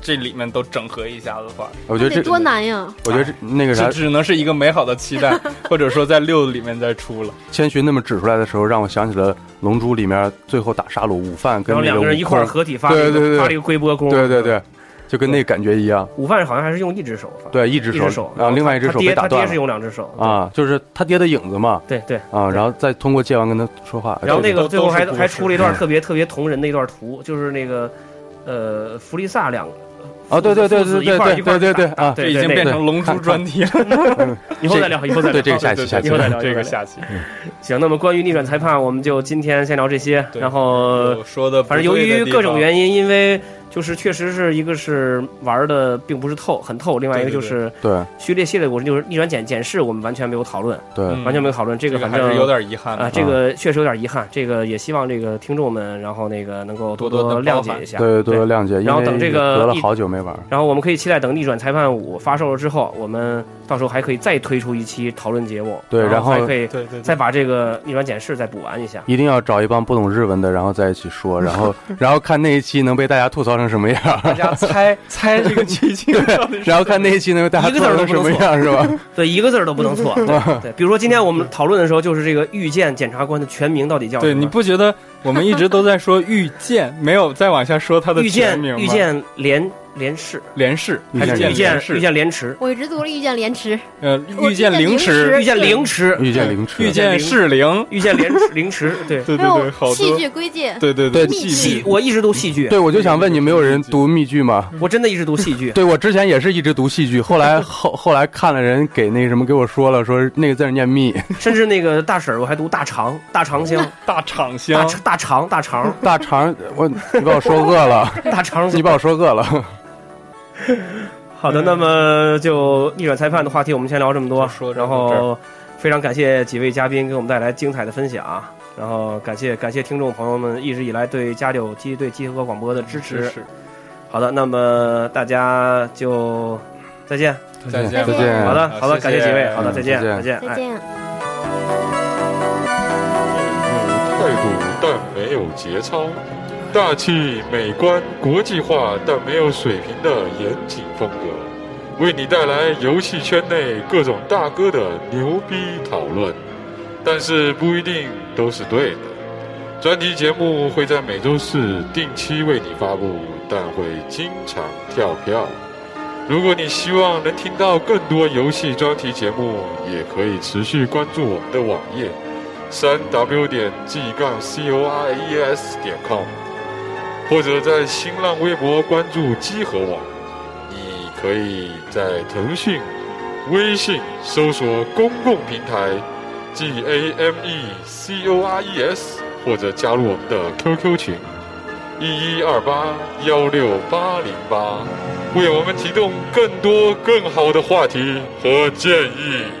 Speaker 2: 这里面都整合一下的话，
Speaker 4: 我觉
Speaker 3: 啊那
Speaker 4: 得
Speaker 3: 得
Speaker 4: 这
Speaker 3: 多难呀！
Speaker 4: 我觉得这那个啥
Speaker 2: 这只能是一个美好的期 待，或者说在六里面再出了。
Speaker 4: 千寻那么指出来的时候，让我想起了《龙珠》里面最后打沙鲁午饭
Speaker 1: 然
Speaker 4: 跟
Speaker 1: 后
Speaker 4: 那
Speaker 1: 两
Speaker 4: 个
Speaker 1: 个人一块儿
Speaker 4: 悟空
Speaker 1: 合体发了一
Speaker 4: 对对
Speaker 1: 个
Speaker 4: 对
Speaker 1: 发了一个龟波功，
Speaker 4: 对对对，就跟那个感觉一样。
Speaker 1: 午饭好像还是用一只手发，
Speaker 4: 对，一只
Speaker 1: 一
Speaker 4: 手，
Speaker 1: 只手，
Speaker 4: 然后另外一只手
Speaker 1: 他爹
Speaker 4: 被打
Speaker 1: 他
Speaker 4: 断
Speaker 1: 爹是
Speaker 4: 了
Speaker 1: 用两只手，
Speaker 4: 啊，就是他爹的影子嘛
Speaker 1: 对对。
Speaker 4: 啊，然后再通过界王跟他说话。
Speaker 1: 然后那
Speaker 4: 对嗯
Speaker 1: 个
Speaker 2: 都
Speaker 1: 最后还
Speaker 2: 都是故事
Speaker 1: 还出了一段特别特别同人的一段图，就是那个呃弗利萨两个
Speaker 4: 啊，对对对对对对对对对啊，
Speaker 1: 对
Speaker 2: 这已经
Speaker 1: 那个
Speaker 2: 变成龙珠专题了。
Speaker 1: 以后再聊，以后再聊，
Speaker 4: 对这个 下期下期
Speaker 1: 以后再聊，
Speaker 2: 这
Speaker 1: 以
Speaker 2: 个
Speaker 1: 后再聊
Speaker 2: 下期。
Speaker 1: 行，那么关于逆转裁判，我们就今天先聊这些。
Speaker 2: 对
Speaker 1: 然后，
Speaker 2: 我呃说的，
Speaker 1: 呃反正由于各种原因，因为就是确实是一个是玩的并不是透很透，另外一
Speaker 2: 对
Speaker 1: 个
Speaker 2: 对
Speaker 1: 就是
Speaker 4: 对
Speaker 1: 序列系列，我们就是逆转检检视，我们完全没有讨论，
Speaker 4: 对
Speaker 2: 嗯
Speaker 1: 完全没有讨论。这
Speaker 2: 这
Speaker 1: 个
Speaker 2: 个
Speaker 1: 反
Speaker 2: 还是有
Speaker 1: 正
Speaker 2: 点遗憾的
Speaker 1: 啊，这个确实有点遗憾。这个也希望这个听众们，然后那个能够
Speaker 2: 多
Speaker 1: 多
Speaker 2: 多地
Speaker 1: 谅
Speaker 2: 包
Speaker 1: 解
Speaker 2: 涵
Speaker 1: 一下。
Speaker 4: 对，多多谅解，
Speaker 1: 嗯然后
Speaker 4: 因为
Speaker 1: 等这个
Speaker 4: 隔了
Speaker 1: 一
Speaker 4: 好久没玩儿，
Speaker 1: 然后我们可以期待等《逆转裁判五》发售了之后，我们到时候还可以再推出一期讨论节目，
Speaker 4: 对
Speaker 1: 然
Speaker 4: 然后
Speaker 1: 还可以
Speaker 2: 对对
Speaker 1: 再把这个逆转检视再补完一下。
Speaker 4: 一定要找一帮不懂日文的，然后在一起说，然后然后看那一期能被大家吐槽成什么样儿，
Speaker 2: 大家猜猜这个剧 情到底是
Speaker 4: 然后看那一期能被大家
Speaker 1: 一
Speaker 4: 吐
Speaker 1: 个字儿
Speaker 4: 槽
Speaker 1: 都
Speaker 4: 成
Speaker 1: 不
Speaker 4: 什
Speaker 1: 能
Speaker 4: 么样儿，是吧？
Speaker 1: 对，一个字儿都不能 错。对，对比如说今天我们讨论的时候，就是这个遇见检察官的全名到底叫什么？
Speaker 2: 对，你不觉得我们一直都在说遇见，没有再往下说他的
Speaker 1: 遇
Speaker 2: 全
Speaker 1: 见
Speaker 2: 名吗？
Speaker 1: 遇见连连氏，
Speaker 2: 连氏，
Speaker 4: 遇
Speaker 2: 还
Speaker 4: 见
Speaker 2: 是
Speaker 1: 遇见
Speaker 2: 连氏？
Speaker 1: 遇见连池，
Speaker 3: 我一直读了遇见莲池，
Speaker 2: 呃，
Speaker 3: 我
Speaker 2: 遇见凌
Speaker 3: 遇见
Speaker 2: 迟，
Speaker 1: 遇见凌迟，
Speaker 4: 遇见凌迟，
Speaker 2: 遇见适龄，
Speaker 1: 遇见连池凌迟。 对，
Speaker 2: 对
Speaker 3: 还
Speaker 2: 对对，
Speaker 3: 有
Speaker 2: 好
Speaker 3: 戏
Speaker 2: 多，
Speaker 3: 剧归界，
Speaker 2: 对对
Speaker 4: 对
Speaker 3: 戏
Speaker 1: 戏
Speaker 2: 戏
Speaker 1: 我一直读戏剧，
Speaker 4: 对，我就想问你，没有人读密剧吗？
Speaker 1: 我真的一直读戏剧。
Speaker 4: 对我之前也是一直读戏剧，后来后后来看了人给那什么给我说了，说那个字儿念密，
Speaker 1: 甚至那个大婶儿，我还读大肠、大肠香、
Speaker 2: 大厂
Speaker 1: 大
Speaker 2: 香，
Speaker 1: 大肠、大 肠、
Speaker 4: 大肠，我你把我说饿了，
Speaker 1: 大肠
Speaker 4: 你
Speaker 1: 香。
Speaker 4: 把我说饿了，
Speaker 1: 好的，那么就逆转裁判的话题，我们先聊这么多
Speaker 2: 就说。这
Speaker 1: 然
Speaker 2: 么
Speaker 1: 后非常感谢几位嘉宾给我们带来精彩的分享，然后感谢感谢听众朋友们一直以来对家里有机对集合广播的支持。
Speaker 2: 是
Speaker 1: 好的，那么大家就再见。
Speaker 2: 再见
Speaker 4: 再
Speaker 3: 再
Speaker 4: 见，
Speaker 3: 见
Speaker 1: 好的，
Speaker 2: 哎好
Speaker 1: 好的，
Speaker 2: 谢谢
Speaker 1: 感谢几位。好的，
Speaker 4: 嗯
Speaker 1: 再见，
Speaker 4: 再见
Speaker 1: 再见，
Speaker 3: 再
Speaker 1: 哎。
Speaker 3: 见。
Speaker 5: 态度但没有节操，大气美观、国际化但没有水平的严谨风格，为你带来游戏圈内各种大哥的牛逼讨论，但是不一定都是对的。专题节目会在每周四定期为你发布，但会经常跳票。如果你希望能听到更多游戏专题节目，也可以持续关注我们的网页。三 w 点 g 杠 c o r e s 点 com，或者在新浪微博关注机核网。你可以在腾讯、微信搜索公共平台 g a m e c o r e s，或者加入我们的 QQ 群一一二八幺六八零八，为我们提供更多更好的话题和建议。